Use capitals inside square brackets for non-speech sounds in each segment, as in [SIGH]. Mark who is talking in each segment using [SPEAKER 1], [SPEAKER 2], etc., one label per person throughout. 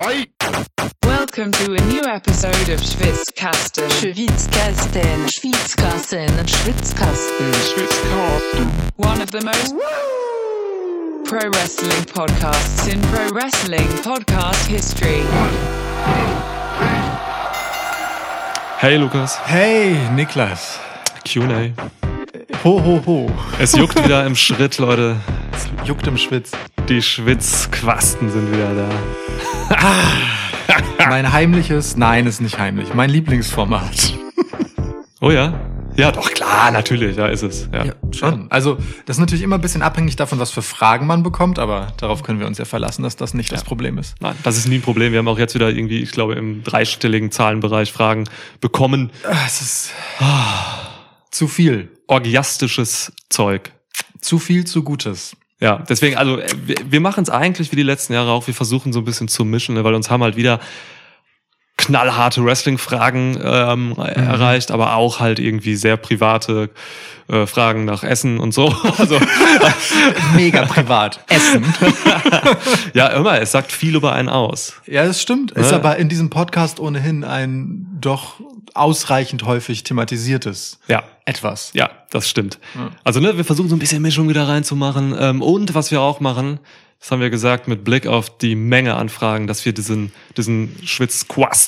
[SPEAKER 1] Ei!
[SPEAKER 2] Welcome to a new episode of Schwitzkasten. Schwitzkasten. Schwitzkasten. Schwitzkasten. One of the most pro wrestling podcasts in pro wrestling podcast history.
[SPEAKER 3] Hey Lukas,
[SPEAKER 4] Hey, Niklas.
[SPEAKER 3] QA.
[SPEAKER 4] Ho, ho, ho.
[SPEAKER 3] Es juckt
[SPEAKER 4] [LAUGHS]
[SPEAKER 3] wieder im Schritt, Leute.
[SPEAKER 4] Es juckt im Schwitz.
[SPEAKER 3] Die Schwitzquasten sind wieder da.
[SPEAKER 4] Mein heimliches, nein, ist nicht heimlich. Mein Lieblingsformat.
[SPEAKER 3] Oh ja? Ja, doch klar, natürlich, da ist es. Ja.
[SPEAKER 4] schon. Also, das ist natürlich immer ein bisschen abhängig davon, was für Fragen man bekommt, aber darauf können wir uns ja verlassen, dass das nicht das Problem ist.
[SPEAKER 3] Nein, das ist nie ein Problem. Wir haben auch jetzt wieder irgendwie, ich glaube, im dreistelligen Zahlenbereich Fragen bekommen.
[SPEAKER 4] Ah, Es ist Ah. zu viel.
[SPEAKER 3] Orgiastisches Zeug.
[SPEAKER 4] Zu viel zu Gutes.
[SPEAKER 3] Ja, deswegen, also äh, wir, wir machen es eigentlich wie die letzten Jahre auch. Wir versuchen so ein bisschen zu mischen, ne, weil uns haben halt wieder knallharte Wrestling-Fragen ähm, erreicht, aber auch halt irgendwie sehr private äh, Fragen nach Essen und so. [LAUGHS] Also
[SPEAKER 4] Mega privat. [LAUGHS] Essen.
[SPEAKER 3] ja, immer, es sagt viel über einen aus.
[SPEAKER 4] Ja, das stimmt. Ist
[SPEAKER 3] Ne?
[SPEAKER 4] aber in diesem Podcast ohnehin ein doch ausreichend häufig thematisiertes
[SPEAKER 3] Ja.
[SPEAKER 4] etwas.
[SPEAKER 3] Ja, das stimmt. Also, ne, wir versuchen so ein bisschen Mischung wieder reinzumachen. Ähm, und was wir auch machen, das haben wir gesagt, mit Blick auf die Menge an Fragen, dass wir diesen, diesen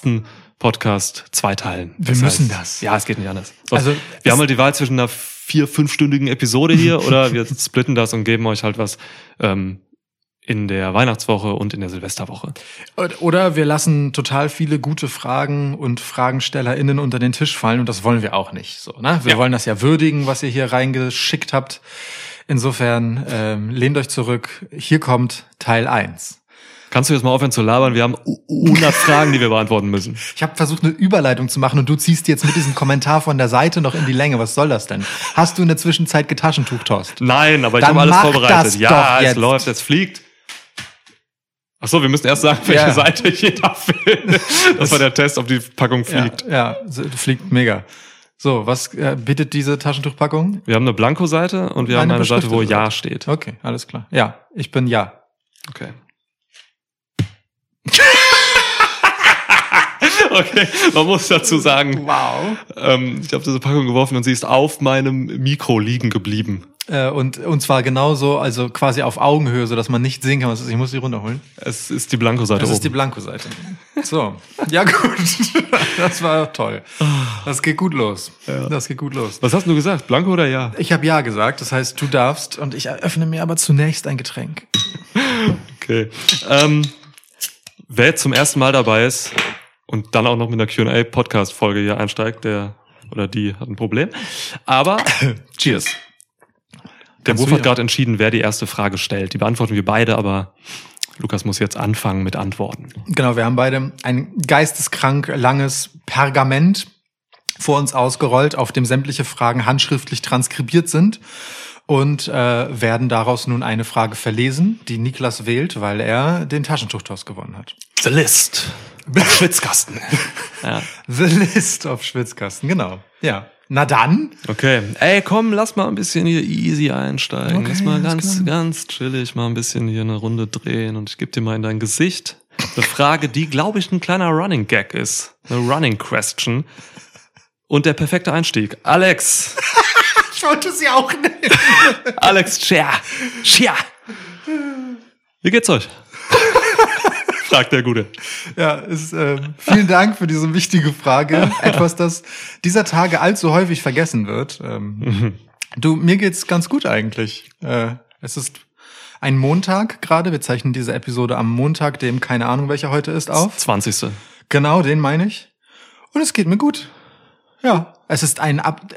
[SPEAKER 3] Schwitzquasten-Podcast zweiteilen.
[SPEAKER 4] Wir müssen das.
[SPEAKER 3] Ja, es geht nicht anders. Sonst,
[SPEAKER 4] Also,
[SPEAKER 3] also, wir haben halt die Wahl zwischen einer vier-, fünfstündigen Episode hier
[SPEAKER 4] [LAUGHS]
[SPEAKER 3] oder wir splitten das und geben euch halt was ähm, in der Weihnachtswoche und in der Silvesterwoche.
[SPEAKER 4] Oder wir lassen total viele gute Fragen und FragenstellerInnen unter den Tisch fallen und das wollen wir auch nicht. So, ne? Wir
[SPEAKER 3] Ja.
[SPEAKER 4] wollen das ja würdigen, was ihr hier reingeschickt habt. Insofern ähm, lehnt euch zurück. Hier kommt Teil 1.
[SPEAKER 3] Kannst du jetzt mal aufhören zu labern? Wir haben u- 100 Fragen, die wir beantworten müssen.
[SPEAKER 4] Ich habe versucht, eine Überleitung zu machen und du ziehst jetzt mit diesem Kommentar von der Seite noch in die Länge. Was soll das denn? Hast du in der Zwischenzeit Getaschentuch, Torst?
[SPEAKER 3] Nein, aber ich
[SPEAKER 4] Dann
[SPEAKER 3] habe alles
[SPEAKER 4] mach
[SPEAKER 3] vorbereitet.
[SPEAKER 4] das
[SPEAKER 3] ja,
[SPEAKER 4] doch
[SPEAKER 3] es
[SPEAKER 4] jetzt.
[SPEAKER 3] läuft, es fliegt. Ach so, wir müssen erst sagen, welche
[SPEAKER 4] Ja.
[SPEAKER 3] Seite jeder
[SPEAKER 4] [LAUGHS]
[SPEAKER 3] will. Das war der Test, ob die Packung fliegt.
[SPEAKER 4] Ja, ja, so- fliegt mega. So, was äh, bietet diese Taschentuchpackung?
[SPEAKER 3] Wir haben eine Blanko-Seite und wir haben
[SPEAKER 4] Eine
[SPEAKER 3] eine Seite, wo
[SPEAKER 4] beschriftete
[SPEAKER 3] Ja
[SPEAKER 4] Seite.
[SPEAKER 3] steht.
[SPEAKER 4] Okay, alles klar. Ja, ich bin ja.
[SPEAKER 3] Okay. [LAUGHS] okay, man muss dazu sagen,
[SPEAKER 4] Wow.
[SPEAKER 3] ähm, ich habe diese Packung geworfen und sie ist auf meinem Mikro liegen geblieben.
[SPEAKER 4] Äh, und, und zwar genauso, also quasi auf Augenhöhe, sodass man nicht sehen kann. Was ist. Ich muss die runterholen.
[SPEAKER 3] Es ist die Blanko-Seite
[SPEAKER 4] Das
[SPEAKER 3] oben.
[SPEAKER 4] ist die Blanko-Seite. So. Ja, gut. [LAUGHS] Das war toll. Das geht gut los. Das geht gut los.
[SPEAKER 3] Was hast du gesagt? Blanko oder Ja?
[SPEAKER 4] Ich habe Ja gesagt, das heißt, du darfst und ich öffne mir aber zunächst ein Getränk.
[SPEAKER 3] Okay. Ähm, wer jetzt zum ersten Mal dabei ist und dann auch noch mit einer QA-Podcast-Folge hier einsteigt, der oder die hat ein Problem. Aber
[SPEAKER 4] [COUGHS] Cheers.
[SPEAKER 3] der
[SPEAKER 4] Kannst
[SPEAKER 3] Wurf
[SPEAKER 4] du
[SPEAKER 3] hat
[SPEAKER 4] ja.
[SPEAKER 3] gerade entschieden, wer die erste Frage stellt. Die beantworten wir beide, aber Lukas muss jetzt anfangen mit Antworten.
[SPEAKER 4] Genau, wir haben beide ein geisteskrank langes Pergament vor uns ausgerollt, auf dem sämtliche Fragen handschriftlich transkribiert sind und äh, werden daraus nun eine Frage verlesen, die Niklas wählt, weil er den Taschentuchtoss gewonnen hat.
[SPEAKER 3] The List.
[SPEAKER 4] [LAUGHS]
[SPEAKER 3] Schwitzkasten. ja.
[SPEAKER 4] The List auf Schwitzkasten, genau. Ja. Na dann,
[SPEAKER 3] Okay. Ey, komm, lass mal ein bisschen hier easy einsteigen.
[SPEAKER 4] Okay,
[SPEAKER 3] lass mal
[SPEAKER 4] alles
[SPEAKER 3] ganz,
[SPEAKER 4] klar.
[SPEAKER 3] ganz chillig mal ein bisschen hier eine Runde drehen und ich gebe dir mal in dein Gesicht eine Frage, die, glaube ich, ein kleiner Running Gag ist. Eine Running Question. Und der perfekte Einstieg. Alex.
[SPEAKER 4] ich wollte sie auch nehmen.
[SPEAKER 3] Alex Scher. Scher. Wie geht's
[SPEAKER 4] [LAUGHS]
[SPEAKER 3] euch? Fragt der Gute.
[SPEAKER 4] Ja, ist, ähm, vielen Dank für diese
[SPEAKER 3] [LAUGHS]
[SPEAKER 4] wichtige Frage. Etwas, das dieser Tage allzu häufig vergessen wird.
[SPEAKER 3] Mhm.
[SPEAKER 4] Ähm, du, mir geht's ganz gut eigentlich. Äh, es ist ein Montag gerade. Wir zeichnen diese Episode am Montag, dem keine Ahnung welcher heute ist, auf.
[SPEAKER 3] 20.
[SPEAKER 4] Genau, den meine ich. Und es geht mir gut. Ja, es ist ein ab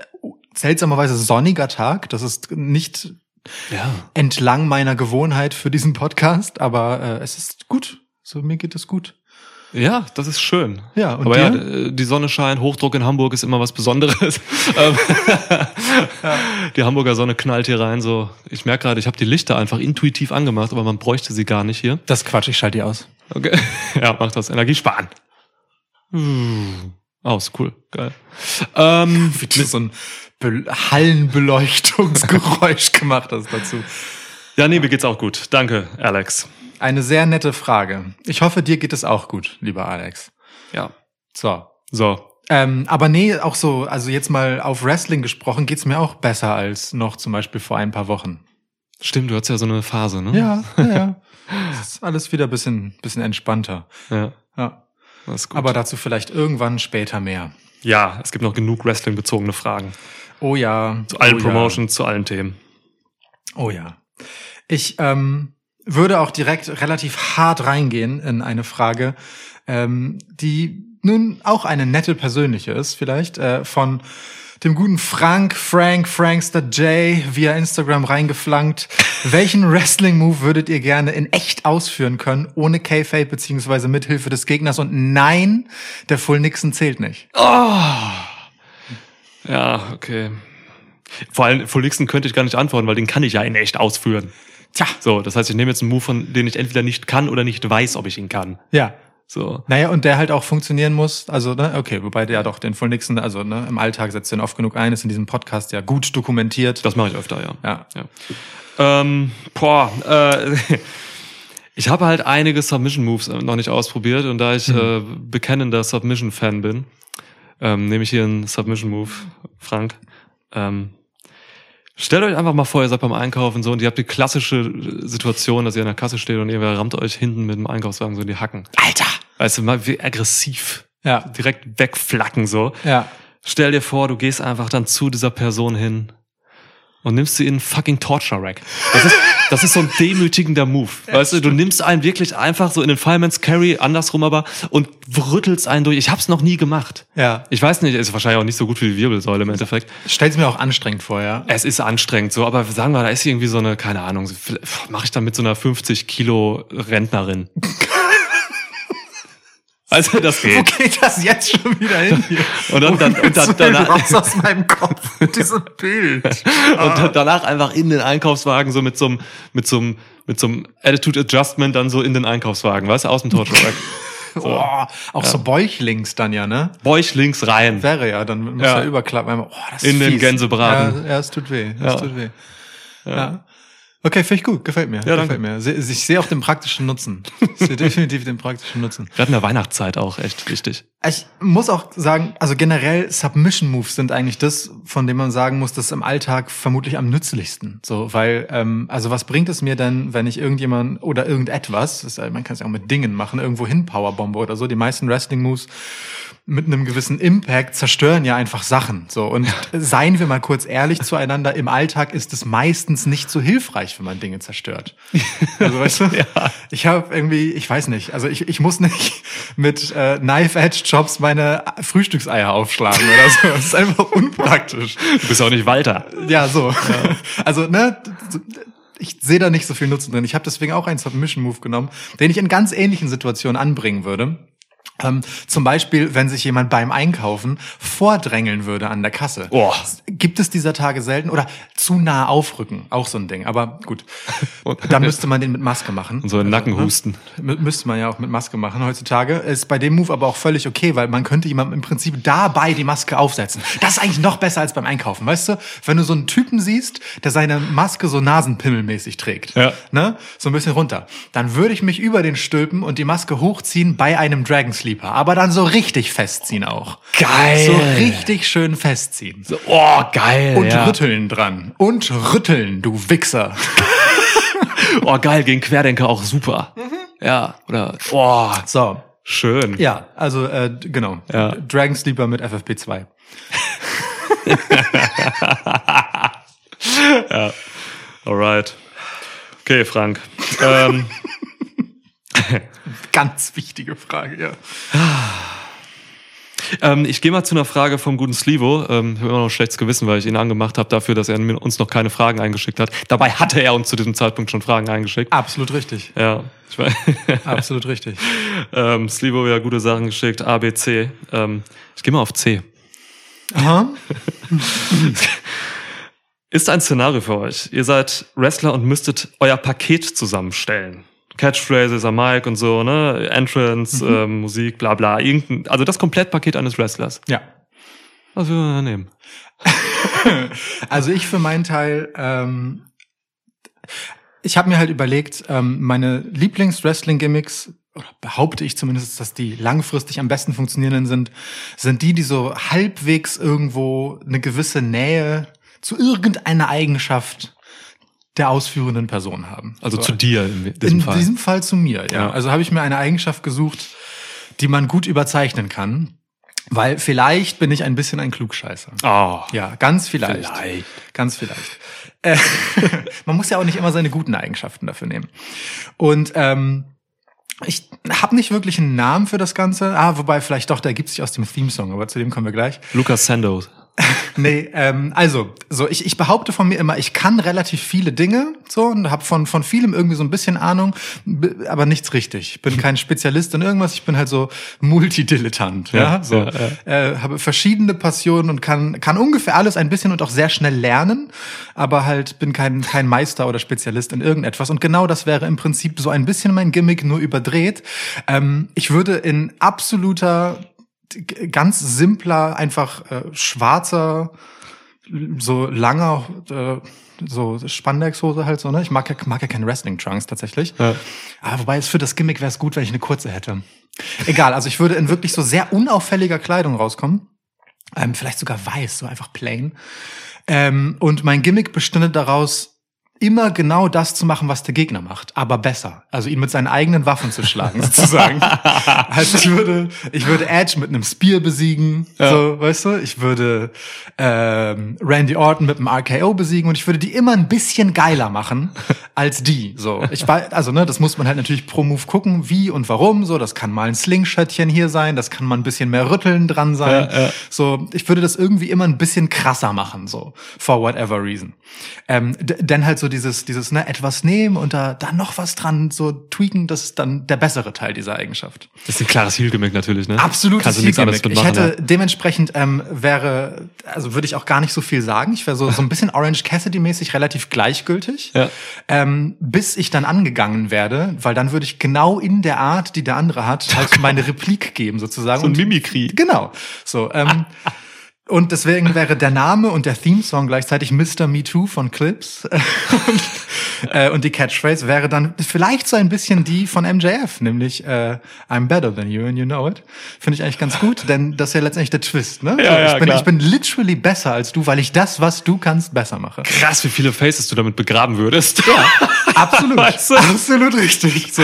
[SPEAKER 4] seltsamerweise sonniger Tag. Das ist nicht
[SPEAKER 3] Ja.
[SPEAKER 4] entlang meiner Gewohnheit für diesen Podcast, aber äh, es ist gut. So, mir geht es gut.
[SPEAKER 3] Ja, das ist schön.
[SPEAKER 4] Ja, und
[SPEAKER 3] Aber
[SPEAKER 4] dir?
[SPEAKER 3] ja, d- die Sonne scheint, Hochdruck in Hamburg ist immer was
[SPEAKER 4] [LAUGHS]
[SPEAKER 3] Besonderes. Ähm, [LAUGHS] die Hamburger Sonne knallt hier rein. So, ich merke gerade, ich habe die Lichter einfach intuitiv angemacht, aber man bräuchte sie gar nicht hier.
[SPEAKER 4] Das Quatsch, ich schalte die aus.
[SPEAKER 3] Okay. [LAUGHS] Ja, macht das. Energie sparen. Hm. Aus, cool, geil. Ähm,
[SPEAKER 4] [LAUGHS] wie du so ein Be Hallenbeleuchtungsgeräusch [LAUGHS] gemacht hast dazu.
[SPEAKER 3] ja, nee, mir geht's auch gut. Danke, Alex.
[SPEAKER 4] Eine sehr nette Frage. Ich hoffe, dir geht es auch gut, lieber Alex.
[SPEAKER 3] Ja.
[SPEAKER 4] So.
[SPEAKER 3] So.
[SPEAKER 4] Ähm, aber nee, auch so, also jetzt mal auf Wrestling gesprochen, geht's mir auch besser als noch zum Beispiel vor ein paar Wochen.
[SPEAKER 3] Stimmt, du hattest ja so eine Phase, ne?
[SPEAKER 4] Ja, ja, ja. [LAUGHS] Es ist alles wieder ein bisschen, bisschen entspannter.
[SPEAKER 3] Ja,
[SPEAKER 4] Ja.
[SPEAKER 3] das ist gut.
[SPEAKER 4] Aber dazu vielleicht irgendwann später mehr.
[SPEAKER 3] ja, es gibt noch genug Wrestling-bezogene Fragen.
[SPEAKER 4] Oh ja.
[SPEAKER 3] Zu allen
[SPEAKER 4] oh
[SPEAKER 3] Promotions, zu allen Themen.
[SPEAKER 4] Ja. Oh ja. Ich ähm, würde auch direkt relativ hart reingehen in eine Frage, ähm, die nun auch eine nette persönliche ist, vielleicht, äh, von dem guten Frank, Frank, Frankster J, via Instagram reingeflankt. Welchen Wrestling-Move würdet ihr gerne in echt ausführen können, ohne K-Fate beziehungsweise mithilfe des Gegners? Und nein, der Full Nixon zählt nicht.
[SPEAKER 3] Oh. Ja, okay. Vor allem, Full Nixon könnte ich gar nicht antworten, weil den kann ich ja in echt ausführen.
[SPEAKER 4] Tja.
[SPEAKER 3] So, das heißt, ich nehme jetzt einen Move, von den ich entweder nicht kann oder nicht weiß, ob ich ihn kann.
[SPEAKER 4] Ja,
[SPEAKER 3] So.
[SPEAKER 4] Naja, und der halt auch funktionieren muss. Also, ne, okay, wobei der doch den Full Nixon, also ne, im Alltag setzt den oft genug ein, ist in diesem Podcast ja gut dokumentiert.
[SPEAKER 3] Das mache ich öfter, ja.
[SPEAKER 4] ja.
[SPEAKER 3] ja. Ähm, boah, äh, [LAUGHS] ich habe halt einige Submission-Moves noch nicht ausprobiert und da ich äh, bekennender Submission-Fan bin, ähm, nehme ich hier einen Submission-Move, Frank. Ähm, stellt euch einfach mal vor, ihr seid beim Einkaufen so und ihr habt die klassische äh, Situation, dass ihr an der Kasse steht und irgendwer rammt euch hinten mit dem Einkaufswagen so in die Hacken.
[SPEAKER 4] Alter!
[SPEAKER 3] Weißt du, mal wie aggressiv.
[SPEAKER 4] Ja,
[SPEAKER 3] Direkt wegflacken so.
[SPEAKER 4] ja.
[SPEAKER 3] Stell dir vor, du gehst einfach dann zu dieser Person hin und nimmst sie in einen fucking Torture Rack. Das ist, das ist so ein demütigender Move. Weißt du, du nimmst einen wirklich einfach so in den Fireman's Carry, andersrum aber, und rüttelst einen durch. Ich hab's noch nie gemacht.
[SPEAKER 4] Ja.
[SPEAKER 3] Ich weiß nicht, ist wahrscheinlich auch nicht so gut für die Wirbelsäule im Endeffekt.
[SPEAKER 4] Stell's mir auch anstrengend vor, ja.
[SPEAKER 3] Es ist anstrengend so, aber sagen wir, da ist irgendwie so eine, keine Ahnung, mache ich dann mit so einer 50 Kilo Rentnerin. Also das geht.
[SPEAKER 4] Wo geht das jetzt schon wieder hin [LAUGHS] hier?
[SPEAKER 3] Und dann-
[SPEAKER 4] Wo
[SPEAKER 3] dann- und
[SPEAKER 4] willst
[SPEAKER 3] dann-
[SPEAKER 4] du [LAUGHS] denn
[SPEAKER 3] danach-
[SPEAKER 4] raus aus meinem Kopf mit diesem Bild.
[SPEAKER 3] Und dann danach einfach in den Einkaufswagen, so mit so einem, mit so einem, mit so einem Attitude Adjustment dann so in den Einkaufswagen, weißt du, aus dem [LAUGHS] Torture-Rack.
[SPEAKER 4] [LAUGHS] Oh, auch so bäuchlings dann ja, ne?
[SPEAKER 3] Bäuch links rein.
[SPEAKER 4] Wäre ja, dann muss
[SPEAKER 3] Hm. Ja.
[SPEAKER 4] ja, überklappen. einmal, Oh, das ist
[SPEAKER 3] In den
[SPEAKER 4] fies.
[SPEAKER 3] Gänsebraten.
[SPEAKER 4] Ja, ja, es tut weh. Es
[SPEAKER 3] Ja.
[SPEAKER 4] tut weh. Ja. Okay, finde ich gut. Gefällt mir.
[SPEAKER 3] Ja, danke.
[SPEAKER 4] Gefällt mir. Se- Ich sehe auch den praktischen Nutzen.
[SPEAKER 3] [LAUGHS]
[SPEAKER 4] Ich sehe definitiv den praktischen Nutzen.
[SPEAKER 3] Gerade in der Weihnachtszeit auch echt wichtig.
[SPEAKER 4] Ich muss auch sagen, also generell Submission Moves sind eigentlich das, von dem man sagen muss, das ist im Alltag vermutlich am nützlichsten. So, weil, ähm, also was bringt es mir denn, wenn ich irgendjemand oder irgendetwas, das, ist ja- man kann es ja auch mit Dingen machen, irgendwo hin Powerbombe oder so. Die meisten Wrestling Moves mit einem gewissen Impact zerstören ja einfach Sachen. So und seien wir mal kurz ehrlich zueinander: Im Alltag ist es meistens nicht so hilfreich, wenn man Dinge zerstört. Also weißt du, ich habe irgendwie, ich weiß nicht, also ich, ich muss nicht mit äh, Knife Edge Chops meine Frühstückseier aufschlagen oder so. Das ist einfach unpraktisch.
[SPEAKER 3] Du bist auch nicht Walter.
[SPEAKER 4] Ja, so. [LAUGHS] Also, ne, so- ich sehe da nicht so viel Nutzen drin. Ich habe deswegen auch einen Submission-Move genommen, den ich in ganz ähnlichen Situationen anbringen würde. Ähm, zum Beispiel, wenn sich jemand beim Einkaufen vordrängeln würde an der Kasse.
[SPEAKER 3] Boah.
[SPEAKER 4] Gibt es dieser Tage selten oder zu nah aufrücken, auch so ein Ding. Aber
[SPEAKER 3] [LAUGHS]
[SPEAKER 4] gut, da müsste man den mit Maske machen.
[SPEAKER 3] Und so in den Nacken husten.
[SPEAKER 4] Mü- Müsste man ja auch mit Maske machen heutzutage. Ist bei dem Move aber auch völlig okay, weil man könnte jemandem im Prinzip dabei die Maske aufsetzen. Das ist eigentlich noch besser als beim Einkaufen, weißt du? Wenn du so einen Typen siehst, der seine Maske so nasenpimmelmäßig trägt,
[SPEAKER 3] Ja.
[SPEAKER 4] ne? so ein bisschen runter, dann würde ich mich über den stülpen und die Maske hochziehen bei einem Dragon Sleeper. Aber dann so richtig festziehen auch.
[SPEAKER 3] Geil.
[SPEAKER 4] So richtig schön festziehen.
[SPEAKER 3] So, oh, geil.
[SPEAKER 4] Und
[SPEAKER 3] ja.
[SPEAKER 4] rütteln dran. Und rütteln, du Wichser.
[SPEAKER 3] Oh, geil, gegen Querdenker auch super. Ja, oder, oh,
[SPEAKER 4] So,
[SPEAKER 3] Mhm. schön.
[SPEAKER 4] Ja, also äh, d- genau.
[SPEAKER 3] Ja.
[SPEAKER 4] Dragon Sleeper mit FFP2.
[SPEAKER 3] Alright. Okay, Frank. ähm,
[SPEAKER 4] Ganz wichtige Frage, ja.
[SPEAKER 3] Ähm, ich gehe mal zu einer Frage vom guten Slivo. Ähm, ich habe immer noch ein schlechtes Gewissen, weil ich ihn angemacht habe dafür, dass er mir- uns noch keine Fragen eingeschickt hat. Dabei hatte er uns zu diesem Zeitpunkt schon Fragen eingeschickt.
[SPEAKER 4] Absolut richtig.
[SPEAKER 3] Ja, ich weiß. [LAUGHS]
[SPEAKER 4] Absolut richtig.
[SPEAKER 3] ähm, Slivo ja gute Sachen geschickt. A, B, C. Ähm, ich gehe mal auf C.
[SPEAKER 4] Aha.
[SPEAKER 3] Ist ein Szenario für euch. Ihr seid Wrestler und müsstet euer Paket zusammenstellen. Catchphrases am Mic und so, ne? Entrance,
[SPEAKER 4] Mhm.
[SPEAKER 3] ähm, Musik, bla bla. Irgendein, also das Komplettpaket eines Wrestlers.
[SPEAKER 4] Ja.
[SPEAKER 3] Was würden wir da nehmen?
[SPEAKER 4] Also ich für meinen Teil, ähm, ich habe mir halt überlegt, ähm, meine Lieblings-Wrestling-Gimmicks, oder behaupte ich zumindest, dass die langfristig am besten funktionierenden sind, sind die, die so halbwegs irgendwo eine gewisse Nähe zu irgendeiner Eigenschaft der ausführenden Person haben.
[SPEAKER 3] Also
[SPEAKER 4] So,
[SPEAKER 3] zu dir in diesem
[SPEAKER 4] in
[SPEAKER 3] Fall.
[SPEAKER 4] diesem Fall zu mir, ja.
[SPEAKER 3] Ja.
[SPEAKER 4] Also habe ich mir eine Eigenschaft gesucht, die man gut überzeichnen kann, weil vielleicht bin ich ein bisschen ein Klugscheißer.
[SPEAKER 3] oh,
[SPEAKER 4] Ja, ganz vielleicht.
[SPEAKER 3] Vielleicht.
[SPEAKER 4] Ganz vielleicht. Äh, [LAUGHS] man muss ja auch nicht immer seine guten Eigenschaften dafür nehmen. Und ähm, ich habe nicht wirklich einen Namen für das Ganze. Ah, wobei vielleicht doch, der ergibt sich aus dem Theme-Song, aber zu dem kommen wir gleich.
[SPEAKER 3] Lucas Sandoz.
[SPEAKER 4] Nee, ähm, also, so ich, ich behaupte von mir immer, ich kann relativ viele Dinge so und habe von, von vielem irgendwie so ein bisschen Ahnung, b- aber nichts richtig. Ich bin kein Spezialist in irgendwas, ich bin halt so Multidilettant. Ja,
[SPEAKER 3] Ja,
[SPEAKER 4] so.
[SPEAKER 3] ja,
[SPEAKER 4] Äh, habe verschiedene Passionen und kann, kann ungefähr alles ein bisschen und auch sehr schnell lernen, aber halt bin kein, kein Meister oder Spezialist in irgendetwas. Und genau das wäre im Prinzip so ein bisschen mein Gimmick, nur überdreht. Ähm, ich würde in absoluter g- ganz simpler, einfach äh, schwarzer, so langer, äh, so Spandexhose halt so, ne? Ich mag ja, mag ja keine Wrestling-Trunks tatsächlich.
[SPEAKER 3] Ja.
[SPEAKER 4] Aber wobei es für das Gimmick wäre es gut, wenn ich eine kurze hätte. Egal, also ich würde in wirklich so sehr unauffälliger Kleidung rauskommen. Ähm, vielleicht sogar weiß, so einfach plain. Ähm, und mein Gimmick bestünde daraus, immer genau das zu machen, was der Gegner macht, aber besser. Also ihn mit seinen eigenen Waffen zu schlagen, [LAUGHS] sozusagen. [LAUGHS] Also ich würde, ich würde Edge mit einem Spear besiegen, so, weißt du? Ich würde ähm, Randy Orton mit einem RKO besiegen und ich würde die immer ein bisschen
[SPEAKER 3] [LAUGHS]
[SPEAKER 4] geiler machen als die. So, ich weiß, also ne, das muss man halt natürlich pro Move gucken, wie und warum. So, das kann mal ein Slingshotchen hier sein, das kann mal ein bisschen mehr Rütteln dran sein.
[SPEAKER 3] Ja, ja.
[SPEAKER 4] So, ich würde das irgendwie immer ein bisschen krasser machen, so, for whatever reason. Ähm, d- denn halt so dieses, dieses, ne, etwas nehmen und da, da noch was dran so tweaken, das ist dann der bessere Teil dieser Eigenschaft.
[SPEAKER 3] Das ist ein klares Heel-Gimmick natürlich, ne?
[SPEAKER 4] Absolutes
[SPEAKER 3] Kannst du nichts anderes ne?
[SPEAKER 4] Heel-Gimmick.
[SPEAKER 3] mitmachen.
[SPEAKER 4] Ich hätte dementsprechend ähm, wäre, also würde ich auch gar nicht so viel sagen. Ich wäre so, so ein bisschen Orange Cassidy-mäßig relativ gleichgültig.
[SPEAKER 3] Ja.
[SPEAKER 4] Ähm, bis ich dann angegangen werde, weil dann würde ich genau in der Art, die der andere hat, halt meine Replik geben, sozusagen.
[SPEAKER 3] So ein
[SPEAKER 4] Und-
[SPEAKER 3] Mimikry.
[SPEAKER 4] Genau. So,
[SPEAKER 3] [LAUGHS]
[SPEAKER 4] ähm, und deswegen wäre der Name und der Theme-Song gleichzeitig Mr. Me Too von Clips. [LAUGHS] und, äh, und die Catchphrase wäre dann vielleicht so ein bisschen die von MJF, nämlich äh, I'm better than you and you know it. Finde ich eigentlich ganz gut, denn das ist ja letztendlich der Twist, ne?
[SPEAKER 3] Ja, ja,
[SPEAKER 4] ich, bin,
[SPEAKER 3] klar.
[SPEAKER 4] ich bin literally besser als du, weil ich das, was du kannst, besser mache.
[SPEAKER 3] Krass, wie viele Faces du damit begraben würdest. Ja.
[SPEAKER 4] Absolut.
[SPEAKER 3] Weißt du? [LAUGHS]
[SPEAKER 4] Absolut richtig. So.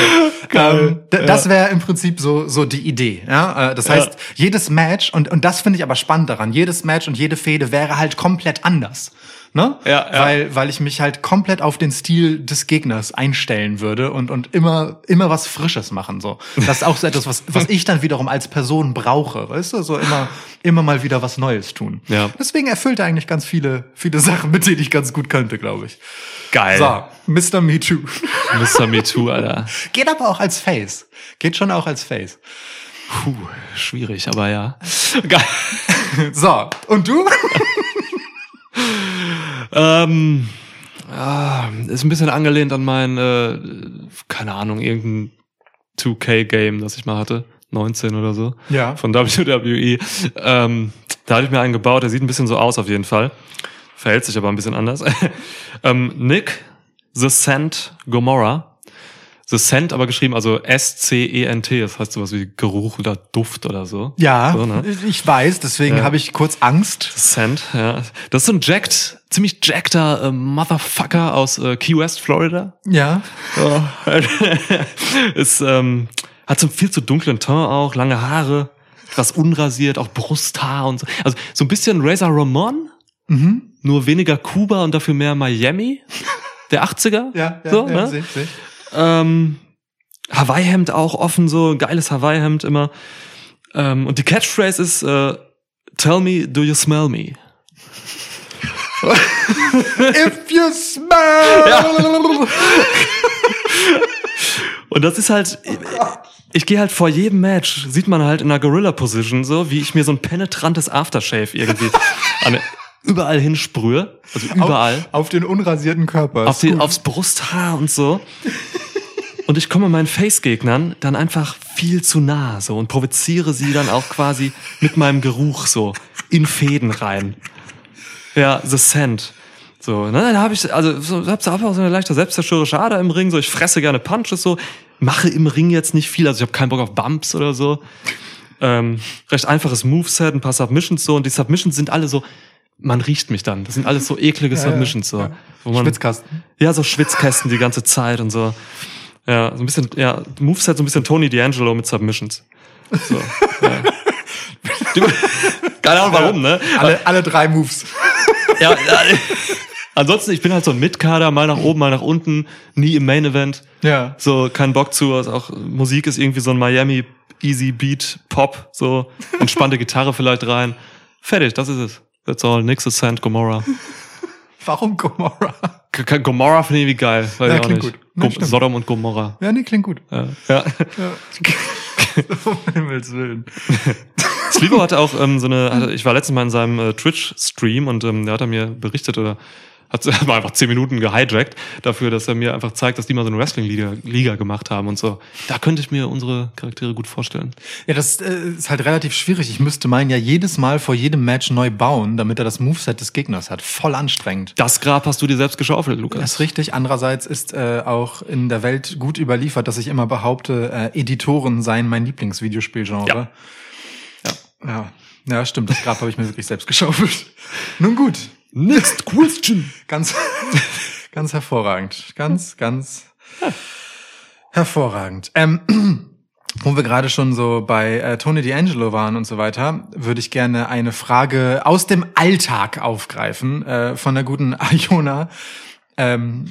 [SPEAKER 4] Ähm, d- Das wäre im Prinzip so, so die Idee. Ja? Äh, Das heißt,
[SPEAKER 3] Ja.
[SPEAKER 4] jedes Match, und, und das finde ich aber spannend daran, jedes Match und jede Fehde wäre halt komplett anders. Ne?
[SPEAKER 3] Ja, ja.
[SPEAKER 4] Weil, weil ich mich halt komplett auf den Stil des Gegners einstellen würde und, und immer, immer was Frisches machen. So. Das ist auch so etwas, was, was ich dann wiederum als Person brauche, weißt du? So immer, immer mal wieder was Neues tun.
[SPEAKER 3] Ja.
[SPEAKER 4] Deswegen erfüllt er eigentlich ganz viele, viele Sachen, mit denen ich ganz gut könnte, glaube ich.
[SPEAKER 3] [LAUGHS] Geil.
[SPEAKER 4] So, Mr. Me Too.
[SPEAKER 3] Mr. Me Too, Alter.
[SPEAKER 4] Geht aber auch als Face. Geht schon auch
[SPEAKER 3] [LAUGHS]
[SPEAKER 4] als Face.
[SPEAKER 3] Puh, schwierig, aber ja. [LAUGHS] Geil.
[SPEAKER 4] So, und du?
[SPEAKER 3] Ähm, ah, ist ein bisschen angelehnt an mein, äh, keine Ahnung, irgendein 2K-Game, das ich mal hatte. 19 oder so. [LAUGHS]
[SPEAKER 4] Ja.
[SPEAKER 3] Von WWE. Ähm, da hatte ich mir einen gebaut, der sieht ein bisschen so aus auf jeden Fall. Verhält sich aber ein bisschen anders. [LAUGHS] ähm, Nick, The Scent, Gomorrah. The Scent aber geschrieben, also S-C-E-N-T, das heißt sowas wie Geruch oder Duft oder so.
[SPEAKER 4] Ja,
[SPEAKER 3] So, ne?
[SPEAKER 4] ich weiß, deswegen
[SPEAKER 3] Ja.
[SPEAKER 4] habe ich kurz Angst.
[SPEAKER 3] Cent, ja. Das ist so ein jacked, ziemlich jackter äh, Motherfucker aus äh, Key West, Florida.
[SPEAKER 4] Ja.
[SPEAKER 3] Oh. [LAUGHS] ist, ähm, hat so einen viel zu dunklen Teint auch, lange Haare, etwas unrasiert, auch Brusthaar und so. Also so ein bisschen Razor Ramon,
[SPEAKER 4] Mhm.
[SPEAKER 3] nur weniger Kuba und dafür mehr Miami. Der 80er?
[SPEAKER 4] [LAUGHS] Ja, ja,
[SPEAKER 3] so,
[SPEAKER 4] ja,
[SPEAKER 3] ne?
[SPEAKER 4] seh,
[SPEAKER 3] [LAUGHS]
[SPEAKER 4] seh.
[SPEAKER 3] Ähm, Hawaii-Hemd auch offen, so ein geiles Hawaii-Hemd immer. Ähm, und die Catchphrase ist, äh, tell me, do you smell me?
[SPEAKER 4] If you smell! [LAUGHS]
[SPEAKER 3] Und das ist halt, ich, ich gehe halt vor jedem Match, sieht man halt in einer Gorilla-Position so, wie ich mir so ein penetrantes Aftershave irgendwie an, überall hinsprühe. Also überall.
[SPEAKER 4] Auf, auf den unrasierten Körper.
[SPEAKER 3] Auf die, aufs Brusthaar und so. [LAUGHS] Und ich komme meinen Face-Gegnern dann einfach viel zu nah so und provoziere sie dann auch quasi mit meinem Geruch so in Fäden rein. Ja, The Scent. So, ne, da habe ich, also so, hab's einfach so eine leichte selbstzerstörerische Ader im Ring, so ich fresse gerne Punches so, mache im Ring jetzt nicht viel, also ich habe keinen Bock auf Bumps oder so. Ähm, recht einfaches Moveset, ein paar Submissions so und die Submissions sind alle so, man riecht mich dann. Das sind alles so eklige
[SPEAKER 4] Ja, ja,
[SPEAKER 3] Submissions so.
[SPEAKER 4] ja.
[SPEAKER 3] Wo man,
[SPEAKER 4] Schwitzkasten.
[SPEAKER 3] ja, so Schwitzkästen die ganze Zeit und so. Ja, so ein bisschen, ja, Moveset so ein bisschen Tony D'Angelo mit Submissions. So,
[SPEAKER 4] [LAUGHS]
[SPEAKER 3] ja. Die- Keine Ahnung warum, ne?
[SPEAKER 4] Alle, alle
[SPEAKER 3] [LAUGHS]
[SPEAKER 4] drei Moves.
[SPEAKER 3] Ja, ja. Ansonsten, ich bin halt so ein Mitkader, mal nach oben, mal nach unten, nie im Main Event.
[SPEAKER 4] Ja.
[SPEAKER 3] So, kein Bock zu, also auch Musik ist irgendwie so ein Miami Easy Beat Pop, so, entspannte Gitarre vielleicht rein. Fertig, das ist es. That's all. Nix ist Sand Gomorrah.
[SPEAKER 4] Warum Gomorra?
[SPEAKER 3] G- G- Gomorrah finde ich irgendwie geil. Weiß
[SPEAKER 4] Ja,
[SPEAKER 3] ich auch
[SPEAKER 4] klingt
[SPEAKER 3] nicht.
[SPEAKER 4] gut. Ja,
[SPEAKER 3] Go-
[SPEAKER 4] stimmt.
[SPEAKER 3] Sodom und Gomorrah.
[SPEAKER 4] Ja, nee, klingt gut.
[SPEAKER 3] Ja. ja. [LAUGHS]
[SPEAKER 4] Ja. um Himmels Willen.
[SPEAKER 3] Slivo hatte auch ähm, so eine, hatte, ich war letztens mal in seinem äh, Twitch-Stream und ähm, der hat er mir berichtet oder hat [LAUGHS] mal einfach zehn Minuten gehijackt dafür, dass er mir einfach zeigt, dass die mal so eine Wrestling-Liga Liga gemacht haben und so. Da könnte ich mir unsere Charaktere gut vorstellen.
[SPEAKER 4] Ja, das äh, ist halt relativ schwierig. Ich müsste meinen ja jedes Mal vor jedem Match neu bauen, damit er das Moveset des Gegners hat. Voll anstrengend.
[SPEAKER 3] Das Grab hast du dir selbst geschaufelt,
[SPEAKER 4] Das
[SPEAKER 3] Lukas.
[SPEAKER 4] ist richtig. Andererseits ist äh, auch in der Welt gut überliefert, dass ich immer behaupte, äh, Editoren seien mein Lieblingsvideospielgenre. Ja. ja. Ja, stimmt. Das Grab habe ich mir wirklich selbst geschaufelt. Nun gut.
[SPEAKER 3] Next question.
[SPEAKER 4] Ganz, [LAUGHS] ganz hervorragend. Ganz, ganz hervorragend. Ähm, wo wir gerade schon so bei äh, Tony D'Angelo waren und so weiter, würde ich gerne eine Frage aus dem Alltag aufgreifen äh, von der guten Iona. Ähm,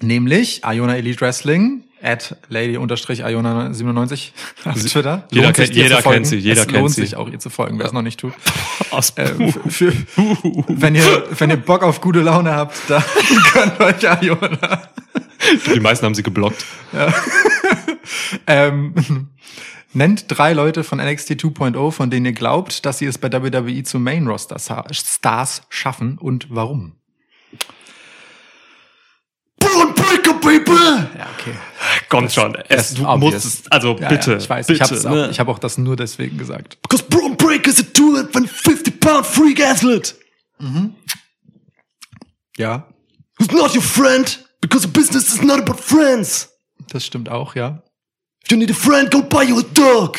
[SPEAKER 4] nämlich Iona Elite Wrestling at lady-iona97 [LAUGHS] auf
[SPEAKER 3] Sie-
[SPEAKER 4] Twitter.
[SPEAKER 3] Jeder
[SPEAKER 4] Lohnt sich,
[SPEAKER 3] kennt-
[SPEAKER 4] ihr zu
[SPEAKER 3] jeder kennt
[SPEAKER 4] folgen.
[SPEAKER 3] sie, jeder
[SPEAKER 4] es
[SPEAKER 3] kennt
[SPEAKER 4] lohnt
[SPEAKER 3] sie.
[SPEAKER 4] sich auch, ihr zu folgen, wer es noch
[SPEAKER 3] [LAUGHS]
[SPEAKER 4] nicht tut.
[SPEAKER 3] [LAUGHS] Aus
[SPEAKER 4] Ähm, für, wenn, ihr, wenn ihr Bock auf gute Laune habt, [LAUGHS] dann könnt ihr euch Iona
[SPEAKER 3] die meisten haben sie geblockt.
[SPEAKER 4] Ähm, [LAUGHS] nennt drei Leute von NXT 2.0, oh, von denen ihr glaubt, dass sie es bei WWE zu Main Roster Sa- Stars schaffen und warum. Ja, okay.
[SPEAKER 3] Komm schon, es, du
[SPEAKER 4] obvious.
[SPEAKER 3] musst es, also
[SPEAKER 4] Ja,
[SPEAKER 3] bitte.
[SPEAKER 4] Ja, ich weiß,
[SPEAKER 3] bitte,
[SPEAKER 4] ich hab's auch,
[SPEAKER 3] ne?
[SPEAKER 4] ich habe auch das nur deswegen gesagt.
[SPEAKER 3] Because Braun Break is a tool when 50 pound freak athlete.
[SPEAKER 4] Ja,
[SPEAKER 3] Who's not your friend? Because business is not about friends.
[SPEAKER 4] das stimmt auch, ja.
[SPEAKER 3] If you need a friend, go buy you a dog.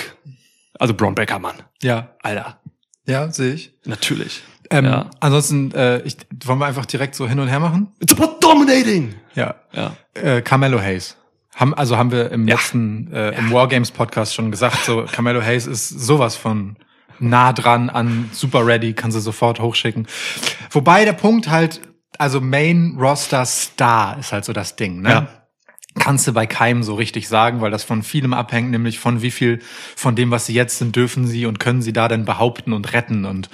[SPEAKER 3] Also Braun Breaker, Mann.
[SPEAKER 4] Ja,
[SPEAKER 3] Alter.
[SPEAKER 4] ja, sehe ich.
[SPEAKER 3] Natürlich.
[SPEAKER 4] Ähm,
[SPEAKER 3] Ja.
[SPEAKER 4] Ansonsten, äh, ich, wollen wir einfach direkt so hin und her machen?
[SPEAKER 3] It's about dominating.
[SPEAKER 4] Ja.
[SPEAKER 3] Ja.
[SPEAKER 4] Äh, Carmelo Hayes. Haben, also haben wir im
[SPEAKER 3] Ja.
[SPEAKER 4] letzten, äh, im Wargames Podcast schon gesagt, so Carmelo Hayes ist sowas von nah dran an super ready, kann sie sofort hochschicken. Wobei der Punkt halt, also Main Roster Star ist halt so das Ding, ne?
[SPEAKER 3] Ja.
[SPEAKER 4] Kannst du bei keinem so richtig sagen, weil das von vielem abhängt, nämlich von wie viel von dem, was sie jetzt sind, dürfen sie und können sie da denn behaupten und retten. Und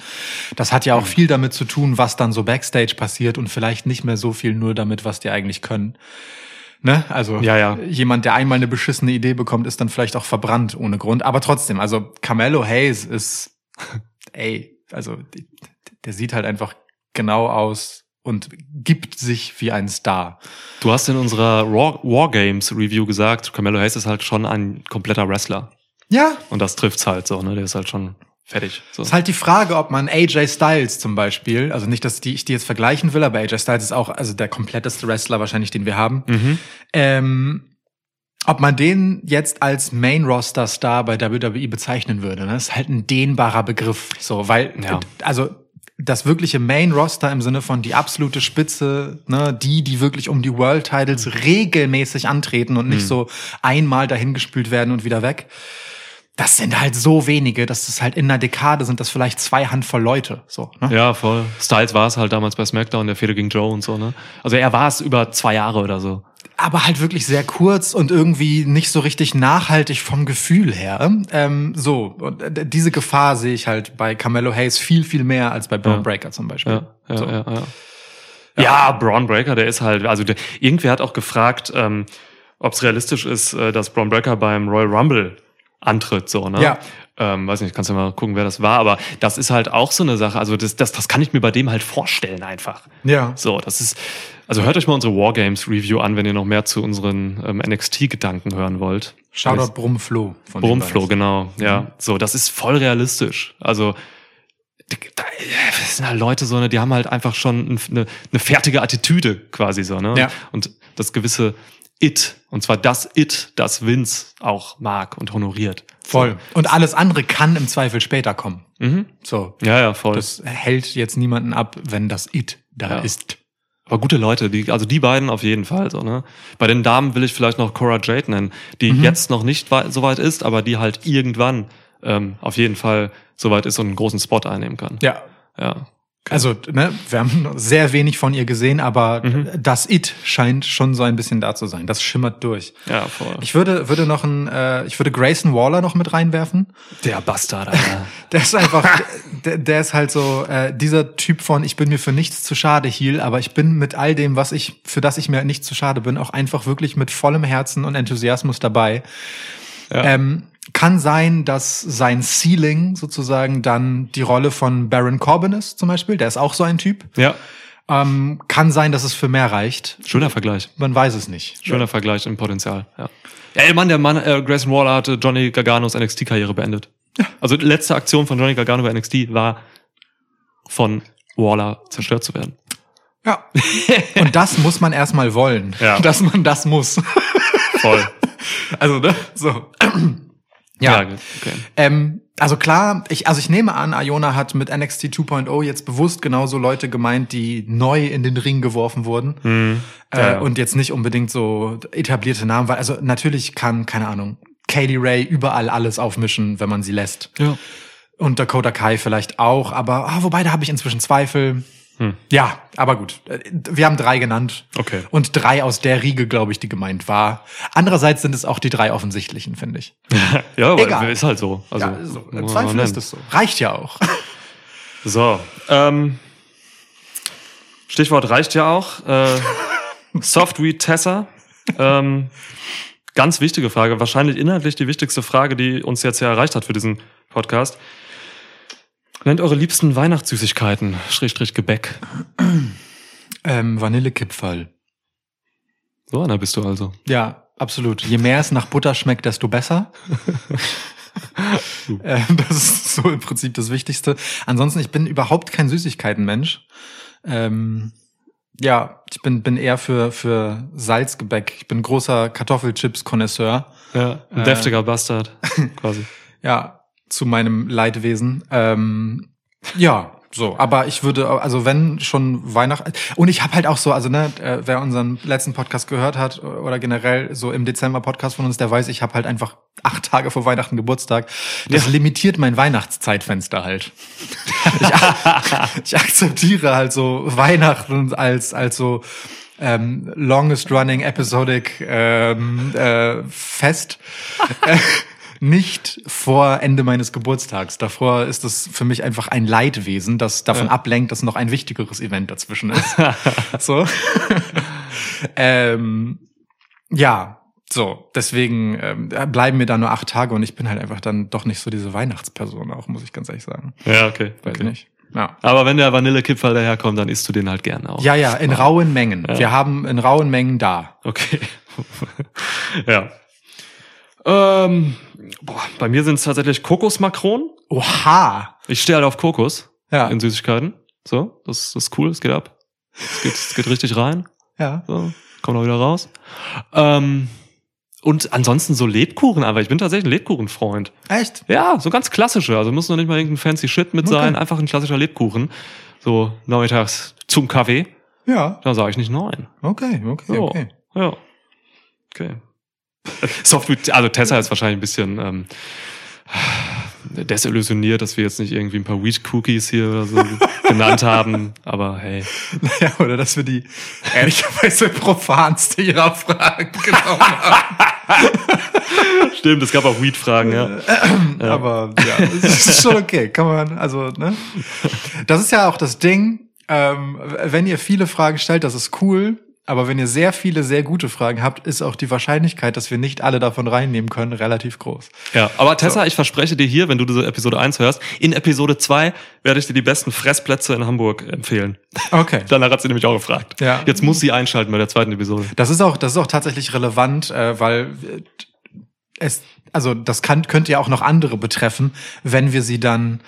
[SPEAKER 4] das hat ja
[SPEAKER 3] Mhm.
[SPEAKER 4] auch viel damit zu tun, was dann so backstage passiert und vielleicht nicht mehr so viel nur damit, was die eigentlich können. Ne? Also
[SPEAKER 3] Ja, ja.
[SPEAKER 4] jemand, der einmal eine beschissene Idee bekommt, ist dann vielleicht auch verbrannt ohne Grund. Aber trotzdem, also Carmelo Hayes ist, [LAUGHS] ey, also die- der sieht halt einfach genau aus und gibt sich wie ein Star.
[SPEAKER 3] Du hast in unserer Raw- Wargames Review gesagt, Carmelo Hayes ist halt schon ein kompletter Wrestler.
[SPEAKER 4] Ja,
[SPEAKER 3] Und das trifft's halt so, ne? Der ist halt schon fertig. So.
[SPEAKER 4] Ist halt die Frage, ob man AJ Styles zum Beispiel, also nicht, dass die, ich die jetzt vergleichen will, aber AJ Styles ist auch also der kompletteste Wrestler wahrscheinlich, den wir haben.
[SPEAKER 3] Mhm.
[SPEAKER 4] Ähm, ob man den jetzt als Main Roster Star bei WWE bezeichnen würde, ne? ist halt ein dehnbarer Begriff, so weil
[SPEAKER 3] Ja.
[SPEAKER 4] also das wirkliche Main Roster im Sinne von die absolute Spitze, ne, die, die wirklich um die World Titles regelmäßig antreten und
[SPEAKER 3] Mhm.
[SPEAKER 4] nicht so einmal dahingespült werden und wieder weg. Das sind halt so wenige, dass das halt in einer Dekade sind das vielleicht zwei Handvoll Leute, so. Ne?
[SPEAKER 3] Ja, voll. Styles war es halt damals bei SmackDown, der Fehde gegen Joe und so, ne? Also er war es über zwei Jahre oder so.
[SPEAKER 4] aber halt wirklich sehr kurz und irgendwie nicht so richtig nachhaltig vom Gefühl her. Ähm, so, und äh, diese Gefahr sehe ich halt bei Carmelo Hayes viel, viel mehr als bei Braun
[SPEAKER 3] Ja.
[SPEAKER 4] Breaker zum Beispiel.
[SPEAKER 3] Ja, ja,
[SPEAKER 4] so.
[SPEAKER 3] ja, ja. ja, Braun Breaker, der ist halt, also der, irgendwer hat auch gefragt, ähm, ob es realistisch ist, äh, dass Braun Breaker beim Royal Rumble antritt, so, ne?
[SPEAKER 4] Ja.
[SPEAKER 3] Ähm, weiß nicht, kannst du mal gucken, wer das war, aber das ist halt auch so eine Sache. Also das, das, das kann ich mir bei dem halt vorstellen einfach.
[SPEAKER 4] ja.
[SPEAKER 3] So, das ist, also hört euch mal unsere Wargames Review an, wenn ihr noch mehr zu unseren ähm, NXT-Gedanken hören wollt.
[SPEAKER 4] Shoutout Brumflo. von
[SPEAKER 3] Brumflo,
[SPEAKER 4] den beiden. Mhm.
[SPEAKER 3] genau. Ja, so, das ist voll realistisch. Also, da, das sind halt Leute so, ne, die haben halt einfach schon eine, eine fertige Attitüde quasi so, ne?
[SPEAKER 4] Ja.
[SPEAKER 3] Und das gewisse It, und zwar das It, das Vince auch mag und honoriert.
[SPEAKER 4] Voll. Und alles andere kann im Zweifel später kommen.
[SPEAKER 3] Mhm.
[SPEAKER 4] So.
[SPEAKER 3] Ja, ja, voll.
[SPEAKER 4] Das hält jetzt niemanden ab, wenn das It da
[SPEAKER 3] Ja.
[SPEAKER 4] ist.
[SPEAKER 3] Aber gute Leute, die, also die beiden auf jeden Fall. So, ne? Bei den Damen will ich vielleicht noch Cora Jade nennen, die
[SPEAKER 4] Mhm.
[SPEAKER 3] jetzt noch nicht wei- so weit ist, aber die halt irgendwann ähm, auf jeden Fall so weit ist und einen großen Spot einnehmen kann.
[SPEAKER 4] Ja.
[SPEAKER 3] Ja.
[SPEAKER 4] Also, ne, wir haben noch sehr wenig von ihr gesehen, aber
[SPEAKER 3] Mhm.
[SPEAKER 4] das It scheint schon so ein bisschen da zu sein. Das schimmert durch.
[SPEAKER 3] Ja, voll.
[SPEAKER 4] Ich würde, würde noch ein, äh, ich würde Grayson Waller noch mit reinwerfen.
[SPEAKER 3] der Bastard, Alter.
[SPEAKER 4] Der ist einfach, der, der ist halt so äh, dieser Typ von, ich bin mir für nichts zu schade, Heal, aber ich bin mit all dem, was ich, für das ich mir nicht zu schade bin, auch einfach wirklich mit vollem Herzen und Enthusiasmus dabei.
[SPEAKER 3] [LAUGHS] Ja.
[SPEAKER 4] Ähm, kann sein, dass sein Ceiling sozusagen dann die Rolle von Baron Corbin ist, zum Beispiel. Der ist auch so ein Typ.
[SPEAKER 3] ja,
[SPEAKER 4] Ähm, kann sein, dass es für mehr reicht.
[SPEAKER 3] schöner Vergleich.
[SPEAKER 4] Man weiß es nicht.
[SPEAKER 3] Schöner Vergleich im Potenzial. Ja. ja ey, Mann, der Mann, äh, Grayson Waller hatte Johnny Garganos NXT-Karriere beendet. Also die letzte Aktion von Johnny Gargano bei NXT war von Waller zerstört zu werden.
[SPEAKER 4] Ja. Und das muss man erstmal wollen,
[SPEAKER 3] Ja.
[SPEAKER 4] dass man das muss.
[SPEAKER 3] Voll.
[SPEAKER 4] Also, ne? So.
[SPEAKER 3] [LAUGHS] ja,
[SPEAKER 4] [CLEARS THROAT] ja.
[SPEAKER 3] okay.
[SPEAKER 4] Ähm, also klar, ich, also ich nehme an, Iona hat mit NXT 2.0 jetzt bewusst genauso Leute gemeint, die neu in den Ring geworfen wurden.
[SPEAKER 3] Mhm.
[SPEAKER 4] Äh,
[SPEAKER 3] ja.
[SPEAKER 4] Und jetzt nicht unbedingt so etablierte Namen, weil also natürlich kann, keine Ahnung, Kaylee Ray überall alles aufmischen, wenn man sie lässt.
[SPEAKER 3] Ja.
[SPEAKER 4] Und Dakota Kai vielleicht auch, aber ah, wobei, da habe ich inzwischen Zweifel.
[SPEAKER 3] Hm.
[SPEAKER 4] Ja, aber gut. Äh, Wir haben drei genannt.
[SPEAKER 3] Okay.
[SPEAKER 4] Und drei aus der Riege, glaube ich, die gemeint war. Andererseits sind es auch die drei offensichtlichen, finde ich.
[SPEAKER 3] Ja, aber
[SPEAKER 4] Egal.
[SPEAKER 3] ist halt so. Also,
[SPEAKER 4] ja, so,
[SPEAKER 3] muss
[SPEAKER 4] im
[SPEAKER 3] man
[SPEAKER 4] Zweifel
[SPEAKER 3] nennen.
[SPEAKER 4] ist es so. Reicht ja auch. [LAUGHS]
[SPEAKER 3] So. Ähm, Stichwort reicht ja auch. Äh,
[SPEAKER 4] [LAUGHS]
[SPEAKER 3] Softweed Tessa. Ähm, ganz wichtige Frage, wahrscheinlich inhaltlich die wichtigste Frage, die uns jetzt ja erreicht hat für diesen Podcast. Nennt eure liebsten Weihnachtssüßigkeiten, Schrägstrich Gebäck.
[SPEAKER 4] Ähm, Vanillekipferl.
[SPEAKER 3] So einer bist du also.
[SPEAKER 4] Ja, absolut. Je mehr es nach Butter schmeckt, desto besser. Äh, das ist so im Prinzip das Wichtigste. Ansonsten, ich bin überhaupt kein Süßigkeitenmensch. Ähm, ja, ich bin, bin eher für, für Salzgebäck. Ich bin großer Kartoffelchips-Konnoisseur.
[SPEAKER 3] Ja, ein
[SPEAKER 4] Äh.
[SPEAKER 3] deftiger
[SPEAKER 4] [LAUGHS]
[SPEAKER 3] Bastard, quasi.
[SPEAKER 4] Ja, zu meinem Leidwesen. Ähm, ja, so. Aber ich würde, also wenn schon Weihnachten. Und ich habe halt auch so, also ne, äh, wer unseren letzten Podcast gehört hat äh, oder generell so im Dezember Podcast von uns, der weiß, ich habe halt einfach acht Tage vor Weihnachten Geburtstag. Das limitiert mein Weihnachtszeitfenster halt. [LAUGHS] ich, ak- ich akzeptiere halt so Weihnachten als, als so ähm, longest running episodic ähm, äh, Fest. Äh, Nicht vor Ende meines Geburtstags. Davor ist es für mich einfach ein Leidwesen, das davon ablenkt, dass noch ein wichtigeres Event
[SPEAKER 3] [LAUGHS]
[SPEAKER 4] dazwischen ist. so. ähm, ja, so. Deswegen ähm, bleiben mir da nur acht Tage und ich bin halt einfach dann doch nicht so diese Weihnachtsperson auch, muss ich ganz ehrlich sagen.
[SPEAKER 3] Ja, okay.
[SPEAKER 4] Weiß
[SPEAKER 3] okay.
[SPEAKER 4] nicht. Ja.
[SPEAKER 3] Aber wenn der Vanillekipferl daherkommt, dann isst du den halt gerne auch.
[SPEAKER 4] Ja, ja, in rauen Mengen.
[SPEAKER 3] Ja.
[SPEAKER 4] Wir haben in rauen Mengen da.
[SPEAKER 3] Okay. [LAUGHS] ja. Ähm, boah, bei mir sind es tatsächlich Kokosmakronen.
[SPEAKER 4] Oha!
[SPEAKER 3] Ich stehe halt auf Kokos
[SPEAKER 4] Ja,
[SPEAKER 3] in Süßigkeiten. So, das, das ist cool, es geht ab. Es geht, es geht richtig rein.
[SPEAKER 4] ja.
[SPEAKER 3] So, kommt auch wieder raus. Ähm, und ansonsten so Lebkuchen, aber ich bin tatsächlich ein Lebkuchenfreund.
[SPEAKER 4] Echt?
[SPEAKER 3] Ja, so ganz klassische. Also muss noch nicht mal irgendein fancy Shit mit
[SPEAKER 4] Okay.
[SPEAKER 3] sein, einfach ein klassischer Lebkuchen. So nachmittags zum Kaffee,
[SPEAKER 4] Ja.
[SPEAKER 3] da sage ich nicht nein.
[SPEAKER 4] Okay, okay,
[SPEAKER 3] So.
[SPEAKER 4] okay. [LAUGHS]
[SPEAKER 3] Ja. Okay. Software, also Tessa ist wahrscheinlich ein bisschen ähm, desillusioniert, dass wir jetzt nicht irgendwie ein paar Wheat Cookies hier oder so [LAUGHS] genannt haben. Aber hey.
[SPEAKER 4] Naja, oder dass wir die
[SPEAKER 3] Äh.
[SPEAKER 4] ehrlicherweise profanste ihrer Fragen genommen haben.
[SPEAKER 3] Stimmt, es gab auch Wheat-Fragen, ja. [LAUGHS] Ja.
[SPEAKER 4] Aber ja, es ist schon okay. Kann man, also, ne? Das ist ja auch das Ding, ähm, wenn ihr viele Fragen stellt, das ist cool. Aber wenn ihr sehr viele, sehr gute Fragen habt, ist auch die Wahrscheinlichkeit, dass wir nicht alle davon reinnehmen können, relativ groß.
[SPEAKER 3] ja. Aber Tessa, ich verspreche dir hier, wenn du diese Episode 1 hörst, in Episode 2 werde ich dir die besten Fressplätze in Hamburg empfehlen.
[SPEAKER 4] Okay.
[SPEAKER 3] Danach hat sie nämlich auch gefragt.
[SPEAKER 4] Ja.
[SPEAKER 3] Jetzt muss sie einschalten bei der zweiten Episode.
[SPEAKER 4] Das ist auch, das ist auch tatsächlich relevant, äh, weil äh, es, also das kann, könnte ja auch noch andere betreffen, wenn wir sie dann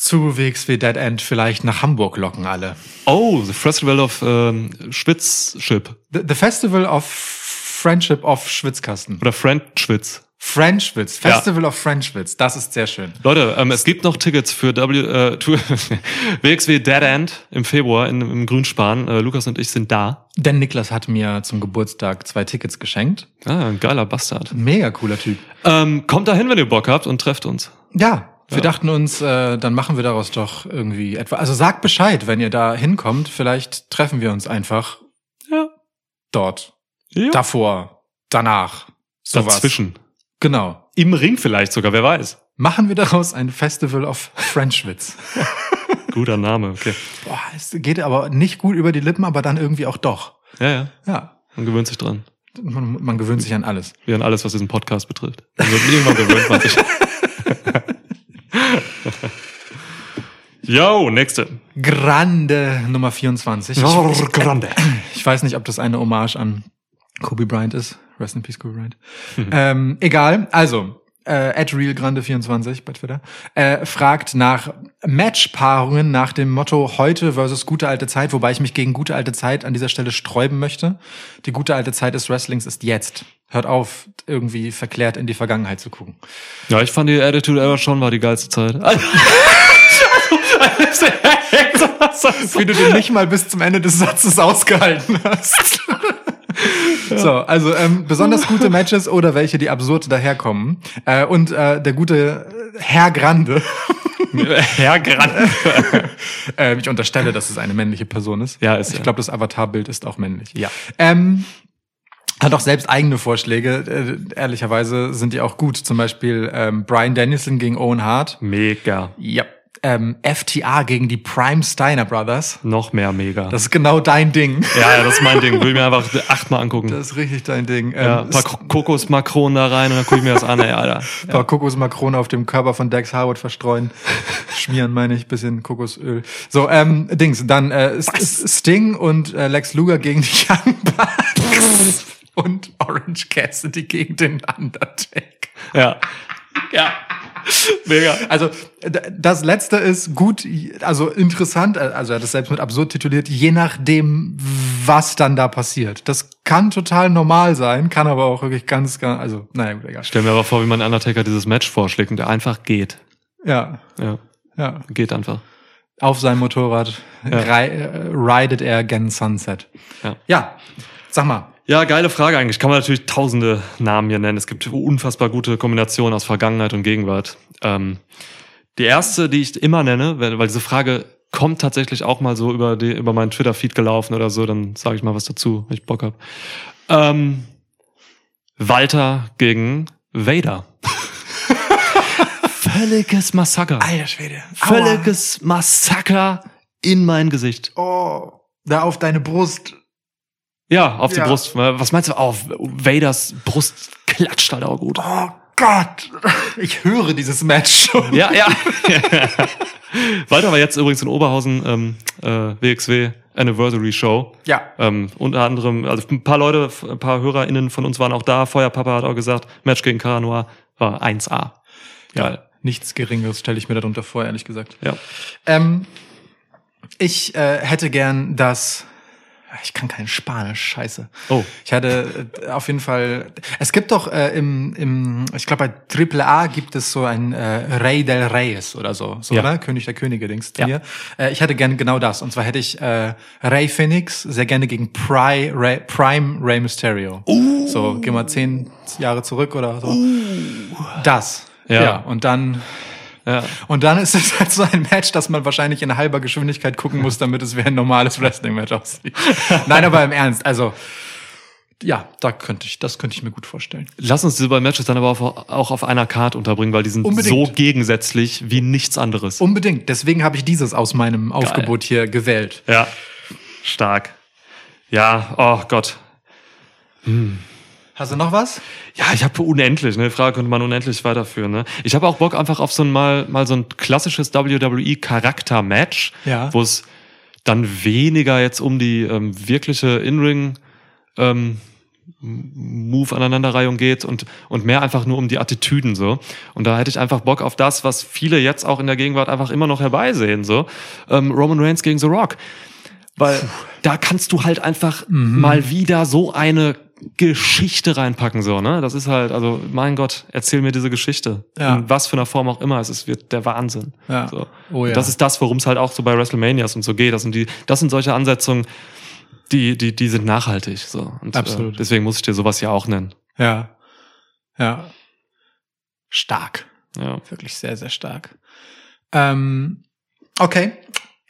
[SPEAKER 4] zu WXW Dead End vielleicht nach Hamburg locken alle.
[SPEAKER 3] Oh, the Festival of ähm, Schwitzship
[SPEAKER 4] The, the Festival of Friendship of Schwitzkasten.
[SPEAKER 3] oder Friendschwitz.
[SPEAKER 4] Frenchwitz, Festival of Frenchwitz, das ist sehr schön.
[SPEAKER 3] Leute, ähm, es gibt noch Tickets für [LAUGHS] w, äh, Tour- WXW Dead End im Februar in, im Grünspan. Äh, Lukas und ich sind da.
[SPEAKER 4] Denn Niklas hat mir zum Geburtstag zwei Tickets geschenkt.
[SPEAKER 3] Ah, ein geiler Bastard.
[SPEAKER 4] Mega cooler Typ.
[SPEAKER 3] Ähm, kommt dahin, wenn ihr Bock habt und trefft uns.
[SPEAKER 4] Ja, wir dachten uns, äh, dann machen wir daraus doch irgendwie etwa. Also sagt Bescheid, wenn ihr da hinkommt. Vielleicht treffen wir uns einfach
[SPEAKER 3] Ja.
[SPEAKER 4] dort.
[SPEAKER 3] Jo.
[SPEAKER 4] Davor, danach, sowas.
[SPEAKER 3] Dazwischen.
[SPEAKER 4] Genau.
[SPEAKER 3] Im Ring vielleicht sogar, wer weiß.
[SPEAKER 4] Machen wir daraus ein Festival of Frenchwitz.
[SPEAKER 3] Guter Name, okay.
[SPEAKER 4] [LAUGHS] Boah, es geht aber nicht gut über die Lippen, aber dann irgendwie auch doch.
[SPEAKER 3] Ja, ja.
[SPEAKER 4] Ja,
[SPEAKER 3] Man gewöhnt sich dran.
[SPEAKER 4] man, man gewöhnt sich an alles.
[SPEAKER 3] Wie an alles, was diesen Podcast betrifft. Also irgendwann gewöhnt man sich. [LAUGHS] Yo, nächste.
[SPEAKER 4] Grande Nummer 24. Ich,
[SPEAKER 3] Grande.
[SPEAKER 4] ich weiß nicht, ob das eine Hommage an Kobe Bryant ist. Rest in peace, Kobe Bryant. ähm, egal, also, äh, at realgrande24 bei Twitter, äh, fragt nach Matchpaarungen nach dem Motto heute versus gute alte Zeit, wobei ich mich gegen gute alte Zeit an dieser Stelle sträuben möchte. Die gute alte Zeit des Wrestlings ist jetzt. Hört auf, irgendwie verklärt in die Vergangenheit zu gucken.
[SPEAKER 3] Ja, ich fand die Attitude Era schon war die geilste Zeit. [LAUGHS] Also,
[SPEAKER 4] wie du den nicht mal bis zum Ende des Satzes ausgehalten
[SPEAKER 3] [LAUGHS]
[SPEAKER 4] hast. So, also ähm, besonders gute Matches oder welche, die absurd daherkommen. Äh, und äh, der gute Herr Grande, [LAUGHS]
[SPEAKER 3] Herr Grande.
[SPEAKER 4] äh, ich unterstelle, dass es eine männliche Person ist.
[SPEAKER 3] Ja, ist
[SPEAKER 4] Ich
[SPEAKER 3] ja.
[SPEAKER 4] glaube, das Avatarbild ist auch männlich.
[SPEAKER 3] Ja.
[SPEAKER 4] Ähm, hat auch selbst eigene Vorschläge. Äh, ehrlicherweise sind die auch gut. Zum Beispiel ähm, Brian Danielson gegen Owen Hart.
[SPEAKER 3] Mega.
[SPEAKER 4] Ja. Ähm, FTA gegen die Prime Steiner Brothers.
[SPEAKER 3] Noch mehr mega.
[SPEAKER 4] Das ist genau dein Ding.
[SPEAKER 3] ja, ja, das ist mein Ding. Will ich mir einfach achtmal angucken.
[SPEAKER 4] Das ist richtig dein Ding.
[SPEAKER 3] ja,
[SPEAKER 4] Ähm,
[SPEAKER 3] ein paar
[SPEAKER 4] St-
[SPEAKER 3] Ko- Kokosmakronen da rein und dann gucke ich mir das an, ey, Alter.
[SPEAKER 4] paar Kokosmakronen auf dem Körper von Dax Harwood verstreuen. [LAUGHS] Schmieren, meine ich, bisschen Kokosöl. So, ähm, Dings, dann äh, S- S- Sting und äh, Lex Luger gegen die Young Bucks und Orange Cassidy gegen den Undertaker.
[SPEAKER 3] Ja. Ja. Mega.
[SPEAKER 4] Also d- das letzte ist gut, also interessant, äh, also er hat es selbst mit absurd tituliert, je nachdem, was dann da passiert. Das kann total normal sein, kann aber auch wirklich ganz, ganz, also naja, gut, egal.
[SPEAKER 3] Stell mir aber vor, wie man Undertaker dieses Match vorschlägt und der einfach geht.
[SPEAKER 4] Ja,
[SPEAKER 3] Ja,
[SPEAKER 4] ja.
[SPEAKER 3] geht einfach.
[SPEAKER 4] auf seinem Motorrad
[SPEAKER 3] Ja.
[SPEAKER 4] rei- äh, ridet er gen Sunset.
[SPEAKER 3] Ja.
[SPEAKER 4] sag mal.
[SPEAKER 3] Ja, geile Frage eigentlich. Kann man natürlich tausende Namen hier nennen. Es gibt unfassbar gute Kombinationen aus Vergangenheit und Gegenwart. Ähm, die erste, die ich immer nenne, weil weil diese Frage kommt tatsächlich auch mal so über, die, über meinen Twitter-Feed gelaufen oder so, dann sage ich mal was dazu, wenn ich Bock hab. Ähm, Walter gegen Vader. [LAUGHS] Völliges Massaker.
[SPEAKER 4] Alter Schwede. Völlig.
[SPEAKER 3] Völliges Massaker in mein Gesicht.
[SPEAKER 4] Oh, da auf deine Brust.
[SPEAKER 3] Ja, auf die
[SPEAKER 4] Ja.
[SPEAKER 3] Brust. Was meinst du? Auf Vaders Brust klatscht halt auch gut.
[SPEAKER 4] Oh Gott. [LAUGHS] Ich höre dieses Match schon.
[SPEAKER 3] Ja, ja. [LAUGHS] Walter war jetzt übrigens in Oberhausen ähm, äh, WXW Anniversary Show.
[SPEAKER 4] Ja.
[SPEAKER 3] Ähm, unter anderem, also ein paar Leute, ein paar HörerInnen von uns waren auch da. Feuerpapa hat auch gesagt, Match gegen Karanoa war 1A. Geil.
[SPEAKER 4] Nichts Geringeres stelle ich mir darunter vor, ehrlich gesagt.
[SPEAKER 3] Ja.
[SPEAKER 4] Ähm, ich äh, hätte gern das. Ich kann kein Spanisch, scheiße.
[SPEAKER 3] Oh.
[SPEAKER 4] Ich hatte äh, auf jeden Fall. Es gibt doch äh, im, im, ich glaube bei AAA gibt es so ein äh, Rey del Reyes oder so, so
[SPEAKER 3] Ja.
[SPEAKER 4] oder? König der Könige, Dings
[SPEAKER 3] Ja.
[SPEAKER 4] Turnier. Äh, ich hätte gerne genau das. Und zwar hätte ich äh, Rey Phoenix sehr gerne gegen Pri, Rey, Prime Rey Mysterio.
[SPEAKER 3] Uh.
[SPEAKER 4] So, gehen wir zehn Jahre zurück oder so. Das.
[SPEAKER 3] Uh. Ja.
[SPEAKER 4] Und dann
[SPEAKER 3] Ja.
[SPEAKER 4] und dann ist es halt so ein Match, dass man wahrscheinlich in halber Geschwindigkeit gucken muss, damit es wie ein normales Wrestling-Match aussieht. Nein, aber im Ernst, also ja, da könnte ich, das könnte ich mir gut vorstellen.
[SPEAKER 3] Lass uns diese beiden Matches dann aber auf, auch auf einer Card unterbringen, weil die sind
[SPEAKER 4] Unbedingt.
[SPEAKER 3] so gegensätzlich wie nichts anderes.
[SPEAKER 4] Unbedingt. Deswegen habe ich dieses aus meinem Aufgebot hier gewählt.
[SPEAKER 3] Ja. Stark. Ja, oh Gott.
[SPEAKER 4] Hast du noch was?
[SPEAKER 3] Ja, ich habe unendlich, ne? Die Frage könnte man unendlich weiterführen, ne? Ich habe auch Bock einfach auf so ein mal mal so ein klassisches E WWE Charakter Match,
[SPEAKER 4] Ja.
[SPEAKER 3] wo es dann weniger jetzt um die ähm, wirkliche In-Ring ähm, Move-Aneinanderreihung geht und, und mehr einfach nur um die Attitüden so. Und da hätte ich einfach Bock auf das, was viele jetzt auch in der Gegenwart einfach immer noch herbeisehen so. Ähm, Roman Reigns gegen The Rock. Weil da kannst du halt einfach
[SPEAKER 4] Mhm.
[SPEAKER 3] mal wieder so eine Geschichte reinpacken so, ne? Das ist halt, also mein Gott, erzähl mir diese Geschichte.
[SPEAKER 4] Ja.
[SPEAKER 3] In was für einer Form auch immer es ist, wird der Wahnsinn.
[SPEAKER 4] Ja.
[SPEAKER 3] So.
[SPEAKER 4] Oh ja.
[SPEAKER 3] Und Das ist das, worum es halt auch so bei WrestleManias und so geht. Das sind die, das sind solche Ansetzungen, die, die, die sind nachhaltig. So. Und,
[SPEAKER 4] Absolut.
[SPEAKER 3] Äh, deswegen muss ich dir sowas ja auch nennen.
[SPEAKER 4] Ja. Ja. Stark.
[SPEAKER 3] Ja.
[SPEAKER 4] Wirklich sehr, sehr stark. Ähm, okay.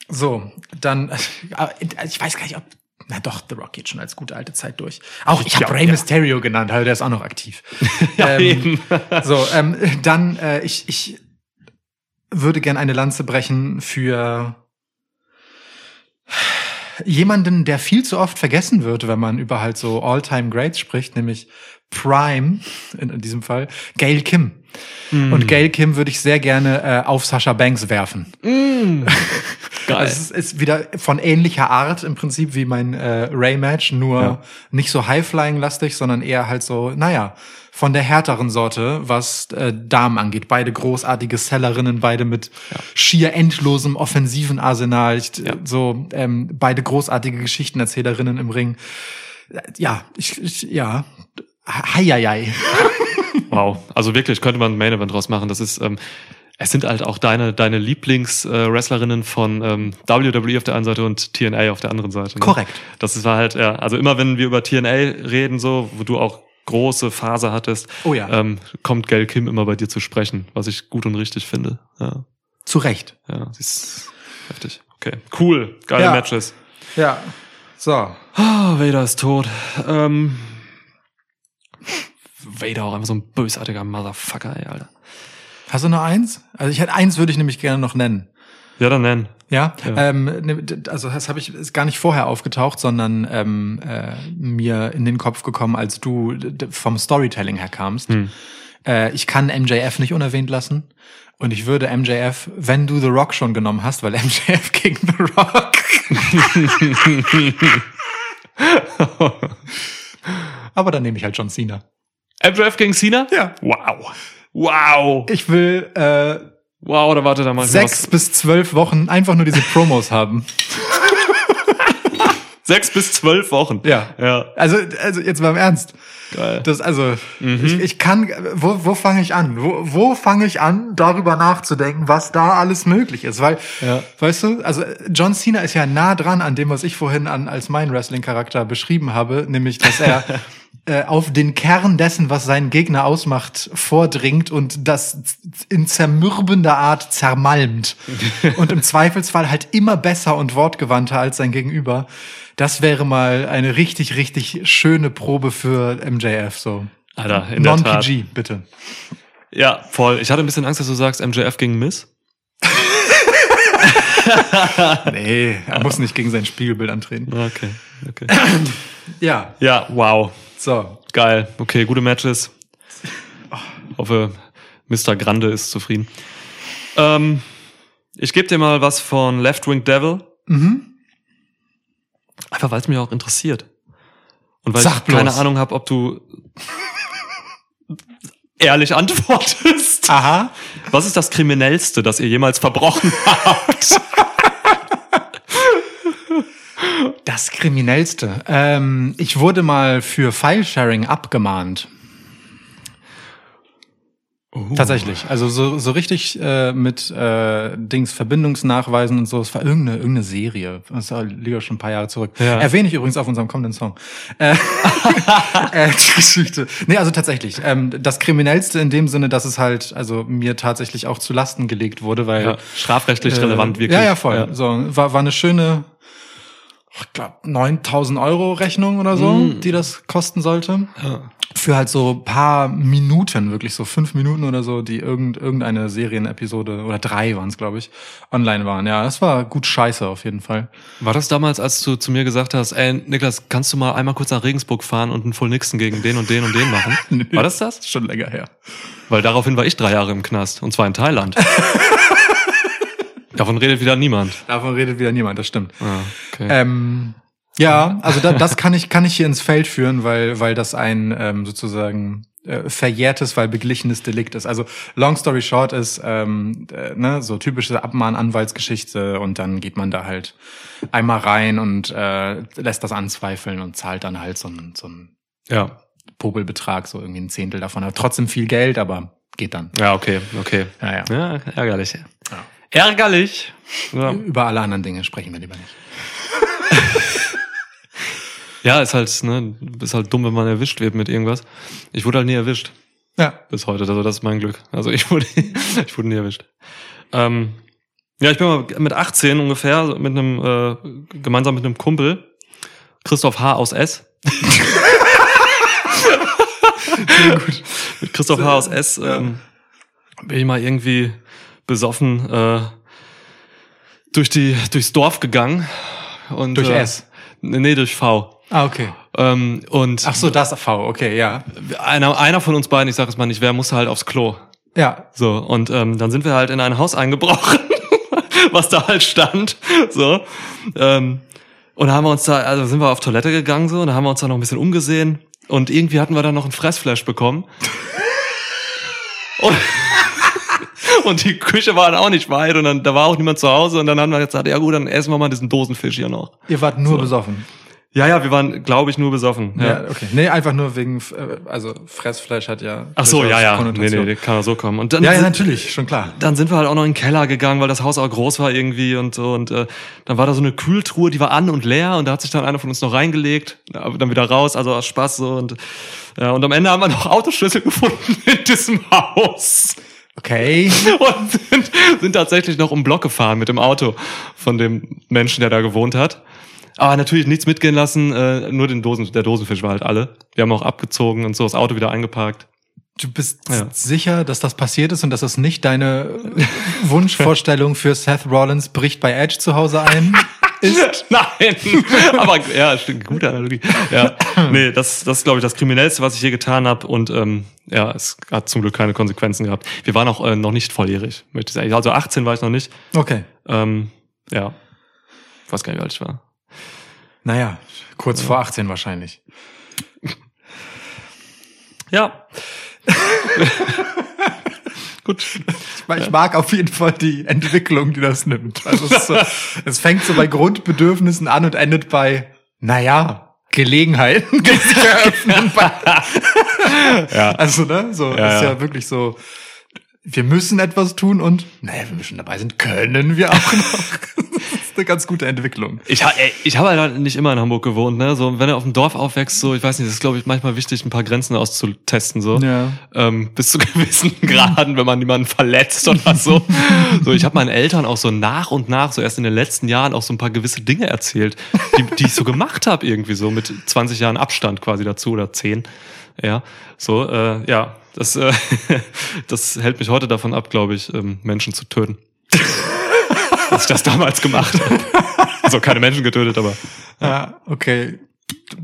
[SPEAKER 4] So, dann, aber ich weiß gar nicht, ob, na doch, The Rock geht schon als gute alte Zeit durch. Auch ich habe
[SPEAKER 3] Ja,
[SPEAKER 4] Rey
[SPEAKER 3] ja.
[SPEAKER 4] Mysterio genannt, also der ist auch
[SPEAKER 3] [LAUGHS]
[SPEAKER 4] noch aktiv. Ähm,
[SPEAKER 3] eben.
[SPEAKER 4] So, ähm, dann, äh, ich, ich würde gern eine Lanze brechen für jemanden, der viel zu oft vergessen wird, wenn man über halt so All-Time-Greats spricht, nämlich Prime, in, in diesem Fall, Gail Kim. Und Gail Kim würde ich sehr gerne äh, auf Sascha Banks werfen.
[SPEAKER 3] [LAUGHS] Geil.
[SPEAKER 4] Also Es Mm. ist, ist wieder von ähnlicher Art im Prinzip wie mein äh, Ray-Match, nur
[SPEAKER 3] Ja.
[SPEAKER 4] nicht so high-flying-lastig, sondern eher halt so, naja, von der härteren Sorte, was äh, Damen angeht. Beide großartige Sellerinnen, beide mit schier endlosem offensiven Arsenal, ich, so ähm, beide großartige Geschichtenerzählerinnen im Ring. Äh, Ja, ich, ich ja, heieiei.
[SPEAKER 3] Wow. Also wirklich, könnte man ein Main Event draus machen. Das ist, ähm, es sind halt auch deine, deine Lieblings-Wrestlerinnen von ähm, WWE auf der einen Seite und TNA auf der anderen Seite. ne?
[SPEAKER 4] Korrekt.
[SPEAKER 3] Das war halt, ja, also immer wenn wir über TNA reden, so, wo du auch große Phase hattest,
[SPEAKER 4] Oh ja.
[SPEAKER 3] ähm, kommt Gail Kim immer bei dir zu sprechen, was ich gut und richtig finde. Ja,
[SPEAKER 4] Zu Recht.
[SPEAKER 3] ja sie ist heftig. Okay, cool, geile
[SPEAKER 4] Ja.
[SPEAKER 3] Matches.
[SPEAKER 4] Ja. So.
[SPEAKER 3] Ah, Vader ist tot. Ähm, Vader auch einfach so ein bösartiger Motherfucker, ey, Alter.
[SPEAKER 4] Hast du noch eins? Also ich hätte eins würde ich nämlich gerne noch nennen.
[SPEAKER 3] Ja, dann nennen.
[SPEAKER 4] Ja,
[SPEAKER 3] Ja.
[SPEAKER 4] Ähm, ne, d- also das habe ich ist gar nicht vorher aufgetaucht, sondern ähm, äh, mir in den Kopf gekommen, als du d- d- vom Storytelling her kamst.
[SPEAKER 3] Hm.
[SPEAKER 4] Äh, ich kann MJF nicht unerwähnt lassen. Und ich würde MJF, wenn du The Rock schon genommen hast, weil [LAUGHS] MJF gegen The Rock. Aber dann nehme ich halt John Cena.
[SPEAKER 3] MJF gegen Cena?
[SPEAKER 4] Ja.
[SPEAKER 3] Wow. Wow.
[SPEAKER 4] Ich will äh,
[SPEAKER 3] Wow, da warte, da mach ich noch
[SPEAKER 4] sechs bis zwölf Wochen einfach nur diese Promos haben.
[SPEAKER 3] Was. Sechs bis zwölf Wochen.
[SPEAKER 4] Ja.
[SPEAKER 3] Ja.
[SPEAKER 4] Also, also jetzt mal im Ernst.
[SPEAKER 3] Geil.
[SPEAKER 4] Das also, ich, ich kann, wo, wo fange ich an? Wo, wo fange ich an, darüber nachzudenken, was da alles möglich ist? Weil,
[SPEAKER 3] Ja.
[SPEAKER 4] weißt du, also John Cena ist ja nah dran an dem, was ich vorhin an, als mein Wrestling-Charakter beschrieben habe, nämlich, dass er [LAUGHS] äh, auf den Kern dessen, was seinen Gegner ausmacht, vordringt und das z- in zermürbender Art [LAUGHS] zermalmt. und im Zweifelsfall halt immer besser und wortgewandter als sein Gegenüber. Das wäre mal eine richtig, richtig schöne Probe für MJF, so.
[SPEAKER 3] Alter, in der Tat.
[SPEAKER 4] Non-PG, bitte.
[SPEAKER 3] Ja, voll. Ich hatte ein bisschen Angst, dass du sagst MJF gegen Miss.
[SPEAKER 4] [LAUGHS] Nee, er muss nicht gegen sein Spiegelbild antreten.
[SPEAKER 3] Okay. Okay.
[SPEAKER 4] Ja,
[SPEAKER 3] Ja, wow.
[SPEAKER 4] so.
[SPEAKER 3] Geil. Okay, gute
[SPEAKER 4] [LAUGHS]
[SPEAKER 3] Matches. Hoffe, Mr. Grande ist zufrieden. Ähm, ich gebe dir mal was von Left Wing Devil.
[SPEAKER 4] Mhm.
[SPEAKER 3] Einfach weil es mich auch interessiert. Und weil
[SPEAKER 4] Sag
[SPEAKER 3] ich keine
[SPEAKER 4] bloß.
[SPEAKER 3] Ahnung habe, ob du [LAUGHS] ehrlich antwortest.
[SPEAKER 4] Aha.
[SPEAKER 3] Was ist das Kriminellste, das ihr jemals verbrochen habt?
[SPEAKER 4] Das Kriminellste. Ähm, ich wurde mal für Filesharing abgemahnt.
[SPEAKER 3] Uh.
[SPEAKER 4] Tatsächlich. Also so, so richtig äh, mit äh, Dings Verbindungsnachweisen und so. Es war irgendeine, irgendeine Serie. Das äh, liegt ja schon ein paar Jahre zurück.
[SPEAKER 3] Ja.
[SPEAKER 4] Erwähne ich übrigens auf unserem kommenden Song. [LAUGHS] Äh, äh, die Geschichte. Nee, also tatsächlich. Ähm, das Kriminellste in dem Sinne, dass es halt also mir tatsächlich auch zu Lasten gelegt wurde, weil
[SPEAKER 3] Ja, strafrechtlich
[SPEAKER 4] äh,
[SPEAKER 3] relevant, wirklich.
[SPEAKER 4] Ja, ja, voll. So, war, war eine schöne, ich glaube, 9000 Euro Rechnung oder so,
[SPEAKER 3] Mhm.
[SPEAKER 4] die das kosten sollte. Für halt so ein paar Minuten, wirklich so fünf Minuten oder so, die irgend, irgendeine Serienepisode oder drei waren es, glaube ich, online waren. Ja, das war gut scheiße auf jeden Fall.
[SPEAKER 3] War das damals, als du zu mir gesagt hast, ey, Niklas, kannst du mal einmal kurz nach Regensburg fahren und einen Full Nixon gegen den und den und den machen? War das das?
[SPEAKER 4] [LAUGHS] Schon länger her.
[SPEAKER 3] Weil daraufhin war ich drei Jahre im Knast. Und zwar in Thailand. Davon redet wieder niemand.
[SPEAKER 4] Davon redet wieder niemand, das stimmt.
[SPEAKER 3] Ah, okay.
[SPEAKER 4] Ähm, Ja, also da, [LAUGHS] das kann ich, kann ich hier ins Feld führen, weil, weil das ein ähm, sozusagen äh, verjährtes, weil beglichenes Delikt ist. Also long story short ist ähm, äh, ne, so typische Abmahnanwaltsgeschichte und dann geht man da halt einmal rein und äh, lässt das anzweifeln und zahlt dann halt so einen, so einen
[SPEAKER 3] Ja.
[SPEAKER 4] Popelbetrag, so irgendwie ein Zehntel davon. Aber trotzdem viel Geld, aber geht dann.
[SPEAKER 3] Ja, okay, okay.
[SPEAKER 4] Naja.
[SPEAKER 3] Ja, ärgerlich. Ärgerlich.
[SPEAKER 4] [LAUGHS]
[SPEAKER 3] Ja.
[SPEAKER 4] Über alle anderen Dinge sprechen wir lieber nicht.
[SPEAKER 3] ja, ist halt, ne, ist halt dumm, wenn man erwischt wird mit irgendwas. Ich wurde halt nie erwischt.
[SPEAKER 4] Ja.
[SPEAKER 3] bis heute. Also das ist mein Glück. Also ich wurde, [LAUGHS] ich wurde nie erwischt. Ähm, ja, ich bin mal mit 18 ungefähr mit einem äh, gemeinsam mit einem Kumpel Christoph H aus
[SPEAKER 4] [LAUGHS]
[SPEAKER 3] S. Sehr gut. Mit Christoph H aus S ähm, bin ich mal irgendwie besoffen äh, durch die durchs Dorf gegangen und
[SPEAKER 4] Durch
[SPEAKER 3] äh,
[SPEAKER 4] S?
[SPEAKER 3] Nee, durch V.
[SPEAKER 4] Ah, okay.
[SPEAKER 3] Ähm, und
[SPEAKER 4] Ach so, das V, okay, ja.
[SPEAKER 3] einer einer von uns beiden, ich sage es mal nicht, wer musste halt aufs Klo.
[SPEAKER 4] Ja.
[SPEAKER 3] So, und ähm, dann sind wir halt in ein Haus eingebrochen, [LAUGHS] was da halt stand. So. Ähm, und da haben wir uns da, also sind wir auf Toilette gegangen so, und da haben wir uns da noch ein bisschen umgesehen. Und irgendwie hatten wir dann noch ein Fressflash
[SPEAKER 4] [LAUGHS]
[SPEAKER 3] bekommen. und, [LAUGHS] und die Küche war dann auch nicht weit und dann, da war auch niemand zu Hause. Und dann haben wir halt gesagt, ja gut, dann essen wir mal diesen Dosenfisch hier noch.
[SPEAKER 4] Ihr wart nur besoffen.
[SPEAKER 3] Ja, ja, wir waren, glaube ich, nur besoffen. Ja.
[SPEAKER 4] Ja. okay. Nee, einfach nur wegen, äh, also Fressfleisch hat ja.
[SPEAKER 3] Ach so, ja,
[SPEAKER 4] durchaus
[SPEAKER 3] ja. Nee, nee,
[SPEAKER 4] Konnotation.
[SPEAKER 3] nee, kann ja so kommen. Und dann
[SPEAKER 4] Ja, ja,
[SPEAKER 3] sind-
[SPEAKER 4] natürlich, schon klar.
[SPEAKER 3] dann sind wir halt auch noch in den Keller gegangen, weil das Haus auch groß war irgendwie und so. Und äh, dann war da so eine Kühltruhe, die war an und leer und da hat sich dann einer von uns noch reingelegt, aber dann wieder raus, also aus Spaß so. Und, ja, und am Ende haben wir noch [LAUGHS] Autoschlüssel gefunden in diesem Haus
[SPEAKER 4] Okay.
[SPEAKER 3] und sind, sind tatsächlich noch um den Block gefahren mit dem Auto von dem Menschen, der da gewohnt hat. Aber natürlich nichts mitgehen lassen, äh, nur den Dosen, der Dosenfisch war halt alle. Wir haben auch abgezogen und so das Auto wieder eingeparkt.
[SPEAKER 4] Du bist
[SPEAKER 3] Ja.
[SPEAKER 4] sicher, dass das passiert ist und dass das nicht deine [LAUGHS] Wunschvorstellung für Seth Rollins bricht bei Edge zu Hause ein?
[SPEAKER 3] [LAUGHS] Nein, aber ja, stimmt, gute Analogie. Ja, nee, das, das ist, glaube ich, das Kriminellste, was ich je getan habe. Und ähm, ja, es hat zum Glück keine Konsequenzen gehabt. Wir waren auch äh, noch nicht volljährig, möchte ich sagen. Also 18 war ich noch nicht.
[SPEAKER 4] Okay.
[SPEAKER 3] Ähm, ja, weiß gar nicht, wie alt ich war.
[SPEAKER 4] Naja, kurz vor 18 wahrscheinlich.
[SPEAKER 3] Ja. Gut.
[SPEAKER 4] Weil ich mag auf jeden Fall die Entwicklung, die das nimmt. Also es, ist so, es fängt so bei Grundbedürfnissen an und endet bei, naja, Gelegenheiten,
[SPEAKER 3] [LAUGHS]
[SPEAKER 4] die sich eröffnen.
[SPEAKER 3] Ja.
[SPEAKER 4] Also, ne, so,
[SPEAKER 3] Ja,
[SPEAKER 4] ist ja,
[SPEAKER 3] ja.
[SPEAKER 4] wirklich so, wir müssen etwas tun und, naja, wenn wir schon dabei sind, können wir auch noch.
[SPEAKER 3] [LAUGHS]
[SPEAKER 4] Das ist eine ganz gute Entwicklung.
[SPEAKER 3] Ich, ha- ey, ich habe halt nicht immer in Hamburg gewohnt, ne? So, wenn er auf dem Dorf aufwächst, so, ich weiß nicht, das ist, glaube ich, manchmal wichtig, ein paar Grenzen auszutesten, so.
[SPEAKER 4] Ja.
[SPEAKER 3] Ähm, bis zu [LAUGHS] gewissen Graden, wenn man jemanden verletzt oder so. so, ich habe meinen Eltern auch so nach und nach, so erst in den letzten Jahren, auch so ein paar gewisse Dinge erzählt, die, die ich so gemacht habe, irgendwie so, mit 20 Jahren Abstand quasi dazu oder 10. Ja. So, äh, ja. Das, äh, [LAUGHS] das hält mich heute davon ab, glaube ich, ähm, Menschen zu töten. [LAUGHS] Dass ich das damals gemacht habe. [LAUGHS] Also keine Menschen getötet, aber.
[SPEAKER 4] Ja, okay.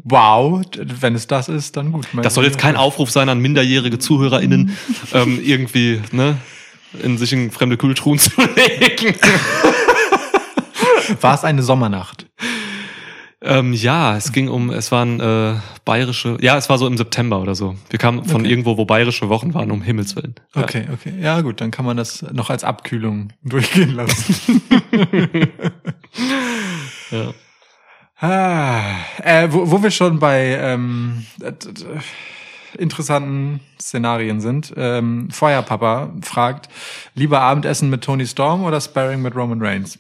[SPEAKER 4] Wow, wenn es das ist, dann gut.
[SPEAKER 3] Das soll jetzt kein Aufruf sein an minderjährige
[SPEAKER 4] [LAUGHS]
[SPEAKER 3] ZuhörerInnen, ähm, irgendwie, ne? in sich in fremde Kühltruhen [LAUGHS] zu legen.
[SPEAKER 4] War es eine Sommernacht?
[SPEAKER 3] Ähm, ja, es ging um, es waren äh, bayerische, ja, es war so im September oder so. Wir kamen von
[SPEAKER 4] Okay.
[SPEAKER 3] irgendwo, wo bayerische Wochen waren, um Himmels Willen. Ja.
[SPEAKER 4] Okay, okay. Ja, gut, dann kann man das noch als Abkühlung [LAUGHS] durchgehen lassen.
[SPEAKER 3] Ja.
[SPEAKER 4] ah, äh, wo, wo wir schon bei ähm, äh, äh, interessanten Szenarien sind. Ähm, Feuerpapa fragt, lieber Abendessen mit Tony Storm oder Sparring mit Roman Reigns?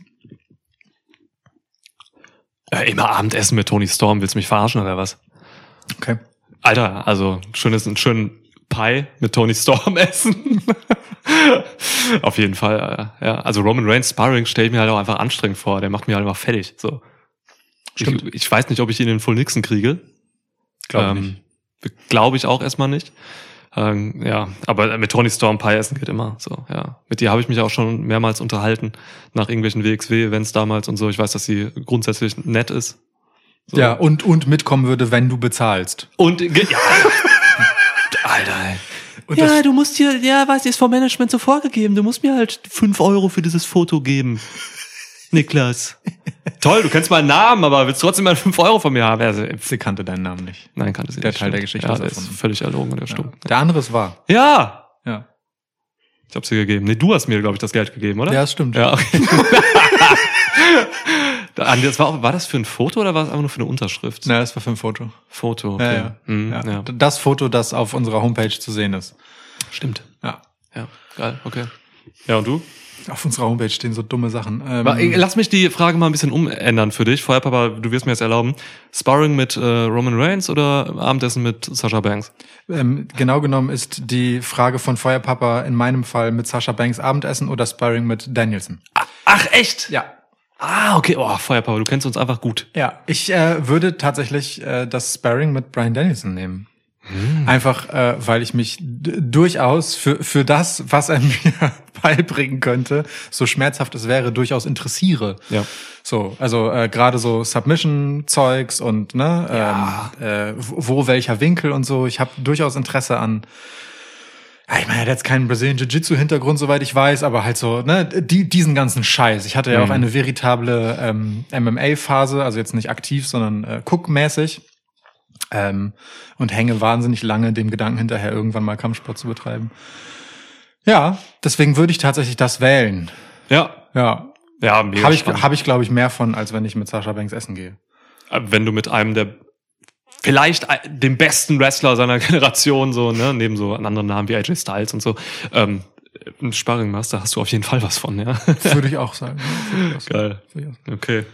[SPEAKER 3] Äh, immer Abendessen mit Tony Storm, willst du mich verarschen oder was?
[SPEAKER 4] Okay.
[SPEAKER 3] Alter, also schönes, einen schönen Pie mit Tony Storm [LAUGHS] essen. Auf jeden Fall, äh, ja. Also Roman Reigns Sparring stelle ich mir halt auch einfach anstrengend vor. Der macht mir halt immer fertig. So. Ich,
[SPEAKER 4] Stimmt.
[SPEAKER 3] ich weiß nicht, ob ich ihn in den Full Nixon kriege.
[SPEAKER 4] Glaub
[SPEAKER 3] Glaube ich auch erstmal nicht. Ähm, ja, aber mit Tony Storm Pie essen geht immer. So, ja. Mit ihr habe ich mich auch schon mehrmals unterhalten nach irgendwelchen WXW-Events damals und so. Ich weiß, dass sie grundsätzlich nett ist. So.
[SPEAKER 4] Ja, und, und mitkommen würde, wenn du bezahlst.
[SPEAKER 3] Und ge- [LAUGHS] ja. Alter. ey.
[SPEAKER 4] Und
[SPEAKER 3] ja,
[SPEAKER 4] das-
[SPEAKER 3] du musst hier, [LAUGHS] ja, weiß ich, ist vom Management so vorgegeben. Du musst mir halt fünf Euro für dieses Foto geben. Niklas. Toll, du kennst meinen Namen, aber willst trotzdem mal 5 Euro von mir haben. Also, äh,
[SPEAKER 4] Sie kannte deinen Namen nicht.
[SPEAKER 3] nein, kannte sie
[SPEAKER 4] Der
[SPEAKER 3] nicht.
[SPEAKER 4] Teil der
[SPEAKER 3] stimmt.
[SPEAKER 4] Geschichte
[SPEAKER 3] ja,
[SPEAKER 4] ist
[SPEAKER 3] der ist
[SPEAKER 4] erfunden.
[SPEAKER 3] völlig erlogen, der
[SPEAKER 4] Ja.
[SPEAKER 3] stimmt.
[SPEAKER 4] Der andere ist wahr.
[SPEAKER 3] Ja,
[SPEAKER 4] Ja.
[SPEAKER 3] ich habe sie gegeben. Nee, du hast mir, glaube ich, das Geld gegeben, oder?
[SPEAKER 4] Ja, das stimmt.
[SPEAKER 3] Ja, okay. [LAUGHS] Da- Andi, das war, auch, war das für ein Foto oder war es einfach nur für eine Unterschrift?
[SPEAKER 4] Na, das war für ein Foto.
[SPEAKER 3] Foto,
[SPEAKER 4] Ja,
[SPEAKER 3] okay.
[SPEAKER 4] ja.
[SPEAKER 3] Mhm,
[SPEAKER 4] ja.
[SPEAKER 3] ja.
[SPEAKER 4] Das Foto, das auf unserer Homepage zu sehen ist.
[SPEAKER 3] Stimmt.
[SPEAKER 4] Ja.
[SPEAKER 3] Ja, geil, okay. Ja, und du?
[SPEAKER 4] Auf unserer Homepage stehen so dumme Sachen. Ähm,
[SPEAKER 3] Aber, äh, Lass mich die Frage mal ein bisschen umändern für dich. Vorher, Papa, du wirst mir jetzt erlauben. Sparring mit äh, Roman Reigns oder Abendessen mit Sasha Banks?
[SPEAKER 4] ähm, genau genommen ist die Frage von Feuerpapa in meinem Fall mit Sascha Banks Abendessen oder Sparring mit Danielson.
[SPEAKER 3] Ach, echt? Ja.
[SPEAKER 4] Ja.
[SPEAKER 3] Ah, okay. Oh, Feuerpapa, du kennst uns einfach gut.
[SPEAKER 4] Ja. Ich äh, würde tatsächlich äh, das Sparring mit Brian Danielson nehmen. Einfach, äh, weil ich mich d- durchaus für, für das, was er [LAUGHS] mir beibringen könnte, so schmerzhaft es wäre, durchaus interessiere.
[SPEAKER 3] Ja.
[SPEAKER 4] So, also äh, gerade so Submission-Zeugs und ne, ähm, äh, wo welcher Winkel und so. Ich habe durchaus Interesse an. Ja, ich meine, er hat jetzt keinen Brazilian Jiu-Jitsu-Hintergrund, soweit ich weiß, aber halt so, ne, die, diesen ganzen Scheiß. Ich hatte
[SPEAKER 3] Mhm.
[SPEAKER 4] ja auch eine veritable ähm, MMA-Phase, also jetzt nicht aktiv, sondern äh, guckmäßig. Ähm, und hänge wahnsinnig lange dem Gedanken hinterher, irgendwann mal Kampfsport zu betreiben. Ja, deswegen würde ich tatsächlich das wählen.
[SPEAKER 3] Ja.
[SPEAKER 4] Ja,
[SPEAKER 3] Ja, mega
[SPEAKER 4] habe ich,
[SPEAKER 3] spannend.
[SPEAKER 4] hab ich glaube ich, mehr von, als wenn ich mit Sascha Banks essen gehe.
[SPEAKER 3] Äh, Wenn du mit einem der vielleicht äh, dem besten Wrestler seiner [LAUGHS] Generation so, ne, neben so anderen Namen wie AJ Styles und so, ähm, ein Sparring machst, da hast du auf jeden Fall was von,
[SPEAKER 4] [LAUGHS]
[SPEAKER 3] ja.
[SPEAKER 4] Würde ich
[SPEAKER 3] [LAUGHS]
[SPEAKER 4] auch sagen. Würde ich auch sagen.
[SPEAKER 3] Geil.
[SPEAKER 4] Würde ich auch sagen.
[SPEAKER 3] Okay.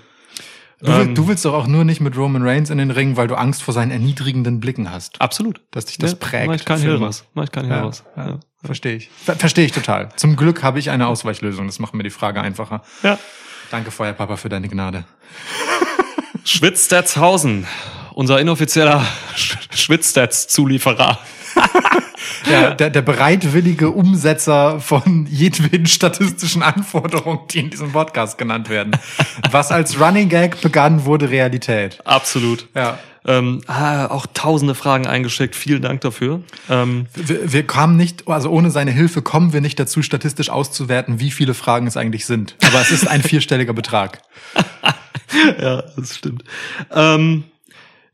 [SPEAKER 4] Du, will-
[SPEAKER 3] Ähm,
[SPEAKER 4] du willst doch auch nur nicht mit Roman Reigns in den Ring, weil du Angst vor seinen erniedrigenden Blicken hast.
[SPEAKER 3] Absolut.
[SPEAKER 4] Dass dich das prägt.
[SPEAKER 3] Mach ich keinen
[SPEAKER 4] für-
[SPEAKER 3] Hehl raus. Mach ich keinen Hehl
[SPEAKER 4] Ja,
[SPEAKER 3] raus.
[SPEAKER 4] ja,
[SPEAKER 3] Ja.
[SPEAKER 4] Verstehe ich. Ver Verstehe ich total. Zum Glück habe ich eine Ausweichlösung. Das macht mir die Frage einfacher.
[SPEAKER 3] ja.
[SPEAKER 4] Danke, Feuerpapa, für deine Gnade.
[SPEAKER 3] Schwitzstatshausen, unser inoffizieller Sch Schwitzstats-Zulieferer. [LAUGHS]
[SPEAKER 4] Der, der, der bereitwillige Umsetzer von jedweden statistischen Anforderungen, die in diesem Podcast genannt werden. Was als Running Gag begann, wurde Realität.
[SPEAKER 3] Absolut.
[SPEAKER 4] Ja.
[SPEAKER 3] Ähm, ah, auch tausende Fragen eingeschickt. Vielen Dank dafür. Ähm,
[SPEAKER 4] Wir, wir kamen nicht, also ohne seine Hilfe kommen wir nicht dazu, statistisch auszuwerten, wie viele Fragen es eigentlich sind. Aber es ist
[SPEAKER 3] [LAUGHS]
[SPEAKER 4] ein vierstelliger Betrag.
[SPEAKER 3] ja, das stimmt. Ähm,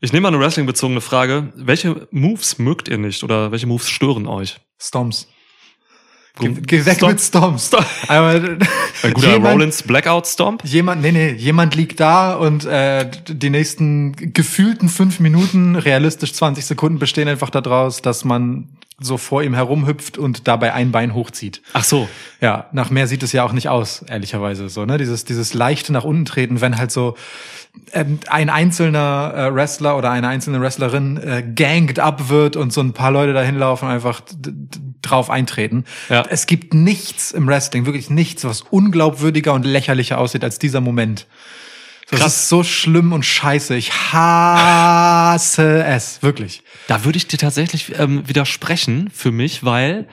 [SPEAKER 3] ich nehme mal eine Wrestling-bezogene Frage. Welche Moves mögt ihr nicht oder welche Moves stören euch?
[SPEAKER 4] Storms. Geh, geh weg mit Storms.
[SPEAKER 3] Stomp.
[SPEAKER 4] Aber,
[SPEAKER 3] [LAUGHS] Ein guter
[SPEAKER 4] jemand,
[SPEAKER 3] Rollins Blackout Stomp?
[SPEAKER 4] Jemand, nee, nee, jemand liegt da und äh, die nächsten gefühlten fünf Minuten, realistisch 20 Sekunden, bestehen einfach daraus, dass man so vor ihm herumhüpft und dabei ein Bein hochzieht.
[SPEAKER 3] Ach so.
[SPEAKER 4] Ja, nach mehr sieht es ja auch nicht aus, ehrlicherweise so, ne? Dieses, dieses leichte nach unten treten, wenn halt so ähm, ein einzelner äh, Wrestler oder eine einzelne Wrestlerin äh, ganged up wird und so ein paar Leute dahin laufen, einfach d- d- drauf eintreten.
[SPEAKER 3] Ja.
[SPEAKER 4] Es gibt nichts im Wrestling, wirklich nichts, was unglaubwürdiger und lächerlicher aussieht als dieser Moment. Das
[SPEAKER 3] Krass.
[SPEAKER 4] ist so schlimm und scheiße. Ich hasse es, wirklich.
[SPEAKER 3] Da würde ich dir tatsächlich ähm, widersprechen für mich, weil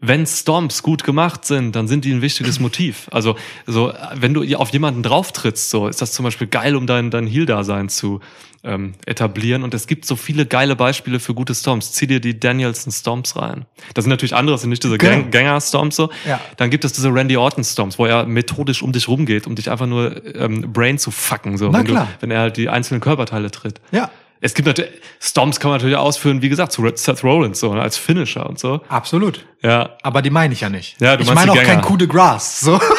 [SPEAKER 3] wenn Stomps gut gemacht sind, dann sind die ein
[SPEAKER 4] [LAUGHS]
[SPEAKER 3] wichtiges Motiv. Also so, äh, wenn du auf jemanden drauftrittst, so ist das zum Beispiel geil, um dein, dein Heel-Dasein zu ähm, etablieren. Und es gibt so viele geile Beispiele für gute Stomps. Zieh dir die Danielson Stomps rein. Das sind natürlich andere, das sind nicht diese
[SPEAKER 4] Genau.
[SPEAKER 3] Gang Ganger-Stomps. So.
[SPEAKER 4] Ja.
[SPEAKER 3] Dann gibt es diese Randy Orton-Stomps, wo er methodisch um dich rumgeht, um dich einfach nur ähm, Brain zu fucken. So,
[SPEAKER 4] Na
[SPEAKER 3] wenn,
[SPEAKER 4] klar.
[SPEAKER 3] Du, wenn er halt die einzelnen Körperteile tritt.
[SPEAKER 4] Ja.
[SPEAKER 3] Es gibt natürlich, Stomps kann man natürlich ausführen, wie gesagt, zu Seth Rollins, so, ne, als Finisher und so.
[SPEAKER 4] Absolut.
[SPEAKER 3] Ja,
[SPEAKER 4] Aber die meine ich ja nicht.
[SPEAKER 3] Ja, du
[SPEAKER 4] ich
[SPEAKER 3] meinst
[SPEAKER 4] meine auch
[SPEAKER 3] die
[SPEAKER 4] kein
[SPEAKER 3] Gänger.
[SPEAKER 4] Coup de Gras. So. [LAUGHS]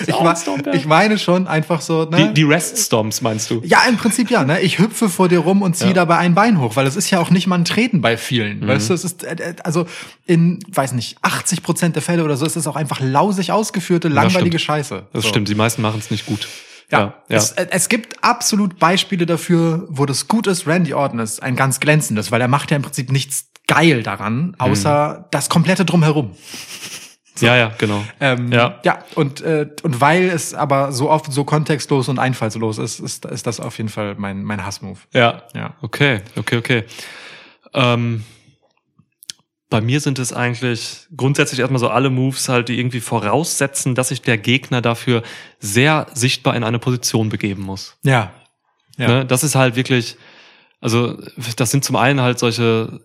[SPEAKER 4] ich,
[SPEAKER 3] auch
[SPEAKER 4] mein-
[SPEAKER 3] ein Stomp, ja.
[SPEAKER 4] ich meine schon einfach so, ne?
[SPEAKER 3] die, die Rest-Stomps meinst du?
[SPEAKER 4] ja, im Prinzip ja, ne? Ich hüpfe vor dir rum und ziehe dabei ein Bein hoch, weil es ist ja auch nicht mal ein Treten bei vielen.
[SPEAKER 3] Mhm.
[SPEAKER 4] Weißt du, es ist, äh, äh, also in, weiß nicht, 80 Prozent der Fälle oder so ist es auch einfach lausig ausgeführte, langweilige
[SPEAKER 3] stimmt.
[SPEAKER 4] Scheiße.
[SPEAKER 3] Das
[SPEAKER 4] so.
[SPEAKER 3] stimmt, die meisten machen es nicht gut.
[SPEAKER 4] Ja,
[SPEAKER 3] ja.
[SPEAKER 4] Es, äh, es gibt absolut Beispiele dafür, wo das gut ist. Randy Orton ist ein ganz glänzendes, weil er macht ja im Prinzip nichts geil daran,
[SPEAKER 3] Mhm.
[SPEAKER 4] außer das komplette Drumherum.
[SPEAKER 3] ja, ja, genau.
[SPEAKER 4] Ähm, ja.
[SPEAKER 3] Ja.
[SPEAKER 4] ja, und, äh, und weil es aber so oft so kontextlos und einfallslos ist, ist, ist das auf jeden Fall mein, mein Hassmove.
[SPEAKER 3] Ja,
[SPEAKER 4] Ja.
[SPEAKER 3] okay, okay, okay. Ähm, bei mir sind es eigentlich grundsätzlich erstmal so alle Moves halt, die irgendwie voraussetzen, dass sich der Gegner dafür sehr sichtbar in eine Position begeben muss.
[SPEAKER 4] Ja. Ja.
[SPEAKER 3] Ne? Das ist halt wirklich, also das sind zum einen halt solche,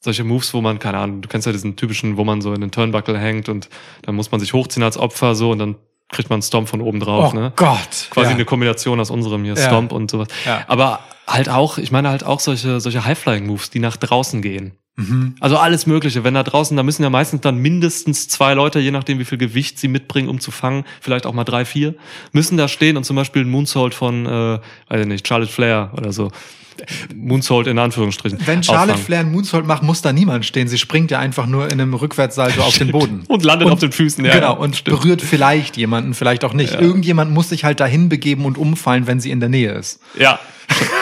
[SPEAKER 3] solche Moves, wo man, keine Ahnung, du kennst ja diesen typischen, wo man so in den Turnbuckle hängt und dann muss man sich hochziehen als Opfer so und dann kriegt man einen Stomp von oben drauf.
[SPEAKER 4] oh
[SPEAKER 3] ne?
[SPEAKER 4] Gott.
[SPEAKER 3] Quasi
[SPEAKER 4] ja.
[SPEAKER 3] eine Kombination aus unserem hier,
[SPEAKER 4] Ja.
[SPEAKER 3] Stomp und sowas.
[SPEAKER 4] Ja.
[SPEAKER 3] Aber halt auch, ich meine halt auch solche, solche High-Flying-Moves, die nach draußen gehen.
[SPEAKER 4] Mhm.
[SPEAKER 3] Also alles Mögliche. Wenn da draußen, da müssen ja meistens dann mindestens zwei Leute, je nachdem wie viel Gewicht sie mitbringen, um zu fangen, vielleicht auch mal drei, vier, müssen da stehen und zum Beispiel ein Moonsault von, äh, weiß ich nicht, Charlotte Flair oder so. Moonsault in Anführungsstrichen.
[SPEAKER 4] Wenn Charlotte
[SPEAKER 3] auffangen.
[SPEAKER 4] Flair einen Moonsault macht, muss da niemand stehen. Sie springt ja einfach nur in einem Rückwärtssalto auf den Boden.
[SPEAKER 3] [LAUGHS] Und landet auf den Füßen, ja.
[SPEAKER 4] genau, und berührt vielleicht jemanden, vielleicht auch nicht. Irgendjemand muss sich halt dahin begeben und umfallen, wenn sie in der Nähe ist. [LAUGHS]
[SPEAKER 3] Ja.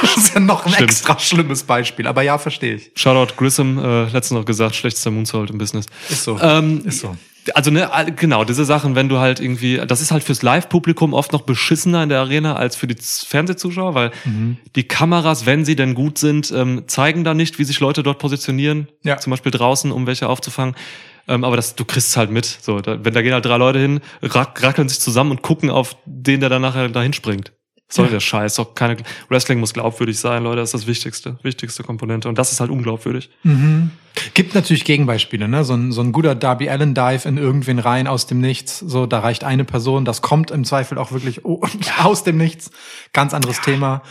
[SPEAKER 4] Das ist ja noch ein
[SPEAKER 3] Stimmt.
[SPEAKER 4] extra schlimmes Beispiel, aber ja, verstehe ich.
[SPEAKER 3] Shoutout Grissom, äh, letztens noch gesagt, schlechtester Moonsault im Business.
[SPEAKER 4] Ist so.
[SPEAKER 3] Ähm,
[SPEAKER 4] Ist so.
[SPEAKER 3] Also ne, all- genau, diese Sachen, wenn du halt irgendwie, das ist halt fürs Live-Publikum oft noch beschissener in der Arena als für die Z- Fernsehzuschauer, weil
[SPEAKER 4] Mhm.
[SPEAKER 3] die Kameras, wenn sie denn gut sind, ähm, zeigen da nicht, wie sich Leute dort positionieren,
[SPEAKER 4] Ja.
[SPEAKER 3] zum Beispiel draußen, um welche aufzufangen. Ähm, aber das, du kriegst es halt mit. So, da, wenn da gehen halt drei Leute hin, rack, rackeln sich zusammen und gucken auf den, der dann nachher dahin springt. Soll
[SPEAKER 4] Ja.
[SPEAKER 3] der Scheiß, doch keine. Wrestling muss glaubwürdig sein, Leute, das ist das Wichtigste, wichtigste Komponente. Und das ist halt unglaubwürdig.
[SPEAKER 4] Gibt natürlich Gegenbeispiele, ne? So ein, so ein guter Darby Allen Dive in irgendwen rein aus dem Nichts. So, da reicht eine Person. Das kommt im Zweifel auch wirklich o- [LAUGHS] aus dem Nichts. Ganz anderes Thema.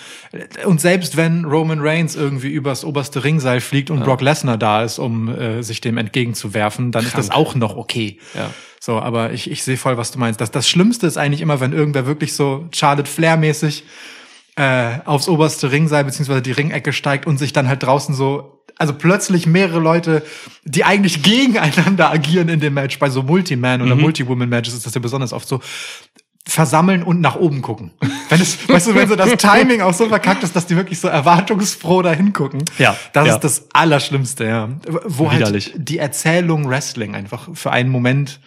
[SPEAKER 4] Und selbst wenn Roman Reigns irgendwie übers oberste Ringseil fliegt und Brock Lesnar da ist, um äh, sich dem entgegenzuwerfen, dann ist das auch noch okay.
[SPEAKER 3] Ja.
[SPEAKER 4] So, aber ich, ich sehe voll, was du meinst. Das, das Schlimmste ist eigentlich immer, wenn irgendwer wirklich so Charlotte Flair-mäßig äh, aufs oberste Ringseil beziehungsweise die Ringecke steigt und sich dann halt draußen so, also plötzlich mehrere Leute, die eigentlich gegeneinander agieren in dem Match, bei so Multi-Man
[SPEAKER 3] Mhm.
[SPEAKER 4] oder Multi-Woman-Matches ist das ja besonders oft so, versammeln und nach oben gucken. Wenn es, [LAUGHS] weißt du, wenn so das Timing auch so verkackt ist, dass die wirklich so erwartungsfroh da hingucken.
[SPEAKER 3] Ja,
[SPEAKER 4] Das
[SPEAKER 3] ja.
[SPEAKER 4] ist das Allerschlimmste, ja. Wo
[SPEAKER 3] Widerlich.
[SPEAKER 4] halt die Erzählung Wrestling einfach für einen Moment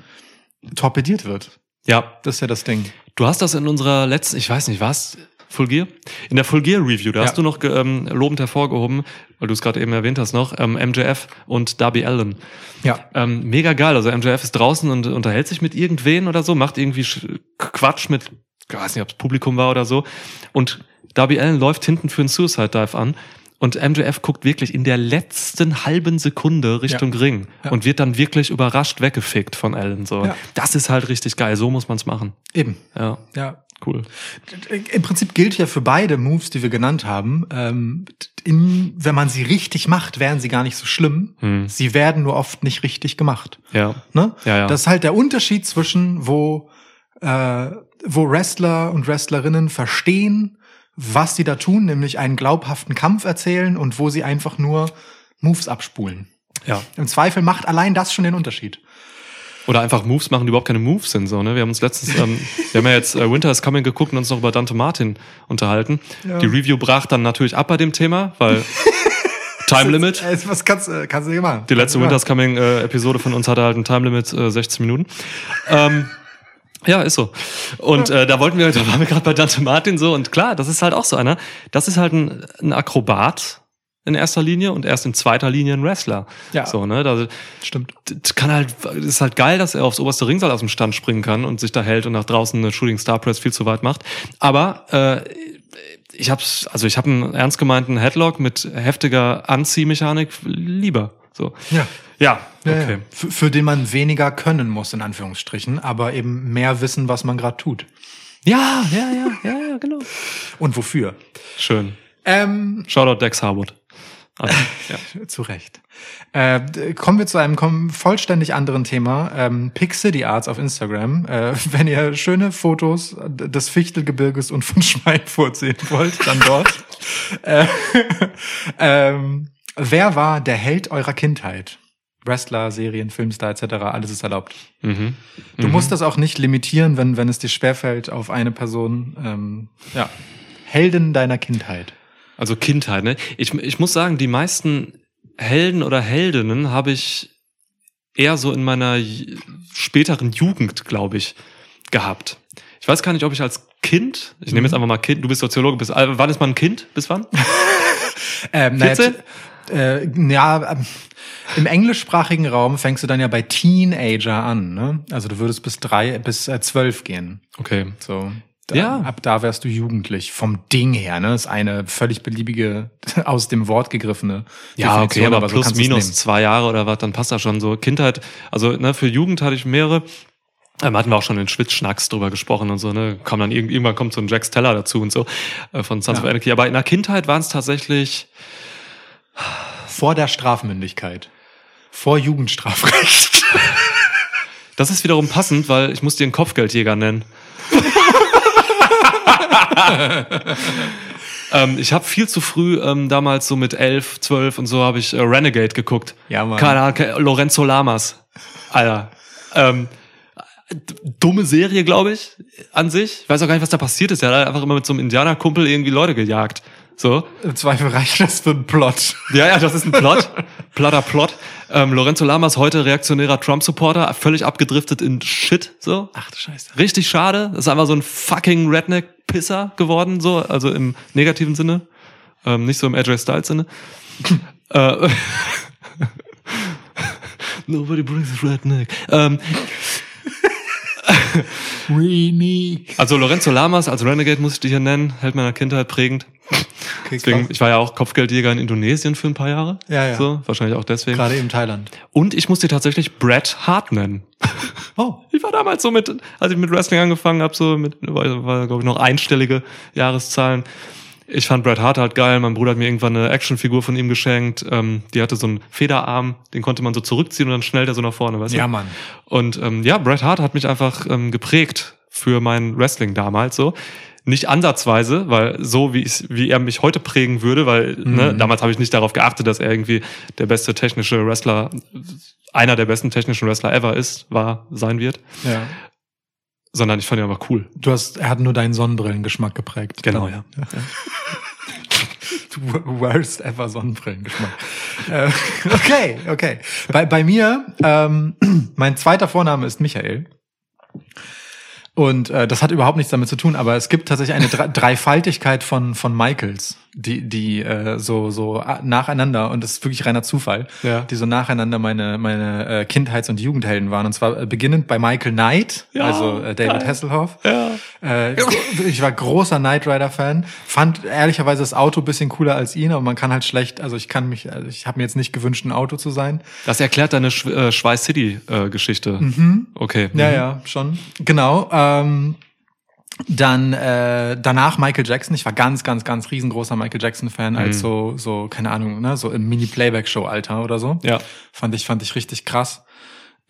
[SPEAKER 4] torpediert wird.
[SPEAKER 3] Ja,
[SPEAKER 4] Das ist ja das Ding.
[SPEAKER 3] Du hast das in unserer letzten, ich weiß nicht, was? Full Gear? In der Full Gear Review, da
[SPEAKER 4] Ja.
[SPEAKER 3] hast du noch ge- ähm, lobend hervorgehoben, weil du es gerade eben erwähnt hast noch, ähm, MJF und Darby Allen.
[SPEAKER 4] Ja.
[SPEAKER 3] Ähm, mega geil, also MJF ist draußen und unterhält sich mit irgendwen oder so, macht irgendwie Sch- Quatsch mit, ich weiß nicht, ob es Publikum war oder so. Und Darby Allen läuft hinten für einen Suicide Dive an und MJF guckt wirklich in der letzten halben Sekunde Richtung Ring
[SPEAKER 4] Ja.
[SPEAKER 3] und wird dann wirklich überrascht weggefickt von Allen. So.
[SPEAKER 4] Ja.
[SPEAKER 3] Das ist halt richtig geil, so muss man es machen.
[SPEAKER 4] Eben.
[SPEAKER 3] Ja,
[SPEAKER 4] Ja.
[SPEAKER 3] cool.
[SPEAKER 4] Im Prinzip gilt ja für beide Moves, die wir genannt haben, ähm, in, wenn man sie richtig macht, wären sie gar nicht so schlimm.
[SPEAKER 3] Hm.
[SPEAKER 4] Sie werden nur oft nicht richtig gemacht.
[SPEAKER 3] Ja.
[SPEAKER 4] Ne?
[SPEAKER 3] Ja, ja.
[SPEAKER 4] Das ist halt der Unterschied zwischen, wo, äh, wo Wrestler und Wrestlerinnen verstehen, was sie da tun, nämlich einen glaubhaften Kampf erzählen und wo sie einfach nur Moves abspulen.
[SPEAKER 3] Ja.
[SPEAKER 4] Im Zweifel macht allein das schon den Unterschied.
[SPEAKER 3] Oder einfach Moves machen, die überhaupt keine Moves sind. So, ne? Wir haben uns letztens, ähm, wir haben ja jetzt äh, Winter is Coming geguckt und uns noch über Dante Martin unterhalten. Die Review brach dann natürlich ab bei dem Thema, weil Time Limit.
[SPEAKER 4] Äh, Was kannst, äh, kannst du hier machen?
[SPEAKER 3] Die letzte
[SPEAKER 4] Ja.
[SPEAKER 3] Winter's Coming äh, Episode von uns hatte halt ein Time Limit äh, 16 Minuten. Ähm, ja, ist so. Und äh, da wollten wir, da waren wir gerade bei Dante Martin so und klar, das ist halt auch so einer. Das ist halt ein, ein Akrobat in erster Linie und erst in zweiter Linie ein Wrestler.
[SPEAKER 4] Ja.
[SPEAKER 3] So, ne? Da,
[SPEAKER 4] Stimmt.
[SPEAKER 3] das kann halt, das ist halt geil, dass er aufs oberste Ringseil aus dem Stand springen kann und sich da hält und nach draußen eine Shooting Star Press viel zu weit macht. Aber äh, ich hab's, also ich habe einen ernst gemeinten Headlock mit heftiger Anziehmechanik lieber. So.
[SPEAKER 4] Ja.
[SPEAKER 3] Ja,
[SPEAKER 4] Ja,
[SPEAKER 3] okay.
[SPEAKER 4] ja. Für, für den man weniger können muss, in Anführungsstrichen, aber eben mehr wissen, was man gerade tut.
[SPEAKER 3] Ja, ja, ja, ja, ja, genau.
[SPEAKER 4] Und wofür.
[SPEAKER 3] Schön.
[SPEAKER 4] Ähm,
[SPEAKER 3] Shoutout Dex Harwood. Also, ja.
[SPEAKER 4] zu Recht. Äh, d- kommen wir zu einem kom- vollständig anderen Thema. Ähm, Pick City Arts auf Instagram. Äh, [LAUGHS] wenn ihr schöne Fotos d- des Fichtelgebirges und von [LAUGHS] Schweinfurt sehen wollt, dann dort. äh, [LAUGHS] ähm, wer war der Held eurer Kindheit? Wrestler, Serien, Filmstar etc. Alles ist erlaubt.
[SPEAKER 3] Mhm.
[SPEAKER 4] Du musst das auch nicht limitieren, wenn, wenn es dir schwerfällt auf eine Person. Ähm, ja. Helden deiner Kindheit.
[SPEAKER 3] Also Kindheit, ne? Ich, ich muss sagen, die meisten Helden oder Heldinnen habe ich eher so in meiner j- späteren Jugend, glaube ich, gehabt. Ich weiß gar nicht, ob ich als Kind, ich nehme jetzt einfach mal Kind, du bist Soziologe, bis, äh, wann ist man ein Kind? Bis wann?
[SPEAKER 4] Ähm, na
[SPEAKER 3] 14?
[SPEAKER 4] jetzt, äh, ja, ähm, im englischsprachigen Raum fängst du dann ja bei Teenager an, ne? Also du würdest bis drei, bis äh, zwölf gehen.
[SPEAKER 3] Okay.
[SPEAKER 4] So.
[SPEAKER 3] Ja.
[SPEAKER 4] Ab da wärst du jugendlich. Vom Ding her, ne? Ist eine völlig beliebige, [LAUGHS] aus dem Wort gegriffene.
[SPEAKER 3] Ja, okay,
[SPEAKER 4] Definition,
[SPEAKER 3] aber,
[SPEAKER 4] so
[SPEAKER 3] plus
[SPEAKER 4] kannst du's
[SPEAKER 3] minus
[SPEAKER 4] nehmen.
[SPEAKER 3] zwei Jahre oder was, dann passt das schon so. Kindheit, also ne, für Jugend hatte ich mehrere. Ähm, hatten wir auch schon in Schwitzschnacks drüber gesprochen und so, ne? Kam dann irgend, irgendwann kommt so ein Jax Teller dazu und so äh, von Sons of
[SPEAKER 4] Ja.
[SPEAKER 3] Anarchy. Aber in der Kindheit waren es tatsächlich,
[SPEAKER 4] Vor der Strafmündigkeit. Vor Jugendstrafrecht. [LAUGHS]
[SPEAKER 3] das ist wiederum passend, weil ich muss dir einen Kopfgeldjäger
[SPEAKER 4] [LAUGHS]
[SPEAKER 3] nennen. ähm, ich habe viel zu früh ähm, damals so mit elf, zwölf und so habe ich äh, Renegade geguckt.
[SPEAKER 4] Ja, Mann.
[SPEAKER 3] Keine Ahnung, ke- Lorenzo Lamas. Alter. Ähm, d- dumme Serie, glaube ich, an sich. Ich weiß auch gar nicht, was da passiert ist. Er hat einfach immer mit so einem Indianerkumpel irgendwie Leute gejagt. So.
[SPEAKER 4] Im Zweifel reicht das für einen Plot.
[SPEAKER 3] Ja, ja, das ist ein
[SPEAKER 4] [LAUGHS]
[SPEAKER 3] Plot. Platter Plot. Ähm, Lorenzo Lamas heute reaktionärer Trump-Supporter, völlig abgedriftet in Shit. So.
[SPEAKER 4] Ach du Scheiße.
[SPEAKER 3] Richtig schade. Ist einfach so ein fucking Redneck-Pisser geworden, so, also im negativen Sinne. Ähm, nicht so im Edge
[SPEAKER 4] [LAUGHS]
[SPEAKER 3] Styles-Sinne. äh, [LAUGHS] Nobody brings a redneck. Ähm,
[SPEAKER 4] Weenie.
[SPEAKER 3] also Lorenzo Lamas als Renegade muss ich dich hier nennen, hält meiner Kindheit prägend.
[SPEAKER 4] Okay,
[SPEAKER 3] Deswegen,
[SPEAKER 4] krass.
[SPEAKER 3] ich war ja auch Kopfgeldjäger in Indonesien für ein paar Jahre.
[SPEAKER 4] Ja, ja.
[SPEAKER 3] So, wahrscheinlich auch deswegen.
[SPEAKER 4] Gerade eben Thailand.
[SPEAKER 3] Und ich muss dir tatsächlich Brad Hart nennen.
[SPEAKER 4] Oh.
[SPEAKER 3] Ich war damals so mit, als ich mit Wrestling angefangen habe, so mit, war, war glaube ich noch einstellige Jahreszahlen. Ich fand Bret Hart halt geil. Mein Bruder hat mir irgendwann eine Actionfigur von ihm geschenkt. Ähm, die hatte so einen Federarm, den konnte man so zurückziehen und dann schnellt er so nach vorne, weißt
[SPEAKER 4] Ja,
[SPEAKER 3] du?
[SPEAKER 4] Mann.
[SPEAKER 3] Und ähm, ja, Bret Hart hat mich einfach ähm, geprägt für mein Wrestling damals so. Nicht ansatzweise, weil so wie ich, wie er mich heute prägen würde, weil ne, damals habe ich nicht darauf geachtet, dass er irgendwie der beste technische Wrestler, einer der besten technischen Wrestler ever ist, war, sein wird
[SPEAKER 4] Ja.
[SPEAKER 3] sondern ich fand ihn einfach cool.
[SPEAKER 4] Du hast, er hat nur deinen Sonnenbrillengeschmack geprägt.
[SPEAKER 3] Genau, ja.
[SPEAKER 4] [LAUGHS] Du worst ever Sonnenbrillengeschmack. Äh, [LAUGHS] okay, okay. Bei, bei mir, ähm, [CLEARS THROAT] mein zweiter Vorname ist Michael. Und äh, das hat überhaupt nichts damit zu tun, aber es gibt tatsächlich eine Dre Dreifaltigkeit von, von Michaels, die, die äh, so, so äh, nacheinander, und das ist wirklich reiner Zufall,
[SPEAKER 3] Ja.
[SPEAKER 4] die so nacheinander meine, meine äh, Kindheits- und Jugendhelden waren. Und zwar äh, beginnend bei Michael Knight,
[SPEAKER 3] Ja,
[SPEAKER 4] also äh, David
[SPEAKER 3] geil.
[SPEAKER 4] Hasselhoff.
[SPEAKER 3] Ja.
[SPEAKER 4] Äh, ich war großer Knight Rider Fan, fand ehrlicherweise das Auto bisschen cooler als ihn, aber man kann halt schlecht, also ich kann mich, also ich habe mir jetzt nicht gewünscht, ein Auto zu sein.
[SPEAKER 3] Das erklärt deine Sch äh, Schweiß City äh, Geschichte. Okay.
[SPEAKER 4] Mhm.
[SPEAKER 3] Mhm.
[SPEAKER 4] Ja, ja, schon. Genau. Ähm, dann äh, danach Michael Jackson. Ich war ganz, ganz, ganz riesengroßer Michael Jackson Fan,
[SPEAKER 3] Mhm.
[SPEAKER 4] als so, so keine Ahnung, ne, so im Mini Playback Show Alter oder so.
[SPEAKER 3] Ja.
[SPEAKER 4] Fand ich, fand ich richtig krass.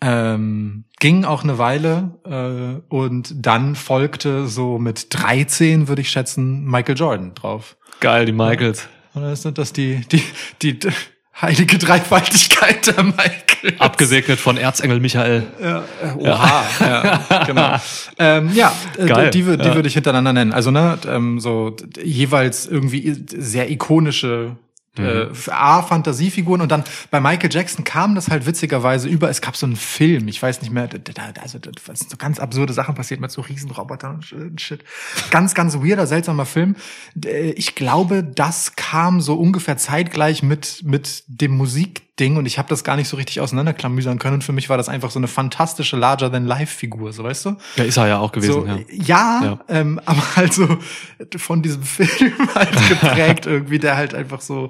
[SPEAKER 4] Ähm, ging auch eine Weile äh, und dann folgte so mit 13, würde ich schätzen, Michael Jordan drauf.
[SPEAKER 3] Geil, die Michaels.
[SPEAKER 4] Und dann sind das die, die, die d- heilige Dreifaltigkeit der Michael.
[SPEAKER 3] Abgesegnet von Erzengel Michael.
[SPEAKER 4] Oha, ja, genau. ähm, ja, äh,
[SPEAKER 3] Geil,
[SPEAKER 4] die, wür- die
[SPEAKER 3] ja.
[SPEAKER 4] würde ich hintereinander nennen. Also ne, ähm, so d- jeweils irgendwie sehr ikonische äh,
[SPEAKER 3] Mhm.
[SPEAKER 4] A, Fantasiefiguren und dann bei Michael Jackson kam das halt witzigerweise über, es gab so einen Film, ich weiß nicht mehr, d- d- da- also d- das sind so ganz absurde Sachen passiert mit so Riesenrobotern und sh- und shit. Ganz, ganz weirder, seltsamer Film. D- äh, Ich glaube, das kam so ungefähr zeitgleich mit, mit dem Musikding und ich habe das gar nicht so richtig auseinanderklamüsern können. Und für mich war das einfach so eine fantastische Larger-than-Life-Figur, so weißt du?
[SPEAKER 3] [LAUGHS] Ja, ist er ja auch gewesen,
[SPEAKER 4] So,
[SPEAKER 3] ja.
[SPEAKER 4] ja, ja,
[SPEAKER 3] Ja.
[SPEAKER 4] Ähm, [LAUGHS] aber halt so von diesem [LAUGHS] Film
[SPEAKER 3] [LAUGHS]
[SPEAKER 4] halt geprägt irgendwie, der halt einfach so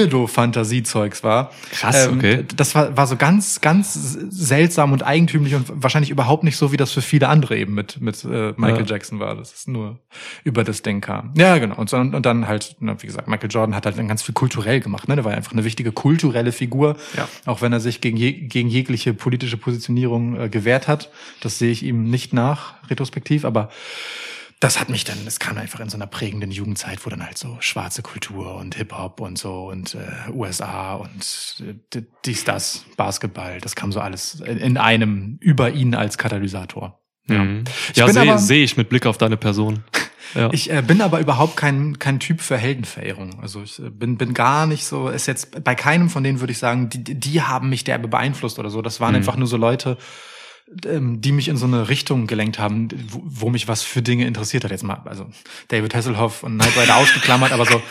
[SPEAKER 4] Weirdo-Fantasie-Zeugs war. Ähm,
[SPEAKER 3] Krass, okay.
[SPEAKER 4] Das war, war so ganz, ganz seltsam und eigentümlich und wahrscheinlich überhaupt nicht so, wie das für viele andere eben mit, mit äh, Michael
[SPEAKER 3] Ja.
[SPEAKER 4] Jackson war. Das ist nur über das Ding kam. Ja, genau. Und, so- und dann halt, na, wie gesagt, Michael Jordan hat halt dann ganz viel kulturell gemacht. Ne? Der war einfach eine wichtige kulturelle Figur,
[SPEAKER 3] Ja.
[SPEAKER 4] auch wenn er sich gegen, je, gegen jegliche politische Positionierung äh, gewehrt hat. Das sehe ich ihm nicht nach, retrospektiv, aber das hat mich dann, das kam einfach in so einer prägenden Jugendzeit, wo dann halt so schwarze Kultur und Hip-Hop und so und äh, USA und äh, di- dies, das, Basketball, das kam so alles in, in einem über ihn als Katalysator.
[SPEAKER 3] Mhm. Ja,
[SPEAKER 4] bin
[SPEAKER 3] sehe
[SPEAKER 4] aber-
[SPEAKER 3] seh ich mit Blick auf deine
[SPEAKER 4] [LAUGHS]
[SPEAKER 3] Person. Ja.
[SPEAKER 4] Ich äh, bin aber überhaupt kein, kein Typ für Heldenverehrung. Also ich äh, bin, bin gar nicht so, ist jetzt bei keinem von denen würde ich sagen, die, die- die haben mich derbe beeinflusst oder so. Das
[SPEAKER 3] Mhm.
[SPEAKER 4] waren einfach nur so Leute, ähm, die mich in so eine Richtung gelenkt haben, wo, wo mich was für Dinge interessiert hat. Jetzt mal, also David Hasselhoff und Knight Rider ausgeklammert, aber so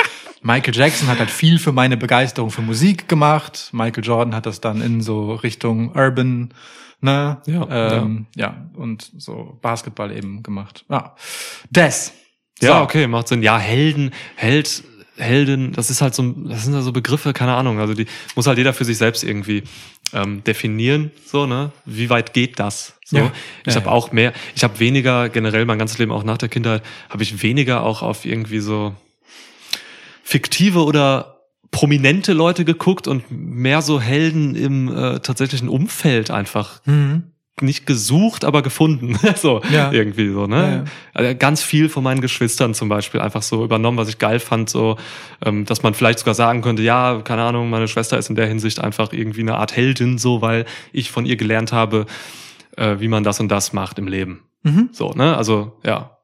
[SPEAKER 4] Michael Jackson hat halt viel für meine Begeisterung für Musik gemacht. Michael Jordan hat das dann in so Richtung Urban, ne?
[SPEAKER 3] Ja,
[SPEAKER 4] ähm, ja. und so Basketball eben gemacht. Ah. Ja. Das.
[SPEAKER 3] Ja, okay, macht Sinn. Ja, Helden, Held, Helden, das ist halt so, ein- das sind halt so Begriffe, keine Ahnung. Also die muss halt jeder für sich selbst irgendwie ähm, definieren, so ne? Wie weit geht das? So.
[SPEAKER 4] Ja.
[SPEAKER 3] Ich
[SPEAKER 4] Ja,
[SPEAKER 3] habe
[SPEAKER 4] ja.
[SPEAKER 3] auch mehr, ich habe weniger, generell mein ganzes Leben, auch nach der Kindheit, habe ich weniger auch auf irgendwie so fiktive oder prominente Leute geguckt und mehr so Helden im äh, tatsächlichen Umfeld einfach
[SPEAKER 4] Mhm.
[SPEAKER 3] nicht gesucht, aber gefunden. [LAUGHS] so,
[SPEAKER 4] Ja.
[SPEAKER 3] irgendwie so,
[SPEAKER 4] Ja, ja.
[SPEAKER 3] ne? Also ganz viel von meinen Geschwistern zum Beispiel einfach so übernommen, was ich geil fand, so, ähm, dass man vielleicht sogar sagen könnte, ja, keine Ahnung, meine Schwester ist in der Hinsicht einfach irgendwie eine Art Heldin, so, weil ich von ihr gelernt habe, äh, wie man das und das macht im Leben.
[SPEAKER 4] Mhm.
[SPEAKER 3] So, ne? Also, ja.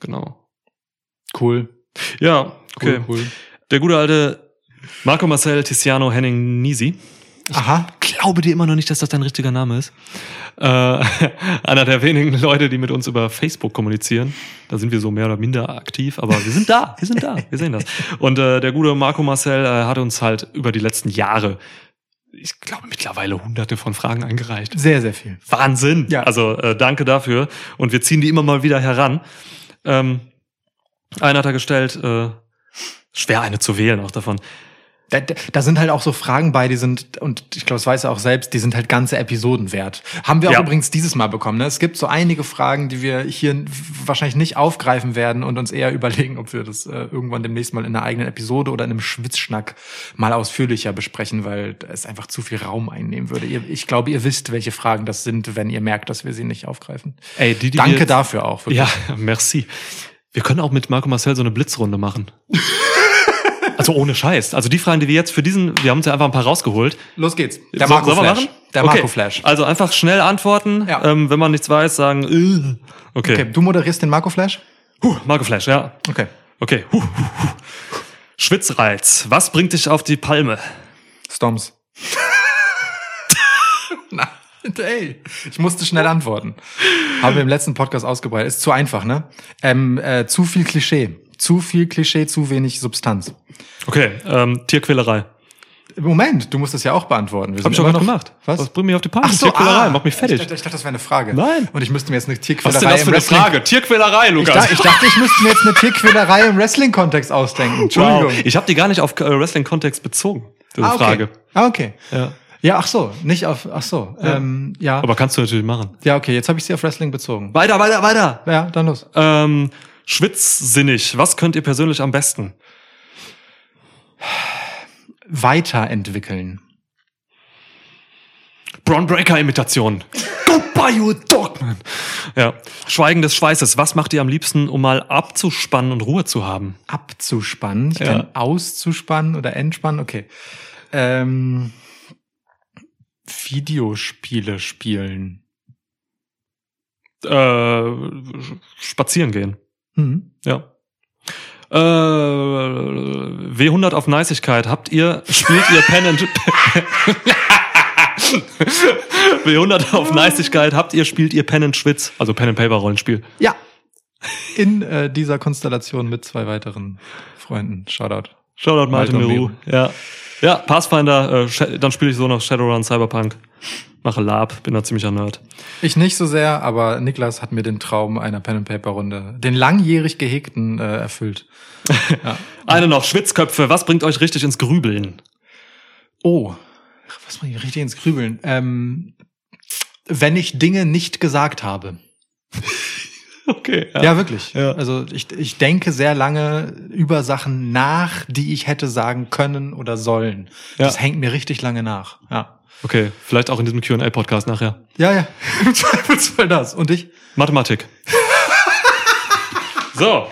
[SPEAKER 3] Genau.
[SPEAKER 4] Cool.
[SPEAKER 3] Ja, okay.
[SPEAKER 4] Cool, cool.
[SPEAKER 3] Der gute alte Marco Marcel Tiziano Henning Nisi.
[SPEAKER 4] Aha.
[SPEAKER 3] glaube dir immer noch nicht, dass das dein richtiger Name ist. Äh, [LAUGHS] einer der wenigen Leute, die mit uns über Facebook kommunizieren. Da sind wir so mehr oder minder aktiv, aber wir sind da, wir sind da, wir sehen das. Und äh, der gute Marco Marcel äh, hat uns halt über die letzten Jahre, ich glaube mittlerweile hunderte von Fragen eingereicht.
[SPEAKER 4] Sehr, sehr viel.
[SPEAKER 3] Wahnsinn.
[SPEAKER 4] Ja.
[SPEAKER 3] Also äh, danke dafür. Und wir ziehen die immer mal wieder heran. Ähm, einen hat er gestellt, äh, schwer eine zu wählen auch davon.
[SPEAKER 4] Da, da da sind halt auch so Fragen bei, die sind, und ich glaube, das weiß er auch selbst, die sind halt ganze Episoden wert. Haben wir auch
[SPEAKER 3] Ja.
[SPEAKER 4] übrigens dieses Mal bekommen. Ne? Es gibt so einige Fragen, die wir hier wahrscheinlich nicht aufgreifen werden und uns eher [LAUGHS] überlegen, ob wir das äh, irgendwann demnächst mal in einer eigenen Episode oder in einem Schwitzschnack mal ausführlicher besprechen, weil es einfach zu viel Raum einnehmen würde. Ihr, ich glaube, ihr wisst, welche Fragen das sind, wenn ihr merkt, dass wir sie nicht aufgreifen.
[SPEAKER 3] Ey, die, die wir
[SPEAKER 4] Danke
[SPEAKER 3] jetzt-
[SPEAKER 4] dafür auch. wirklich.
[SPEAKER 3] Ja, merci. Wir können auch mit Marco Marcel so eine Blitzrunde
[SPEAKER 4] [LAUGHS]
[SPEAKER 3] machen. also ohne Scheiß. Also die Fragen, die wir jetzt für diesen, wir haben uns ja einfach ein paar rausgeholt.
[SPEAKER 4] Los geht's. Der
[SPEAKER 3] So-
[SPEAKER 4] Marco
[SPEAKER 3] sollen wir
[SPEAKER 4] Flash. Der
[SPEAKER 3] okay.
[SPEAKER 4] Marco Flash.
[SPEAKER 3] Also einfach schnell antworten.
[SPEAKER 4] Ja.
[SPEAKER 3] Ähm, wenn man nichts weiß, sagen, äh. okay.
[SPEAKER 4] Okay, du moderierst den Marco Flash?
[SPEAKER 3] Huh, Marco Flash, ja.
[SPEAKER 4] Okay.
[SPEAKER 3] Okay. Huh, huh, huh. Schwitzreiz. Was bringt dich auf die Palme? [LAUGHS]
[SPEAKER 4] Storms. Na, ey, ich musste schnell antworten. Haben wir im letzten Podcast ausgebreitet. Ist zu einfach, ne? Ähm, äh, zu viel Klischee. Zu viel Klischee, zu wenig Substanz.
[SPEAKER 3] Okay, ähm, Tierquälerei.
[SPEAKER 4] Moment, du musst das ja auch beantworten. Wir
[SPEAKER 3] Hab
[SPEAKER 4] sind
[SPEAKER 3] ich schon
[SPEAKER 4] immer
[SPEAKER 3] gerade
[SPEAKER 4] noch-
[SPEAKER 3] gemacht.
[SPEAKER 4] Was? ah.
[SPEAKER 3] Was bringt mich auf die Palme? Tierquälerei, macht mich fertig.
[SPEAKER 4] Ich dachte, ich dachte, das wäre eine Frage.
[SPEAKER 3] Nein.
[SPEAKER 4] Und ich müsste mir jetzt eine Tierquälerei
[SPEAKER 3] Was ist denn das
[SPEAKER 4] im
[SPEAKER 3] für eine
[SPEAKER 4] Wrestling-
[SPEAKER 3] Frage? Tierquälerei,
[SPEAKER 4] Ich,
[SPEAKER 3] Lukas.
[SPEAKER 4] da, ich dachte, ich müsste mir jetzt eine Tierquälerei im Wrestling-Kontext ausdenken. Entschuldigung.
[SPEAKER 3] Wow. Ich habe die gar nicht auf äh, Wrestling-Kontext bezogen, diese
[SPEAKER 4] ah, okay.
[SPEAKER 3] Frage.
[SPEAKER 4] Ah, okay.
[SPEAKER 3] Ja.
[SPEAKER 4] Ja, ach so, nicht auf, ach so, ja. Ähm, ja.
[SPEAKER 3] Aber kannst du natürlich machen.
[SPEAKER 4] ja, okay, jetzt habe ich sie auf Wrestling bezogen.
[SPEAKER 3] Weiter, weiter, weiter.
[SPEAKER 4] Ja, dann los.
[SPEAKER 3] Ähm, schwitzsinnig. Was könnt ihr persönlich am besten?
[SPEAKER 4] Weiterentwickeln.
[SPEAKER 3] Braun Breaker-Imitation. Goodbye, you dog, man. Ja. Schweigen des Schweißes. Was macht ihr am liebsten, um mal abzuspannen und Ruhe zu haben?
[SPEAKER 4] Abzuspannen. Ich
[SPEAKER 3] Ja.
[SPEAKER 4] kann auszuspannen oder entspannen. Okay. Ähm, Videospiele spielen.
[SPEAKER 3] Äh, sch- spazieren gehen.
[SPEAKER 4] Hm.
[SPEAKER 3] Ja. Äh, W100 auf Neißigkeit. Habt ihr, spielt ihr Pen and... [LAUGHS] W100 auf Neißigkeit. Habt ihr, spielt ihr Pen and Schwitz. Also Pen and Paper Rollenspiel.
[SPEAKER 4] Ja. In äh, dieser Konstellation mit zwei weiteren Freunden. Shoutout.
[SPEAKER 3] Shoutout Malte
[SPEAKER 4] Malte
[SPEAKER 3] Meru.
[SPEAKER 4] Meru.
[SPEAKER 3] Ja. Ja, Pathfinder, äh, Sha- dann spiele ich so noch Shadowrun, Cyberpunk. Mache Lab, bin da ziemlicher Nerd.
[SPEAKER 4] Ich nicht so sehr, aber Niklas hat mir den Traum einer Pen-and-Paper-Runde, den langjährig gehegten, äh, erfüllt.
[SPEAKER 3] Eine noch, Schwitzköpfe, was bringt euch richtig ins Grübeln?
[SPEAKER 4] Oh, was man hier richtig ins Grübeln. Ähm, wenn ich Dinge nicht gesagt habe.
[SPEAKER 3] Okay. Ja.
[SPEAKER 4] Ja, wirklich.
[SPEAKER 3] Ja.
[SPEAKER 4] Also ich, ich denke sehr lange über Sachen nach, die ich hätte sagen können oder sollen.
[SPEAKER 3] Ja.
[SPEAKER 4] Das hängt mir richtig lange nach. Ja,
[SPEAKER 3] Okay, vielleicht auch in diesem QA-Podcast nachher.
[SPEAKER 4] ja. ja. [LAUGHS] Im Zweifelsfall das. Und ich?
[SPEAKER 3] Mathematik. so.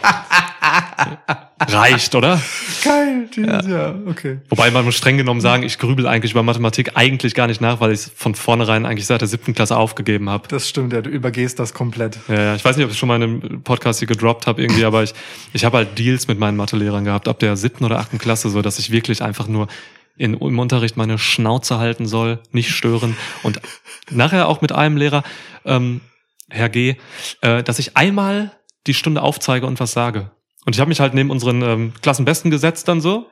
[SPEAKER 3] Reicht, oder?
[SPEAKER 4] Geil. Dieses ja. Jahr. Okay.
[SPEAKER 3] Wobei man muss streng genommen sagen, ich grübel eigentlich über Mathematik eigentlich gar nicht nach, weil ich es von vornherein eigentlich seit der siebten Klasse aufgegeben habe.
[SPEAKER 4] Das stimmt, ja. Du übergehst das komplett.
[SPEAKER 3] Ja, ja, ich weiß nicht, ob ich schon mal in einem Podcast hier gedroppt habe irgendwie, aber ich, ich habe halt Deals mit meinen Mathelehrern gehabt, ab der siebten oder achten Klasse, so dass ich wirklich einfach nur in, im Unterricht meine Schnauze halten soll, nicht stören und nachher auch mit einem Lehrer, ähm, Herr G., äh, dass ich einmal die Stunde aufzeige und was sage. Und ich habe mich halt neben unseren ähm, Klassenbesten gesetzt dann so.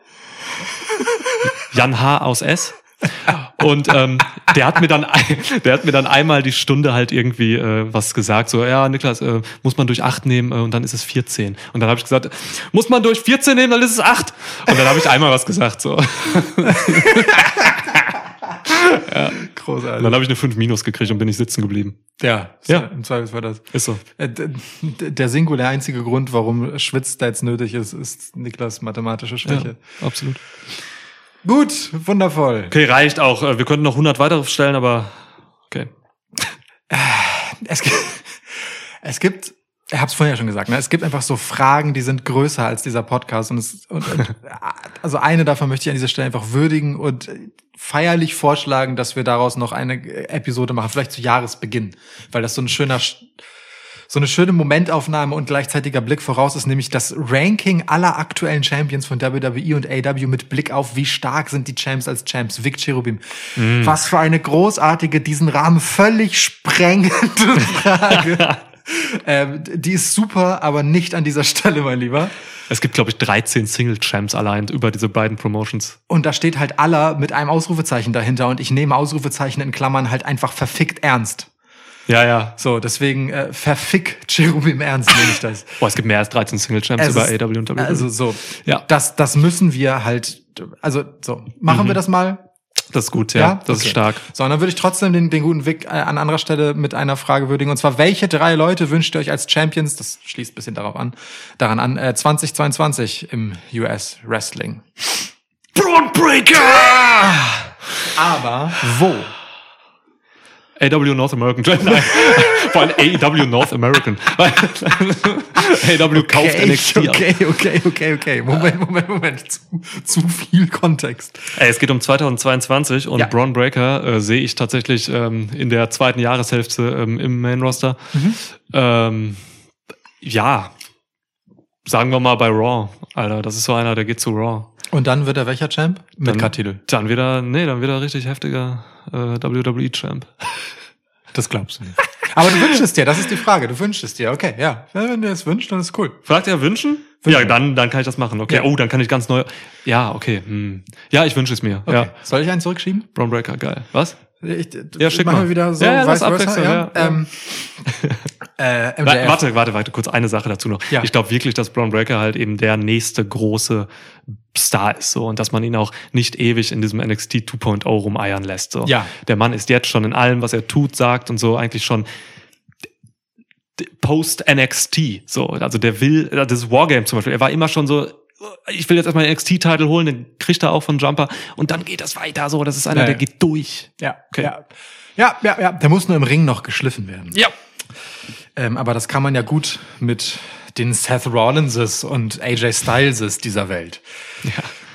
[SPEAKER 3] Jan H. aus S. Und ähm, der hat mir dann, ein- der hat mir dann einmal die Stunde halt irgendwie äh, was gesagt. So, ja, Niklas, äh, muss man durch 8 nehmen äh, und dann ist es 14. Und dann habe ich gesagt, muss man durch 14 nehmen, dann ist es 8. Und dann habe ich einmal was gesagt. So.
[SPEAKER 4] Großartig.
[SPEAKER 3] Dann habe ich eine 5 Minus gekriegt und bin ich sitzen geblieben.
[SPEAKER 4] ja,
[SPEAKER 3] Ja.
[SPEAKER 4] im Zweifel war das.
[SPEAKER 3] Ist so.
[SPEAKER 4] Äh, d- d- Der singulär einzige Grund, warum Schwitzdates nötig ist, ist Niklas mathematische Schwäche.
[SPEAKER 3] absolut.
[SPEAKER 4] Gut, wundervoll.
[SPEAKER 3] Okay, reicht auch. Äh, Wir könnten noch 100 weitere stellen, aber okay.
[SPEAKER 4] Es gibt, [LAUGHS] es gibt ich habe es vorhin ja schon gesagt, ne? es gibt einfach so Fragen, die sind größer als dieser Podcast. Und, es, und, und [LAUGHS] also eine davon möchte ich an dieser Stelle einfach würdigen und feierlich vorschlagen, dass wir daraus noch eine Episode machen, vielleicht zu Jahresbeginn, weil das so ein schöner Sch- so eine schöne Momentaufnahme und gleichzeitiger Blick voraus ist nämlich das Ranking aller aktuellen Champions von WWE und AW mit Blick auf, wie stark sind die Champs als Champs. Vic Cherubim. Was für eine großartige, diesen Rahmen völlig sprengende Frage. ähm, die ist super, aber nicht an dieser Stelle, mein Lieber.
[SPEAKER 3] Es gibt, glaube ich, 13 Single-Champs allein über diese beiden Promotions.
[SPEAKER 4] Und da steht halt aller mit einem Ausrufezeichen dahinter und ich nehme Ausrufezeichen in Klammern halt einfach verfickt ernst.
[SPEAKER 3] Ja, ja.
[SPEAKER 4] So, deswegen äh, verfick Cherubim ernst nehme ich das.
[SPEAKER 3] Boah, es gibt mehr als 13 Single-Champs über
[SPEAKER 4] Es ist-
[SPEAKER 3] AW und WWE.
[SPEAKER 4] Also so.
[SPEAKER 3] Ja.
[SPEAKER 4] Das, das müssen wir halt, also so, machen wir das mal.
[SPEAKER 3] das ist gut, Mhm. ja.
[SPEAKER 4] Ja,
[SPEAKER 3] Das
[SPEAKER 4] Okay.
[SPEAKER 3] ist stark.
[SPEAKER 4] So, und dann würde ich trotzdem den, den guten Weg äh, an anderer Stelle mit einer Frage würdigen. Und zwar, welche drei Leute wünscht ihr euch als Champions, das schließt ein bisschen darauf an, daran an, äh, 2022 im US Wrestling?
[SPEAKER 3] Broadbreaker!
[SPEAKER 4] Aber wo?
[SPEAKER 3] AW North American. [LAUGHS] Nein. Vor allem AW North American. [LAUGHS] Weil- AW kauft NXT
[SPEAKER 4] okay,
[SPEAKER 3] ab.
[SPEAKER 4] okay, okay, okay, okay. Moment, Moment, Moment. Zu, zu viel Kontext.
[SPEAKER 3] Ey, es geht um 2022 und
[SPEAKER 4] Ja.
[SPEAKER 3] Braun Breaker äh, sehe ich tatsächlich ähm, in der zweiten Jahreshälfte ähm, im Main Roster.
[SPEAKER 4] Mhm.
[SPEAKER 3] Ähm, ja, sagen wir mal bei Raw, Alter, das ist so einer, der geht zu Raw.
[SPEAKER 4] Und dann wird er welcher Champ? Mit
[SPEAKER 3] Dann-
[SPEAKER 4] K-Titel.
[SPEAKER 3] Dann wieder, nee, dann wieder richtig heftiger äh, WWE Champ.
[SPEAKER 4] Das glaubst du nicht. Aber du wünschst es dir, das ist die Frage. Du wünschst es dir, okay, ja. Ja, Wenn dir es wünscht, dann ist cool.
[SPEAKER 3] Fragt er wünschen?
[SPEAKER 4] Wünschen.
[SPEAKER 3] Ja, dann, dann kann ich das machen. Okay,
[SPEAKER 4] Ja.
[SPEAKER 3] oh, dann kann ich ganz neu. Ja, okay. Hm. Ja, ich wünsche es mir.
[SPEAKER 4] Okay.
[SPEAKER 3] Ja,
[SPEAKER 4] Soll ich einen zurückschieben?
[SPEAKER 3] Braun Breaker, geil. Was?
[SPEAKER 4] Ich,
[SPEAKER 3] Ja, schick
[SPEAKER 4] machen
[SPEAKER 3] mal.
[SPEAKER 4] wir wieder so
[SPEAKER 3] Ja, ja,
[SPEAKER 4] vice
[SPEAKER 3] lass
[SPEAKER 4] versa.
[SPEAKER 3] abwechseln,
[SPEAKER 4] Ja.
[SPEAKER 3] ja, [LAUGHS]
[SPEAKER 4] Ähm, äh,
[SPEAKER 3] Wa-
[SPEAKER 4] MJF.
[SPEAKER 3] Warte, warte, warte, kurz eine Sache dazu noch.
[SPEAKER 4] Ja.
[SPEAKER 3] Ich glaube wirklich, dass Braun Breaker halt eben der nächste große Star ist so und dass man ihn auch nicht ewig in diesem NXT 2.0 rumeiern lässt. So.
[SPEAKER 4] Ja.
[SPEAKER 3] Der Mann ist jetzt schon in allem, was er tut, sagt und so eigentlich schon d- post NXT. So, also der will, das Wargame zum Beispiel, er war immer schon so, "Oh, ich will jetzt erstmal den NXT-Titel holen, den kriegt er auch von Jumper und dann geht das weiter so. Das ist einer,
[SPEAKER 4] Ja,
[SPEAKER 3] der
[SPEAKER 4] ja.
[SPEAKER 3] geht durch.
[SPEAKER 4] Ja,
[SPEAKER 3] Okay.
[SPEAKER 4] ja. Ja, ja, ja. Der muss nur im Ring noch geschliffen werden.
[SPEAKER 3] Ja.
[SPEAKER 4] Ähm, aber das kann man ja gut mit den Seth Rollinses und AJ Styleses dieser Welt.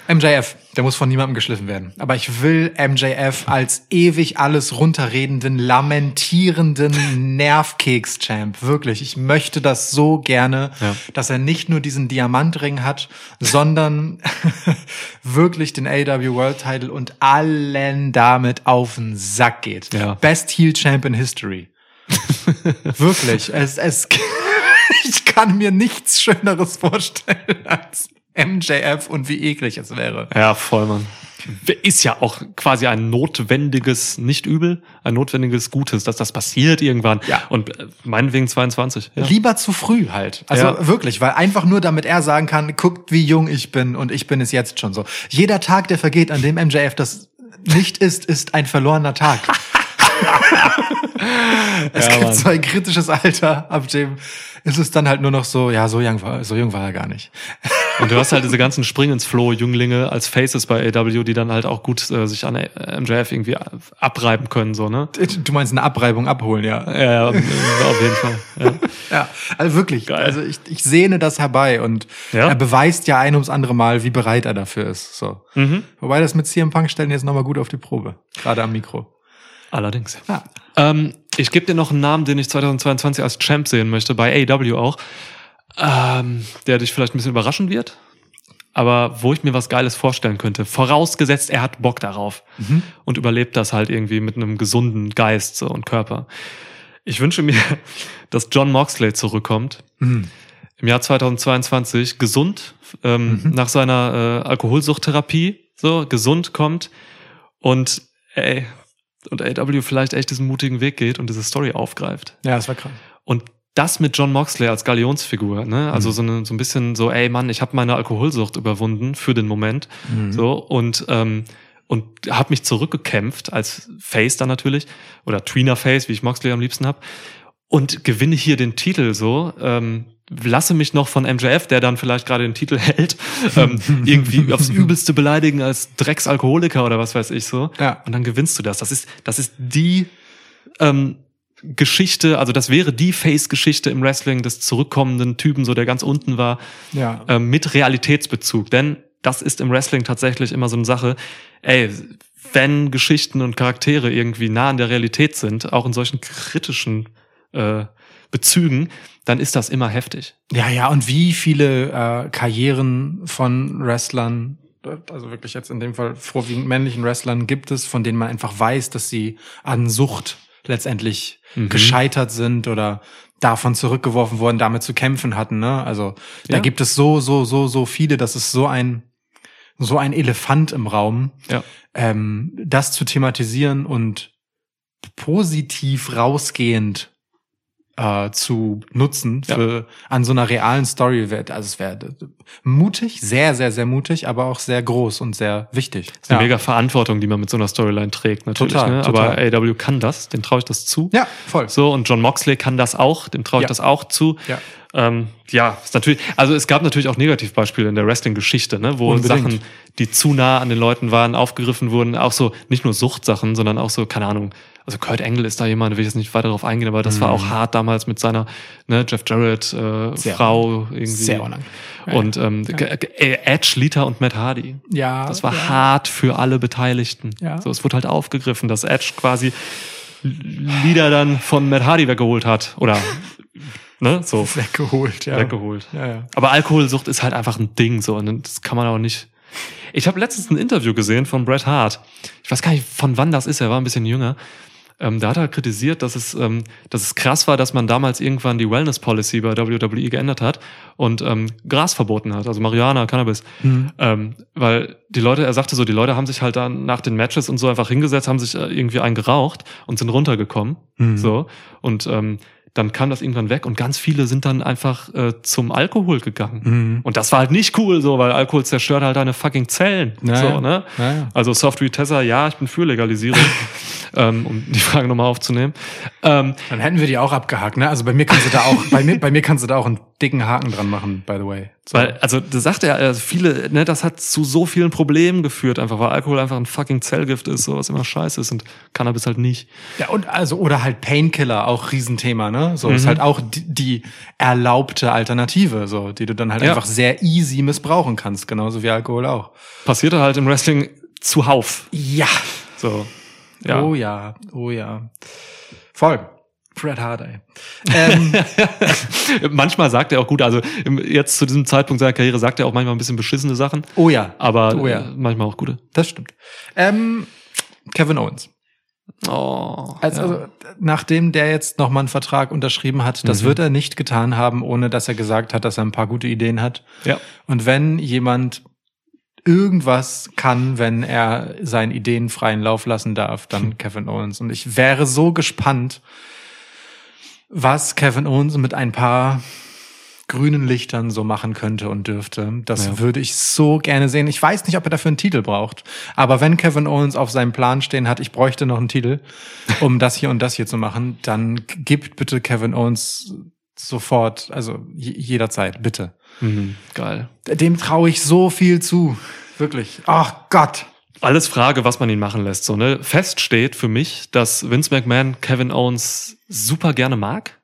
[SPEAKER 4] MJF, der muss von niemandem geschliffen werden. Aber ich will MJF als ewig alles runterredenden, lamentierenden Nervkeks-Champ. Wirklich, ich möchte das so gerne,
[SPEAKER 3] Ja.
[SPEAKER 4] dass er nicht nur diesen Diamantring hat, sondern [LAUGHS] wirklich den AW World Title und allen damit auf den Sack geht.
[SPEAKER 3] Ja.
[SPEAKER 4] Best Heel Champ in History.
[SPEAKER 3] [LAUGHS]
[SPEAKER 4] Wirklich, es, es, [LAUGHS] ich kann mir nichts Schöneres vorstellen als MJF und wie eklig es wäre.
[SPEAKER 3] Ja, voll, Mann. Ist ja auch quasi ein notwendiges, nicht übel, ein notwendiges Gutes, dass das passiert irgendwann.
[SPEAKER 4] Ja.
[SPEAKER 3] Und äh, meinetwegen 22. Ja.
[SPEAKER 4] Lieber zu früh halt. Also
[SPEAKER 3] Ja.
[SPEAKER 4] wirklich, weil einfach nur damit er sagen kann, guckt, wie jung ich bin und ich bin es jetzt schon so. Jeder Tag, der vergeht, an dem MJF das nicht ist, ist ein
[SPEAKER 3] [LAUGHS]
[SPEAKER 4] verlorener Tag. [LAUGHS] es
[SPEAKER 3] Ja,
[SPEAKER 4] gibt
[SPEAKER 3] Mann.
[SPEAKER 4] so ein kritisches Alter, ab dem ist es dann halt nur noch so, ja, so jung war, so jung war er gar nicht.
[SPEAKER 3] Und du hast halt diese ganzen Spring ins Flow-Jünglinge als Faces bei AW, die dann halt auch gut äh, sich an äh, MJF irgendwie a- abreiben können, so, ne?
[SPEAKER 4] Du meinst eine Abreibung abholen, ja.
[SPEAKER 3] Ja, ja, auf jeden Fall. Ja.
[SPEAKER 4] Ja, also wirklich.
[SPEAKER 3] Geil.
[SPEAKER 4] Also ich, ich sehne das herbei und
[SPEAKER 3] Ja? Mhm.
[SPEAKER 4] er beweist ja ein ums andere Mal, wie bereit er dafür ist. So. Wobei das mit CM Punk stellen jetzt nochmal gut auf die Probe. Gerade am Mikro.
[SPEAKER 3] Allerdings.
[SPEAKER 4] Ja.
[SPEAKER 3] Ähm, ich gebe dir noch einen Namen, den ich 2022 als Champ sehen möchte, bei AW auch, ähm, der dich vielleicht ein bisschen überraschen wird, aber wo ich mir was Geiles vorstellen könnte. Vorausgesetzt, er hat Bock darauf
[SPEAKER 4] Mhm.
[SPEAKER 3] und überlebt das halt irgendwie mit einem gesunden Geist so, und Körper. Ich wünsche mir, [LAUGHS] dass John Moxley zurückkommt
[SPEAKER 4] Mhm.
[SPEAKER 3] im Jahr 2022 gesund ähm, nach seiner äh, Alkoholsuchttherapie so gesund kommt und ey, und AW vielleicht echt diesen mutigen Weg geht und diese Story aufgreift.
[SPEAKER 4] ja, das war krass.
[SPEAKER 3] Und das mit John Moxley als Galionsfigur, ne? Also so, eine, so ein Mhm.
[SPEAKER 4] Mhm.
[SPEAKER 3] bisschen so, ey Mann, ich habe meine Alkoholsucht überwunden für den Moment. So, und ähm, und habe mich zurückgekämpft als Face dann natürlich oder Tweener Face, wie ich Moxley am liebsten hab und gewinne hier den Titel so. Ähm, lasse mich noch von MJF, der dann vielleicht gerade den Titel [LAUGHS] hält, ähm, irgendwie aufs Übelste beleidigen als Drecksalkoholiker oder was weiß ich so.
[SPEAKER 4] Ja.
[SPEAKER 3] Und dann gewinnst du das. Das ist, das ist die ähm, Geschichte, also das wäre die Face-Geschichte im Wrestling des zurückkommenden Typen, so der ganz unten war,
[SPEAKER 4] Ja.
[SPEAKER 3] ähm, mit Realitätsbezug. Denn das ist im Wrestling tatsächlich immer so eine Sache. Ey, wenn Geschichten und Charaktere irgendwie nah an der Realität sind, auch in solchen kritischen äh, Bezügen, dann ist das immer heftig.
[SPEAKER 4] Ja, ja, und wie viele äh, Karrieren von Wrestlern, äh, also wirklich jetzt in dem Fall vorwiegend männlichen Wrestlern, gibt es, von denen man einfach weiß, dass sie an Sucht letztendlich
[SPEAKER 3] Mhm.
[SPEAKER 4] gescheitert sind oder davon zurückgeworfen wurden, damit zu kämpfen hatten. Ne? Also da
[SPEAKER 3] Ja.
[SPEAKER 4] gibt es so, so, so, so viele, das ist so ein, so ein Elefant im Raum.
[SPEAKER 3] Ja.
[SPEAKER 4] Ähm, das zu thematisieren und positiv rausgehend äh, zu nutzen
[SPEAKER 3] Ja.
[SPEAKER 4] für an so einer realen Story wird. Also es wäre äh, mutig, sehr, sehr, sehr mutig, aber auch sehr groß und sehr wichtig.
[SPEAKER 3] Das ist eine mega Verantwortung, die man mit so einer Storyline trägt, natürlich.
[SPEAKER 4] Total,
[SPEAKER 3] ne?
[SPEAKER 4] total.
[SPEAKER 3] Aber AW kann das, dem traue ich das zu.
[SPEAKER 4] ja, voll.
[SPEAKER 3] So, und John Moxley kann das auch, dem traue ich
[SPEAKER 4] Ja.
[SPEAKER 3] das auch zu.
[SPEAKER 4] Ja.
[SPEAKER 3] Ähm, ja, ist natürlich, also es gab natürlich auch Negativbeispiele in der Wrestling-Geschichte, ne, wo
[SPEAKER 4] Unbedingt.
[SPEAKER 3] Sachen, die zu nah an den Leuten waren, aufgegriffen wurden, auch so, nicht nur Suchtsachen, sondern auch so, keine Ahnung, also Kurt Angle ist da jemand, da will ich jetzt nicht weiter drauf eingehen, aber
[SPEAKER 4] Mhm.
[SPEAKER 3] das war auch hart damals mit seiner, ne, Jeff Jarrett, äh,
[SPEAKER 4] Sehr.
[SPEAKER 3] Frau irgendwie.
[SPEAKER 4] Sehr unangenehm.
[SPEAKER 3] Und ähm, G- G- Edge, Lita und Matt Hardy.
[SPEAKER 4] Ja.
[SPEAKER 3] Das war
[SPEAKER 4] [LAUGHS]
[SPEAKER 3] hart für alle Beteiligten.
[SPEAKER 4] Ja.
[SPEAKER 3] So, es wurde halt aufgegriffen, dass Edge quasi Lieder dann von Matt Hardy weggeholt hat. Oder, ne, so,
[SPEAKER 4] weggeholt, ja.
[SPEAKER 3] weggeholt.
[SPEAKER 4] Ja, ja.
[SPEAKER 3] Aber Alkoholsucht ist halt einfach ein Ding, so, und das kann man auch nicht. Ich habe letztens ein Interview gesehen von Bret Hart. Ich weiß gar nicht, von wann das ist, er war ein bisschen jünger. Ähm, da hat er kritisiert, dass es, ähm, dass es krass war, dass man damals irgendwann die Wellness Policy bei WWE geändert hat und ähm, Gras verboten hat, also Marihuana, Cannabis. Ähm, weil die Leute, er sagte so, die Leute haben sich halt dann nach den Matches und so einfach hingesetzt, haben sich äh, irgendwie einen geraucht und sind runtergekommen.
[SPEAKER 4] Mhm.
[SPEAKER 3] So. Und ähm, dann kam das irgendwann weg und ganz viele sind dann einfach äh, zum Alkohol gegangen.
[SPEAKER 4] Mhm.
[SPEAKER 3] Und das war halt nicht cool so, weil Alkohol zerstört halt deine fucking Zellen.
[SPEAKER 4] Ja,
[SPEAKER 3] so,
[SPEAKER 4] ja.
[SPEAKER 3] ne?
[SPEAKER 4] Ja, ja.
[SPEAKER 3] Also Soft Retesser, ja, ich bin für
[SPEAKER 4] [LAUGHS]
[SPEAKER 3] Legalisierung, ähm, um die Frage nochmal aufzunehmen. Ähm,
[SPEAKER 4] Dann hätten wir die auch abgehakt, ne? Also bei mir kannst du da auch, bei mir, bei mir kannst du da auch einen dicken Haken dran machen, by the way. So.
[SPEAKER 3] Weil, also, das sagt er, also viele, ne, das hat zu so vielen Problemen geführt, einfach, weil Alkohol einfach ein fucking Zellgift ist, so was immer scheiße ist und Cannabis halt nicht.
[SPEAKER 4] Ja, und also, oder halt Painkiller, auch Riesenthema, ne? So ist
[SPEAKER 3] Mhm.
[SPEAKER 4] halt auch die, die erlaubte Alternative, so, die du dann halt
[SPEAKER 3] Ja.
[SPEAKER 4] einfach sehr easy missbrauchen kannst, genauso wie Alkohol auch.
[SPEAKER 3] Passierte halt im Wrestling zuhauf.
[SPEAKER 4] Ja.
[SPEAKER 3] So. Ja.
[SPEAKER 4] Oh ja, oh ja. Voll. Fred Hard, ey.
[SPEAKER 3] [LAUGHS]
[SPEAKER 4] Ähm,
[SPEAKER 3] Manchmal sagt er auch gut, also im, jetzt zu diesem Zeitpunkt seiner Karriere sagt er auch manchmal ein bisschen beschissene Sachen,
[SPEAKER 4] oh ja,
[SPEAKER 3] aber
[SPEAKER 4] Oh ja.
[SPEAKER 3] äh, manchmal auch gute.
[SPEAKER 4] das stimmt. Ähm, Kevin Owens.
[SPEAKER 3] Oh.
[SPEAKER 4] Also,
[SPEAKER 3] ja.
[SPEAKER 4] also, nachdem der jetzt nochmal einen Vertrag unterschrieben hat, das
[SPEAKER 3] Mhm.
[SPEAKER 4] wird er nicht getan haben, ohne dass er gesagt hat, dass er ein paar gute Ideen hat.
[SPEAKER 3] ja.
[SPEAKER 4] Und wenn jemand irgendwas kann, wenn er seinen Ideen freien Lauf lassen darf, dann Kevin Owens. Und ich wäre so gespannt, was Kevin Owens mit ein paar grünen Lichtern so machen könnte und dürfte. Das
[SPEAKER 3] Ja.
[SPEAKER 4] würde ich so gerne sehen. Ich weiß nicht, ob er dafür einen Titel braucht. Aber wenn Kevin Owens auf seinem Plan stehen hat, ich bräuchte noch einen Titel, um das hier und das hier zu machen, dann gibt bitte Kevin Owens sofort, also j- jederzeit, bitte.
[SPEAKER 3] Mhm, geil.
[SPEAKER 4] Dem traue ich so viel zu. Wirklich. Ach Gott.
[SPEAKER 3] alles Frage, was man ihn machen lässt. So, ne? Fest steht für mich, dass Vince McMahon Kevin Owens super gerne mag.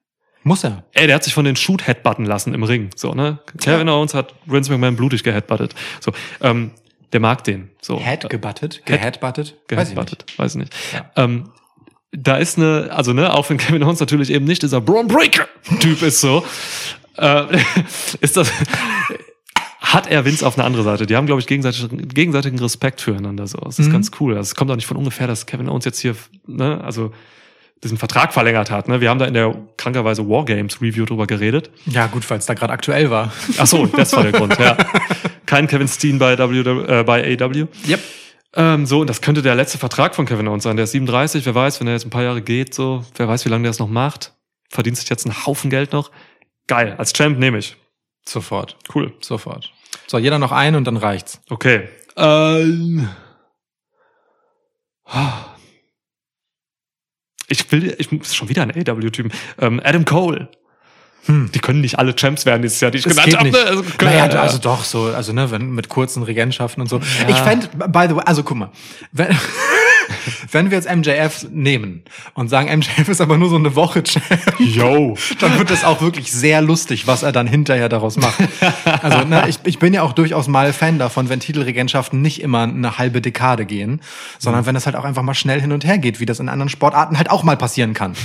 [SPEAKER 4] Muss er.
[SPEAKER 3] Ey, der hat sich von den Shoot headbutten lassen im Ring. So, ne? Kevin Owens hat Vince McMahon blutig geheadbuttet. So, ähm, der mag den. So. Äh,
[SPEAKER 4] Headgebuttet? Geheadbuttet?
[SPEAKER 3] geheadbuttet. Weiß ich nicht. Ähm, da ist eine, also ne, auch wenn Kevin Owens natürlich eben nicht dieser Braun Breaker Typ ist so, äh, [LAUGHS] ist das, hat er Vince auf eine andere Seite. Die haben, glaube ich, gegenseitig, gegenseitigen Respekt füreinander so. Das ist
[SPEAKER 4] Mhm.
[SPEAKER 3] ganz cool. Das kommt auch nicht von ungefähr, dass Kevin Owens jetzt hier, ne, also diesen Vertrag verlängert hat. Ne? Wir haben da in der krankerweise Wargames Review drüber geredet.
[SPEAKER 4] Ja, gut, weil es da gerade aktuell war.
[SPEAKER 3] Ach so, das war der Grund,
[SPEAKER 4] [LAUGHS]
[SPEAKER 3] ja. Kein Kevin Steen bei, w, äh, bei AW.
[SPEAKER 4] Yep.
[SPEAKER 3] Ähm, so, und das könnte der letzte Vertrag von Kevin Owens sein. Der ist 37, wer weiß, wenn er jetzt ein paar Jahre geht, so, wer weiß, wie lange der es noch macht. Verdient sich jetzt einen Haufen Geld noch. Geil, als Champ nehme ich.
[SPEAKER 4] Sofort.
[SPEAKER 3] Cool.
[SPEAKER 4] Sofort. So, jeder noch einen und dann reicht's.
[SPEAKER 3] Okay. Ähm, Ich will, ich muss schon wieder ein AW-Typen. Ähm, Adam Cole. Die können nicht alle Champs werden dieses Jahr, die ich
[SPEAKER 4] Das
[SPEAKER 3] genannt
[SPEAKER 4] Hm. geht
[SPEAKER 3] habe.
[SPEAKER 4] nicht.
[SPEAKER 3] ne? Also, können-
[SPEAKER 4] naja, also doch, so, also ne, wenn, mit kurzen Regentschaften und so. Ich fänd, by the way, also guck mal, wenn, [LAUGHS] wenn wir jetzt MJF nehmen und sagen, MJF ist aber nur so eine Woche Champ,
[SPEAKER 3] yo.
[SPEAKER 4] dann wird das auch wirklich sehr lustig, was er dann hinterher
[SPEAKER 3] [LAUGHS]
[SPEAKER 4] daraus macht. Also ne, ich, ich bin ja auch durchaus mal Fan davon, wenn Titelregentschaften nicht immer eine halbe Dekade gehen,
[SPEAKER 3] Mhm.
[SPEAKER 4] sondern wenn das halt auch einfach mal schnell hin und her geht, wie das in anderen Sportarten halt auch mal
[SPEAKER 3] [LAUGHS]
[SPEAKER 4] passieren kann.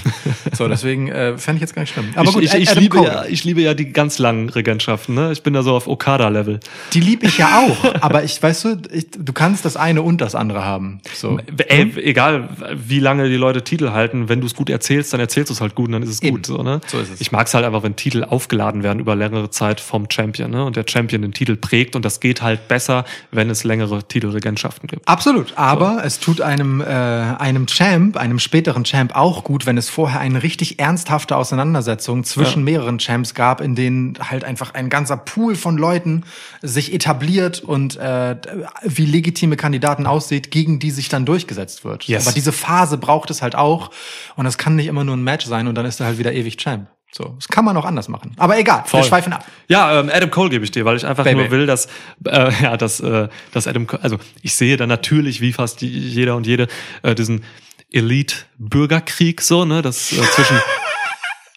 [SPEAKER 4] So, deswegen äh, fände ich jetzt gar nicht schlimm. Aber
[SPEAKER 3] ich,
[SPEAKER 4] gut,
[SPEAKER 3] ich, ich,
[SPEAKER 4] Adam
[SPEAKER 3] liebe
[SPEAKER 4] Cole.
[SPEAKER 3] ja, ich liebe ja die ganz langen Regentschaften. Ne? Ich bin da so auf Okada-Level.
[SPEAKER 4] Die liebe ich ja auch, aber ich, weißt du, ich, du kannst das eine und das andere haben. So.
[SPEAKER 3] Ey,
[SPEAKER 4] Hm?
[SPEAKER 3] egal, wie lange die Leute Titel halten, wenn du es gut erzählst, dann erzählst du es halt gut und dann ist es
[SPEAKER 4] Eben.
[SPEAKER 3] gut. So, ne?
[SPEAKER 4] So ist es.
[SPEAKER 3] Ich mag es halt einfach, wenn Titel aufgeladen werden über längere Zeit vom Champion ne? und der Champion den Titel prägt und das geht halt besser, wenn es längere Titelregentschaften gibt.
[SPEAKER 4] Absolut, aber es tut einem, äh, einem Champ, einem späteren Champ auch gut, wenn es vorher eine richtig ernsthafte Auseinandersetzung zwischen mehreren Champs gab, in denen halt einfach ein ganzer Pool von Leuten sich etabliert und äh, wie legitime Kandidaten aussieht, gegen die sich dann durchgesetzt wird.
[SPEAKER 3] Yes.
[SPEAKER 4] Aber diese Phase braucht es halt auch und das kann nicht immer nur ein Match sein und dann ist er halt wieder ewig Champ. So, das kann man auch anders machen. Aber egal,
[SPEAKER 3] Voll.
[SPEAKER 4] wir schweifen ab.
[SPEAKER 3] Ja, ähm, Adam Cole gebe ich dir, weil ich einfach
[SPEAKER 4] Baby.
[SPEAKER 3] nur will, dass äh, [LAUGHS] ja, dass, äh, dass Adam Cole, also ich sehe da natürlich wie fast die- jeder und jede äh, diesen Elite Bürgerkrieg so, ne, das äh,
[SPEAKER 4] [LAUGHS]
[SPEAKER 3] zwischen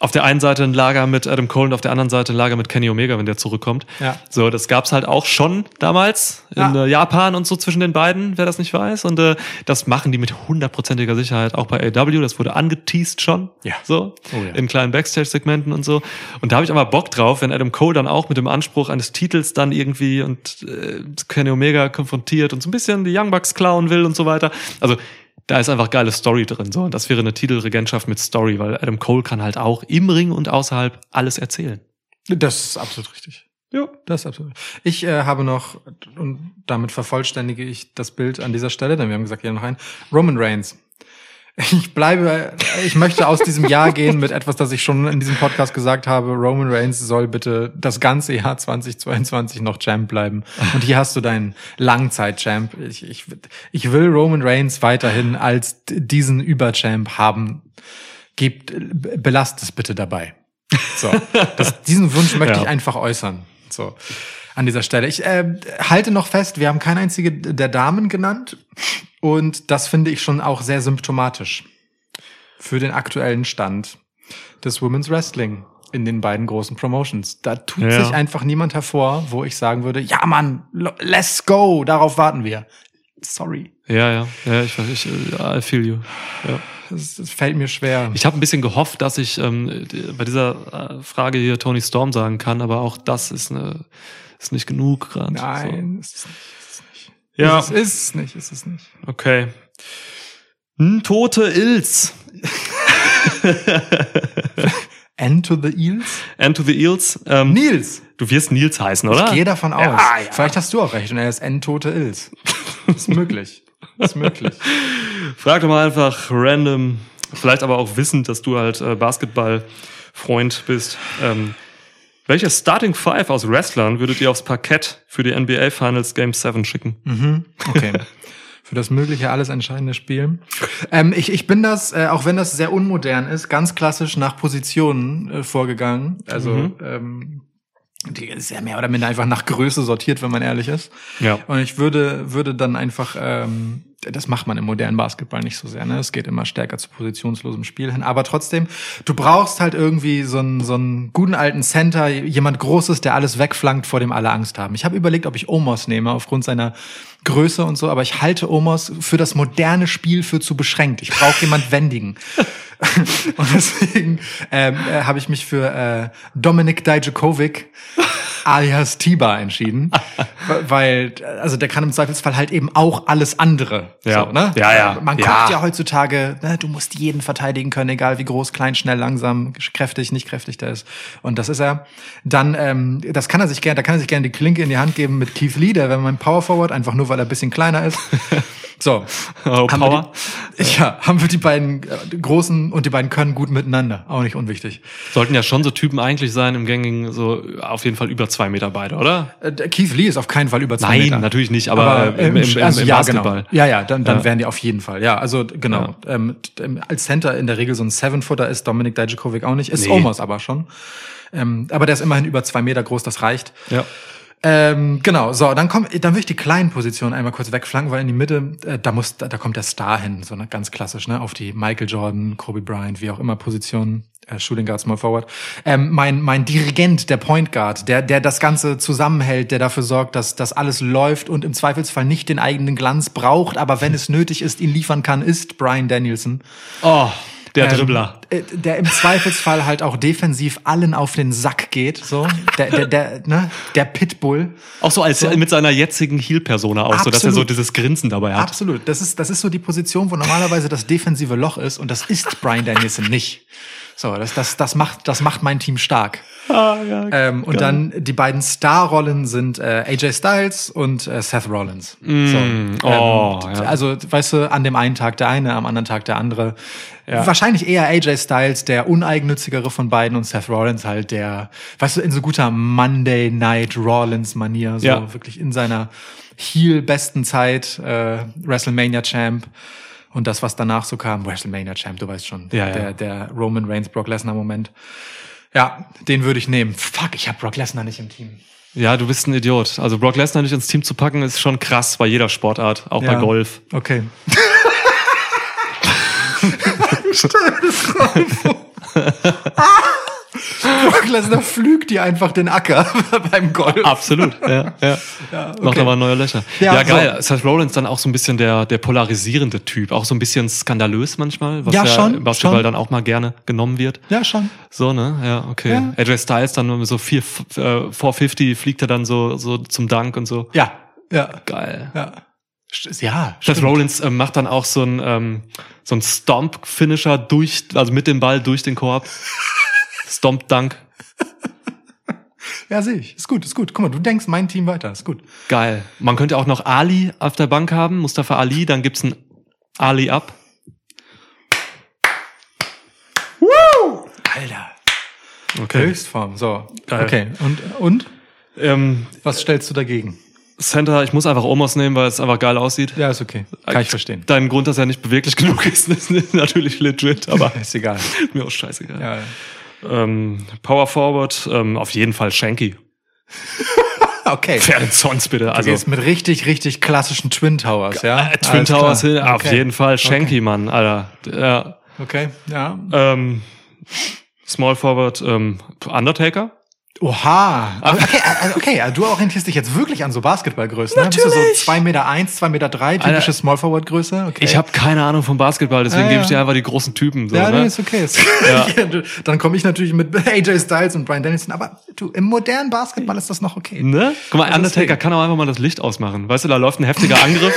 [SPEAKER 3] auf der einen Seite ein Lager mit Adam Cole und auf der anderen Seite ein Lager mit Kenny Omega, wenn der zurückkommt.
[SPEAKER 4] Ja.
[SPEAKER 3] So, das gab's halt auch schon damals in
[SPEAKER 4] Ja.
[SPEAKER 3] äh, Japan und so zwischen den beiden, wer das nicht weiß und äh, das machen die mit hundertprozentiger Sicherheit auch bei AW, das wurde angeteased schon.
[SPEAKER 4] Ja.
[SPEAKER 3] So,
[SPEAKER 4] Oh ja.
[SPEAKER 3] in kleinen Backstage-Segmenten und so. Und da habe ich aber Bock drauf, wenn Adam Cole dann auch mit dem Anspruch eines Titels dann irgendwie und äh, Kenny Omega konfrontiert und so ein bisschen die Young Bucks klauen will und so weiter. Also da ist einfach geile Story drin. So. Und das wäre eine Titelregentschaft mit Story, weil Adam Cole kann halt auch im Ring und außerhalb alles erzählen.
[SPEAKER 4] Das ist absolut richtig. Ja, das ist absolut. richtig. Ich äh, habe noch und damit vervollständige ich das Bild an dieser Stelle, denn wir haben gesagt, hier noch ein Roman Reigns. Ich bleibe, ich möchte aus diesem Jahr gehen mit etwas, das ich schon in diesem Podcast gesagt habe. Roman Reigns soll bitte das ganze Jahr 2022 noch Champ bleiben. Und hier hast du deinen Langzeit-Champ. Ich, ich, ich will Roman Reigns weiterhin als diesen Überchamp haben. Gebt, belasst es bitte
[SPEAKER 3] [LAUGHS]
[SPEAKER 4] dabei. So, das, diesen Wunsch möchte
[SPEAKER 3] Ja.
[SPEAKER 4] ich einfach äußern. So, an dieser Stelle. Ich äh, halte noch fest, wir haben keine einzige der Damen genannt. Und das finde ich schon auch sehr symptomatisch für den aktuellen Stand des Women's Wrestling in den beiden großen Promotions. Da tut
[SPEAKER 3] Ja.
[SPEAKER 4] sich einfach niemand hervor, wo ich sagen würde, ja Mann, lo- let's go, darauf warten wir. Sorry,
[SPEAKER 3] Ja, ja, ja, ich, ich äh, I feel you. Ja.
[SPEAKER 4] es, es fällt mir schwer.
[SPEAKER 3] Ich habe ein bisschen gehofft, dass ich ähm, d- bei dieser äh, Frage hier Tony Storm sagen kann, aber auch das ist, eine, ist nicht genug gerade.
[SPEAKER 4] Nein, es ist nicht, es ist nicht.
[SPEAKER 3] So. Ja.
[SPEAKER 4] Es ist es nicht, es ist nicht.
[SPEAKER 3] Okay. Hm, tote Ilz.
[SPEAKER 4] End to the Eels?
[SPEAKER 3] End to the Eels. Ähm,
[SPEAKER 4] Nils!
[SPEAKER 3] Du wirst Nils heißen, oder?
[SPEAKER 4] Ich gehe davon aus.
[SPEAKER 3] Ja, ja.
[SPEAKER 4] Vielleicht hast du auch recht und er ist endtote Ilz. ist möglich. Ist möglich.
[SPEAKER 3] Frag doch mal einfach random, vielleicht aber auch wissend, dass du halt äh, Basketball-Freund bist. Ähm, welche Starting Five aus Wrestlern würdet ihr aufs Parkett für die NBA Finals Game 7 schicken?
[SPEAKER 4] Mhm. Okay. Für das mögliche alles entscheidende Spiel. Ähm, ich, ich bin das, äh, auch wenn das sehr unmodern ist, ganz klassisch nach Positionen äh, vorgegangen. Also
[SPEAKER 3] Mhm.
[SPEAKER 4] ähm, die ist ja mehr oder minder einfach nach Größe sortiert, wenn man ehrlich ist.
[SPEAKER 3] Ja.
[SPEAKER 4] Und ich würde, würde dann einfach, ähm, das macht man im modernen Basketball nicht so sehr, ne? Es geht immer stärker zu positionslosem Spiel hin. Aber trotzdem, du brauchst halt irgendwie so einen, so einen guten alten Center, jemand Großes, der alles wegflankt, vor dem alle Angst haben. Ich habe überlegt, ob ich Omos nehme, aufgrund seiner Größe und so, aber ich halte Omos für das moderne Spiel für zu beschränkt. Ich brauche jemand [LAUGHS] Wendigen. und deswegen ähm, äh, habe ich mich für äh, Dominik Dijakovic alias
[SPEAKER 3] [LAUGHS]
[SPEAKER 4] Tiba entschieden, weil also der kann im Zweifelsfall halt eben auch alles andere.
[SPEAKER 3] Ja.
[SPEAKER 4] so, ne?
[SPEAKER 3] Ja, ja.
[SPEAKER 4] Man
[SPEAKER 3] Ja.
[SPEAKER 4] guckt ja heutzutage, ne, du musst jeden verteidigen können, egal wie groß, klein, schnell, langsam, kräftig, nicht kräftig der ist. Und das ist er. Dann, ähm, das kann er
[SPEAKER 3] [LAUGHS]
[SPEAKER 4] sich gerne, da kann er sich gerne die Klinke in die Hand geben mit Keith Lee, der wäre mein Power Forward, einfach nur weil er ein bisschen kleiner ist. So.
[SPEAKER 3] Oh,
[SPEAKER 4] Haben
[SPEAKER 3] Power.
[SPEAKER 4] Wir die, ja, haben wir die beiden äh, Großen und die beiden können gut miteinander. Auch nicht unwichtig.
[SPEAKER 3] Sollten ja schon so Typen eigentlich sein im gängigen, so äh, auf jeden Fall über zwei Meter beide, oder?
[SPEAKER 4] Äh, der Keith Lee ist auf keinen Fall über zwei
[SPEAKER 3] Nein,
[SPEAKER 4] Meter.
[SPEAKER 3] natürlich nicht, aber, äh, im, im, im,
[SPEAKER 4] also
[SPEAKER 3] im
[SPEAKER 4] ja,
[SPEAKER 3] Basketball.
[SPEAKER 4] Genau. Ja, ja, dann, dann
[SPEAKER 3] Ja.
[SPEAKER 4] wären die auf jeden Fall. Ja, also d- genau. Ähm, d- ähm, als Center in der Regel so ein Seven-Footer ist Dominik Dijakovic auch nicht. Ist
[SPEAKER 3] Nee.
[SPEAKER 4] Omos aber schon. Ähm, aber der ist immerhin über zwei Meter groß, das reicht.
[SPEAKER 3] Ja.
[SPEAKER 4] Ähm, genau, so, dann komm, dann will ich die kleinen Positionen einmal kurz wegflanken, weil in die Mitte, äh, da muss, da, da kommt der Star hin, so ne, ganz klassisch, ne, auf die Michael Jordan, Kobe Bryant, wie auch immer Positionen, äh, Shooting Guard, Small Forward. Ähm, mein, mein Dirigent, der Point Guard, der, der das Ganze zusammenhält, der dafür sorgt, dass das alles läuft und im Zweifelsfall nicht den eigenen Glanz braucht, aber wenn es nötig ist, ihn liefern kann, ist Brian Danielson.
[SPEAKER 3] Oh, der
[SPEAKER 4] Ähm,
[SPEAKER 3] Dribbler.
[SPEAKER 4] äh, Der im Zweifelsfall halt auch defensiv allen auf den Sack geht, so. Der, der, der, ne, der Pitbull.
[SPEAKER 3] Auch so als mit seiner jetzigen Heal-Persona auch, so dass er so
[SPEAKER 4] Absolut.
[SPEAKER 3] dieses Grinsen dabei hat.
[SPEAKER 4] Absolut. Das ist, das ist so die Position, wo normalerweise das defensive Loch ist und das ist Brian Danielson nicht. So, das, das, das, macht, das macht mein Team stark.
[SPEAKER 3] Ah, ja,
[SPEAKER 4] Ähm, und dann die beiden Star-Rollen sind äh, AJ Styles und äh, Seth Rollins. so,
[SPEAKER 3] Hm. oh, ja.
[SPEAKER 4] Ähm, Also, weißt du, an dem einen Tag der eine, am anderen Tag der andere. Wahrscheinlich eher AJ Styles, der uneigennützigere von beiden und Seth Rollins halt der, weißt du, in so guter Monday Night Rollins-Manier, so
[SPEAKER 3] Ja.
[SPEAKER 4] wirklich in seiner heel-besten Zeit, äh, WrestleMania-Champ. Und das, was danach so kam, WrestleMania-Champ, du weißt schon,
[SPEAKER 3] Ja, ja.
[SPEAKER 4] der, der Roman Reigns, Brock Lesnar-Moment. Ja, den würde ich nehmen. Fuck, ich habe Brock Lesnar nicht im Team.
[SPEAKER 3] ja, du bist ein Idiot. Also Brock Lesnar nicht ins Team zu packen, ist schon krass bei jeder Sportart, auch bei
[SPEAKER 4] Ja.
[SPEAKER 3] Golf.
[SPEAKER 4] Okay. [LAUGHS] Brock Lesnar pflügt die einfach den Acker [LAUGHS] beim Golf.
[SPEAKER 3] Absolut. ja, ja. Macht
[SPEAKER 4] okay.
[SPEAKER 3] aber neue Löcher.
[SPEAKER 4] Ja, also
[SPEAKER 3] Ja, geil. Seth Rollins dann auch so ein bisschen der, der polarisierende Typ, auch so ein bisschen skandalös manchmal, was
[SPEAKER 4] Ja,
[SPEAKER 3] ja,
[SPEAKER 4] schon,
[SPEAKER 3] im Basketball
[SPEAKER 4] schon.
[SPEAKER 3] dann auch mal gerne genommen wird.
[SPEAKER 4] Ja, schon.
[SPEAKER 3] So, ne? Ja, okay.
[SPEAKER 4] Ja.
[SPEAKER 3] AJ Styles dann nur so 4, äh, 450 fliegt er dann so, so zum Dank und so.
[SPEAKER 4] Ja, ja,
[SPEAKER 3] Geil.
[SPEAKER 4] ja. St- Ja,
[SPEAKER 3] Seth Rollins ähm, macht dann auch so ein ähm, so ein Stomp Finisher durch also mit dem Ball durch den Korb.
[SPEAKER 4] [LAUGHS]
[SPEAKER 3] Stomp Dunk.
[SPEAKER 4] ja, sehe ich. Ist gut, ist gut. Guck mal, du denkst mein Team weiter. Ist gut.
[SPEAKER 3] Geil. Man könnte auch noch Ali auf der Bank haben, Mustafa Ali, dann gibt's ein Ali ab.
[SPEAKER 4] Alter. Höchstform. So. Okay. Und, und?
[SPEAKER 3] Ähm,
[SPEAKER 4] Was stellst du dagegen?
[SPEAKER 3] Center, ich muss einfach Omos nehmen, weil es einfach geil aussieht. Äh,
[SPEAKER 4] Ja, ist okay. Kann ich verstehen.
[SPEAKER 3] Dein Grund, dass er nicht beweglich [LAUGHS] genug ist, ist natürlich legit,
[SPEAKER 4] [LAUGHS]
[SPEAKER 3] aber
[SPEAKER 4] Ist egal.
[SPEAKER 3] ist mir auch scheißegal.
[SPEAKER 4] Ja.
[SPEAKER 3] Ähm, Power Forward, ähm, auf jeden Fall Shanky.
[SPEAKER 4] Okay.
[SPEAKER 3] Wer denn sonst bitte? Also
[SPEAKER 4] Also gehst mit richtig, richtig klassischen Twin Towers, ja?
[SPEAKER 3] äh, Twin
[SPEAKER 4] Alles
[SPEAKER 3] Towers
[SPEAKER 4] klar.
[SPEAKER 3] hin, auf
[SPEAKER 4] Okay.
[SPEAKER 3] jeden Fall Shanky, Mann, Alter. Ja.
[SPEAKER 4] Okay, ja.
[SPEAKER 3] Ähm, Small Forward ähm, Undertaker.
[SPEAKER 4] Oha. Okay, also, okay, ja, du orientierst dich jetzt wirklich an so Basketballgrößen, ne? Bist du so
[SPEAKER 3] Natürlich.
[SPEAKER 4] 2 Meter, eins, 2 Meter, drei, typische
[SPEAKER 3] Alter.
[SPEAKER 4] Small Forward Größe? Okay.
[SPEAKER 3] Ich habe keine Ahnung vom Basketball, deswegen
[SPEAKER 4] Ah, ja.
[SPEAKER 3] gebe ich dir einfach die großen Typen. So,
[SPEAKER 4] ja,
[SPEAKER 3] ne?
[SPEAKER 4] nee, ist
[SPEAKER 3] [LAUGHS]
[SPEAKER 4] okay. Ist Dann komme ich natürlich mit [LAUGHS] AJ Styles und Brian Dennison, aber du, im modernen Basketball ist das noch okay.
[SPEAKER 3] Ne? Guck mal,
[SPEAKER 4] Also
[SPEAKER 3] Undertaker
[SPEAKER 4] deswegen.
[SPEAKER 3] kann auch einfach mal das Licht ausmachen. Weißt du, da läuft ein heftiger
[SPEAKER 4] [LAUGHS]
[SPEAKER 3] Angriff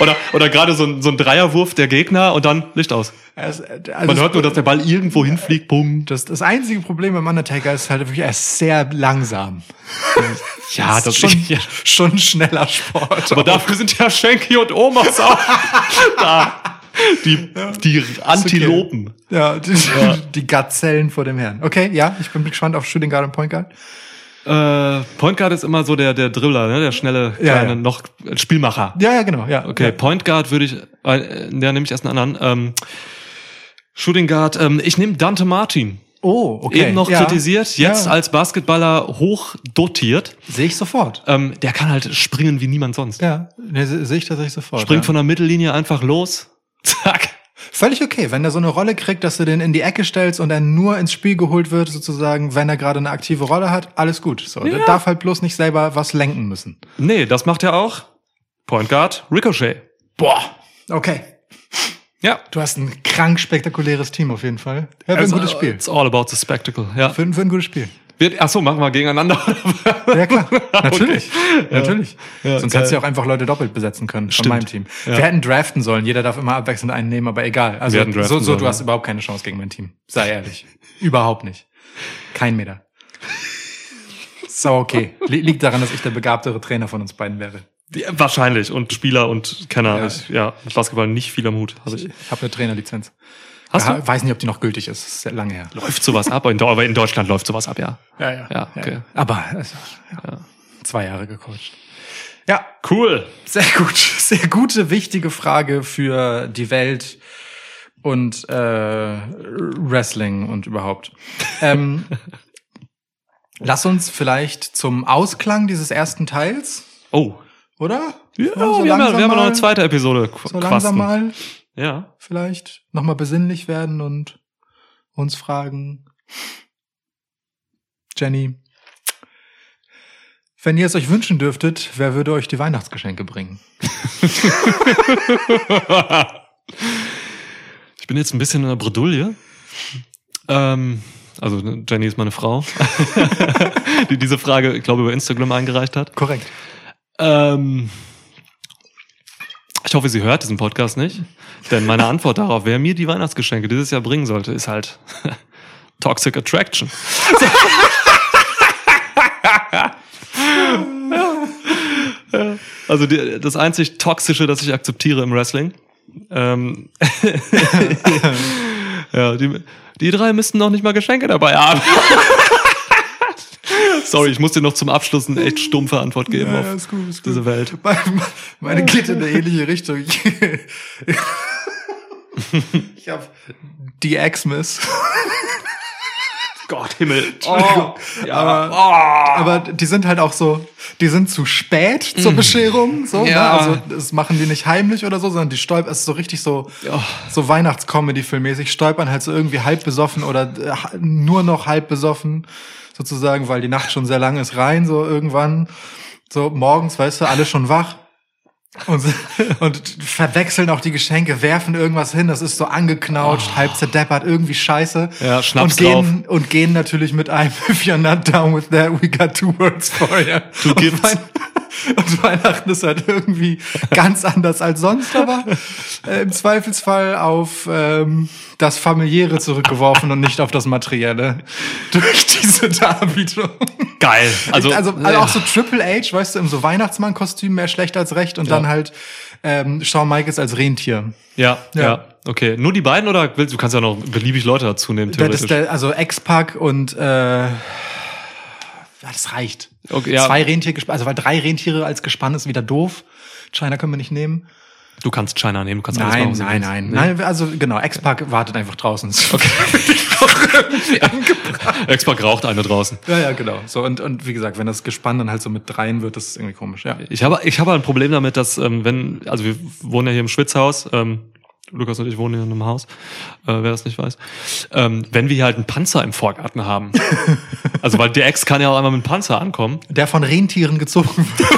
[SPEAKER 3] oder, oder gerade so ein, so ein Dreierwurf der Gegner und dann Licht aus.
[SPEAKER 4] Also, also
[SPEAKER 3] Man
[SPEAKER 4] das-
[SPEAKER 3] hört nur, dass der Ball irgendwo hinfliegt, bumm.
[SPEAKER 4] das, das einzige Problem beim Undertaker ist halt wirklich, er ist sehr langsam.
[SPEAKER 3] Ja, das,
[SPEAKER 4] schon,
[SPEAKER 3] [LAUGHS] ja.
[SPEAKER 4] schon
[SPEAKER 3] [LAUGHS]
[SPEAKER 4] schneller Sport.
[SPEAKER 3] Aber dafür sind ja Schenki und Omas auch [LAUGHS] da. Die, die Antilopen.
[SPEAKER 4] Ja, die, [LAUGHS] die Gazellen vor dem Herrn. Okay, ja, ich bin gespannt auf Shooting Guard und Point Guard.
[SPEAKER 3] Äh, Point Guard ist immer so der, der Dribbler, ne? der schnelle,
[SPEAKER 4] Ja,
[SPEAKER 3] kleine,
[SPEAKER 4] ja.
[SPEAKER 3] noch Spielmacher.
[SPEAKER 4] Ja, ja, genau, ja.
[SPEAKER 3] Okay, Point Guard würde ich, äh, da nehme ich erst einen anderen. Ähm, Shooting Guard, ähm, ich nehme Dante Martin.
[SPEAKER 4] Oh, okay.
[SPEAKER 3] Eben noch
[SPEAKER 4] ja.
[SPEAKER 3] kritisiert, jetzt
[SPEAKER 4] ja.
[SPEAKER 3] als Basketballer hoch dotiert.
[SPEAKER 4] Sehe ich sofort.
[SPEAKER 3] Ähm, der kann halt springen wie niemand sonst.
[SPEAKER 4] Ja, ne, se- sehe ich tatsächlich sofort.
[SPEAKER 3] Springt
[SPEAKER 4] ja.
[SPEAKER 3] von der Mittellinie einfach los. [LAUGHS] Zack.
[SPEAKER 4] Völlig okay, wenn er so eine Rolle kriegt, dass du den in die Ecke stellst und er nur ins Spiel geholt wird, sozusagen, wenn er gerade eine aktive Rolle hat, alles gut. So, der darf halt bloß nicht selber was lenken müssen.
[SPEAKER 3] Nee, das macht er auch. Point Guard, Ricochet.
[SPEAKER 4] Boah. Okay.
[SPEAKER 3] Ja.
[SPEAKER 4] Du hast ein krank spektakuläres Team auf jeden Fall. Ja, für ein
[SPEAKER 3] It's-
[SPEAKER 4] gutes Spiel.
[SPEAKER 3] Also, It's all about the spectacle. Ja.
[SPEAKER 4] Für, ein- für ein gutes Spiel.
[SPEAKER 3] Wird, ach so, machen wir gegeneinander. [LAUGHS]
[SPEAKER 4] Ja, klar. Natürlich. Natürlich.
[SPEAKER 3] Ja,
[SPEAKER 4] Sonst
[SPEAKER 3] geil.
[SPEAKER 4] hättest du ja auch einfach Leute doppelt besetzen können von
[SPEAKER 3] Stimmt.
[SPEAKER 4] meinem Team.
[SPEAKER 3] Ja.
[SPEAKER 4] Wir hätten draften sollen. Jeder darf immer abwechselnd einen nehmen, aber egal. Also,
[SPEAKER 3] Wir hätten draften
[SPEAKER 4] so, so,
[SPEAKER 3] sollen,
[SPEAKER 4] du hast
[SPEAKER 3] ja.
[SPEAKER 4] überhaupt keine Chance gegen mein Team. Sei ehrlich. [LAUGHS] überhaupt nicht. Kein Meter. So, okay. Li- Liegt daran, dass ich der begabtere Trainer von uns beiden wäre.
[SPEAKER 3] Ja, wahrscheinlich. Und Spieler und Kenner. Ja, ich, ja mit Basketball nicht viel am Hut. Habe ich.
[SPEAKER 4] Ich habe eine Trainerlizenz.
[SPEAKER 3] Hast
[SPEAKER 4] ja,
[SPEAKER 3] du?
[SPEAKER 4] Weiß nicht, ob die noch gültig ist. Ist sehr lange her.
[SPEAKER 3] Läuft sowas ab? In, aber in Deutschland läuft sowas ab, ja.
[SPEAKER 4] Ja, ja.
[SPEAKER 3] Ja, okay.
[SPEAKER 4] Aber also,
[SPEAKER 3] Ja.
[SPEAKER 4] zwei Jahre gecoacht. Ja,
[SPEAKER 3] Cool.
[SPEAKER 4] sehr gut. [LAUGHS] Sehr gute, wichtige Frage für die Welt und äh, Wrestling und überhaupt.
[SPEAKER 3] [LAUGHS]
[SPEAKER 4] Ähm, lass uns vielleicht zum Ausklang dieses ersten Teils,
[SPEAKER 3] Oh.
[SPEAKER 4] oder?
[SPEAKER 3] Ja,
[SPEAKER 4] so
[SPEAKER 3] wir, haben ja,
[SPEAKER 4] langsam
[SPEAKER 3] wir haben ja noch
[SPEAKER 4] mal-
[SPEAKER 3] eine zweite Episode. qu-
[SPEAKER 4] So
[SPEAKER 3] quasten.
[SPEAKER 4] langsam mal
[SPEAKER 3] Ja.
[SPEAKER 4] vielleicht nochmal besinnlich werden und uns fragen, Jenny, wenn ihr es euch wünschen dürftet, wer würde euch die Weihnachtsgeschenke bringen?
[SPEAKER 3] ich bin jetzt ein bisschen in der Bredouille. Ähm, also ne, Jenny ist meine Frau, [LAUGHS] die diese Frage, ich glaube, über Instagram eingereicht hat.
[SPEAKER 4] Korrekt.
[SPEAKER 3] Ähm, ich hoffe, sie hört diesen Podcast nicht, denn meine Antwort darauf, wer mir die Weihnachtsgeschenke dieses Jahr bringen sollte, ist halt [LAUGHS] Toxic Attraction. Ja. Also die, das einzig Toxische, das ich akzeptiere im Wrestling. Ähm, [LAUGHS] ja, die, die drei müssten noch nicht mal Geschenke dabei haben. [LAUGHS] Sorry, ich muss dir noch zum Abschluss eine echt stumpfe Antwort geben auf
[SPEAKER 4] ist gut, ist
[SPEAKER 3] diese Welt.
[SPEAKER 4] [LAUGHS] Meine, meine geht in eine ähnliche Richtung. [LAUGHS] Ich, ich habe die Xmas.
[SPEAKER 3] Gott, Himmel.
[SPEAKER 4] [LAUGHS]
[SPEAKER 3] Oh.
[SPEAKER 4] Entschuldigung.
[SPEAKER 3] ja.
[SPEAKER 4] Aber, aber die sind halt auch so, die sind zu spät zur Bescherung. So,
[SPEAKER 3] Mhm. Ja.
[SPEAKER 4] ne? Also das machen die nicht heimlich oder so, sondern die stolpern, es ist so richtig so,
[SPEAKER 3] Oh.
[SPEAKER 4] so Weihnachtscomedy-filmmäßig, stolpern halt so irgendwie halb besoffen oder äh, ha- nur noch halb besoffen, sozusagen, weil die Nacht schon sehr lang ist rein, so irgendwann. So morgens, weißt du, alle schon wach. Und, [LAUGHS] und verwechseln auch die Geschenke, werfen irgendwas hin, das ist so angeknautscht, halb zerdeppert, irgendwie scheiße.
[SPEAKER 3] Oh. Ja, Schnaps
[SPEAKER 4] und gehen, und gehen natürlich mit einem [LAUGHS] If you're not down with that, we got two words for you.
[SPEAKER 3] Two gifts.
[SPEAKER 4] Und, [LAUGHS] und Weihnachten ist halt irgendwie ganz anders als sonst, aber äh, im Zweifelsfall auf ähm, das Familiäre zurückgeworfen und nicht auf das Materielle [LAUGHS] durch diese Darbietung.
[SPEAKER 3] Geil. Also,
[SPEAKER 4] Also, also auch so Triple H, weißt du, im so Weihnachtsmann-Kostüm mehr schlecht als recht und dann halt ähm, Shawn Michaels als Rentier.
[SPEAKER 3] ja, ja,
[SPEAKER 4] ja.
[SPEAKER 3] Okay. Nur die beiden oder willst, du kannst ja noch beliebig Leute dazu nehmen,
[SPEAKER 4] Das ist
[SPEAKER 3] theoretisch.
[SPEAKER 4] der, also Ex-Pack und äh, ja, das reicht.
[SPEAKER 3] Okay, ja.
[SPEAKER 4] Zwei Rentiere, gesp- also weil drei Rentiere als Gespann ist wieder doof. China können wir nicht nehmen.
[SPEAKER 3] du kannst China nehmen, du kannst alles
[SPEAKER 4] Nein,
[SPEAKER 3] machen. was du
[SPEAKER 4] nein,
[SPEAKER 3] willst.
[SPEAKER 4] nein,
[SPEAKER 3] Nee.
[SPEAKER 4] nein. Also genau, Ex-Pack wartet einfach draußen. Okay.
[SPEAKER 3] Expark raucht eine draußen.
[SPEAKER 4] [LAUGHS] ja, ja, genau. So und und wie gesagt, wenn das Gespann dann halt so mit dreien wird, das ist irgendwie komisch. Ja.
[SPEAKER 3] Ich habe, ich habe ein Problem damit, dass ähm, wenn, also wir wohnen ja hier im Schwitzhaus, ähm, Lukas und ich wohnen hier in einem Haus, äh, wer das nicht weiß, ähm, wenn wir hier halt einen Panzer im Vorgarten
[SPEAKER 4] [LAUGHS]
[SPEAKER 3] haben. also weil der Ex kann ja auch einmal mit einem Panzer ankommen.
[SPEAKER 4] Der von Rentieren gezogen wird.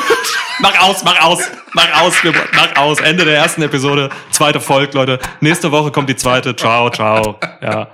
[SPEAKER 3] Mach aus, mach aus, mach aus, wir, mach aus. Ende der ersten Episode, zweite Folge, Leute. Nächste Woche kommt die zweite. Ciao, ciao. Ja.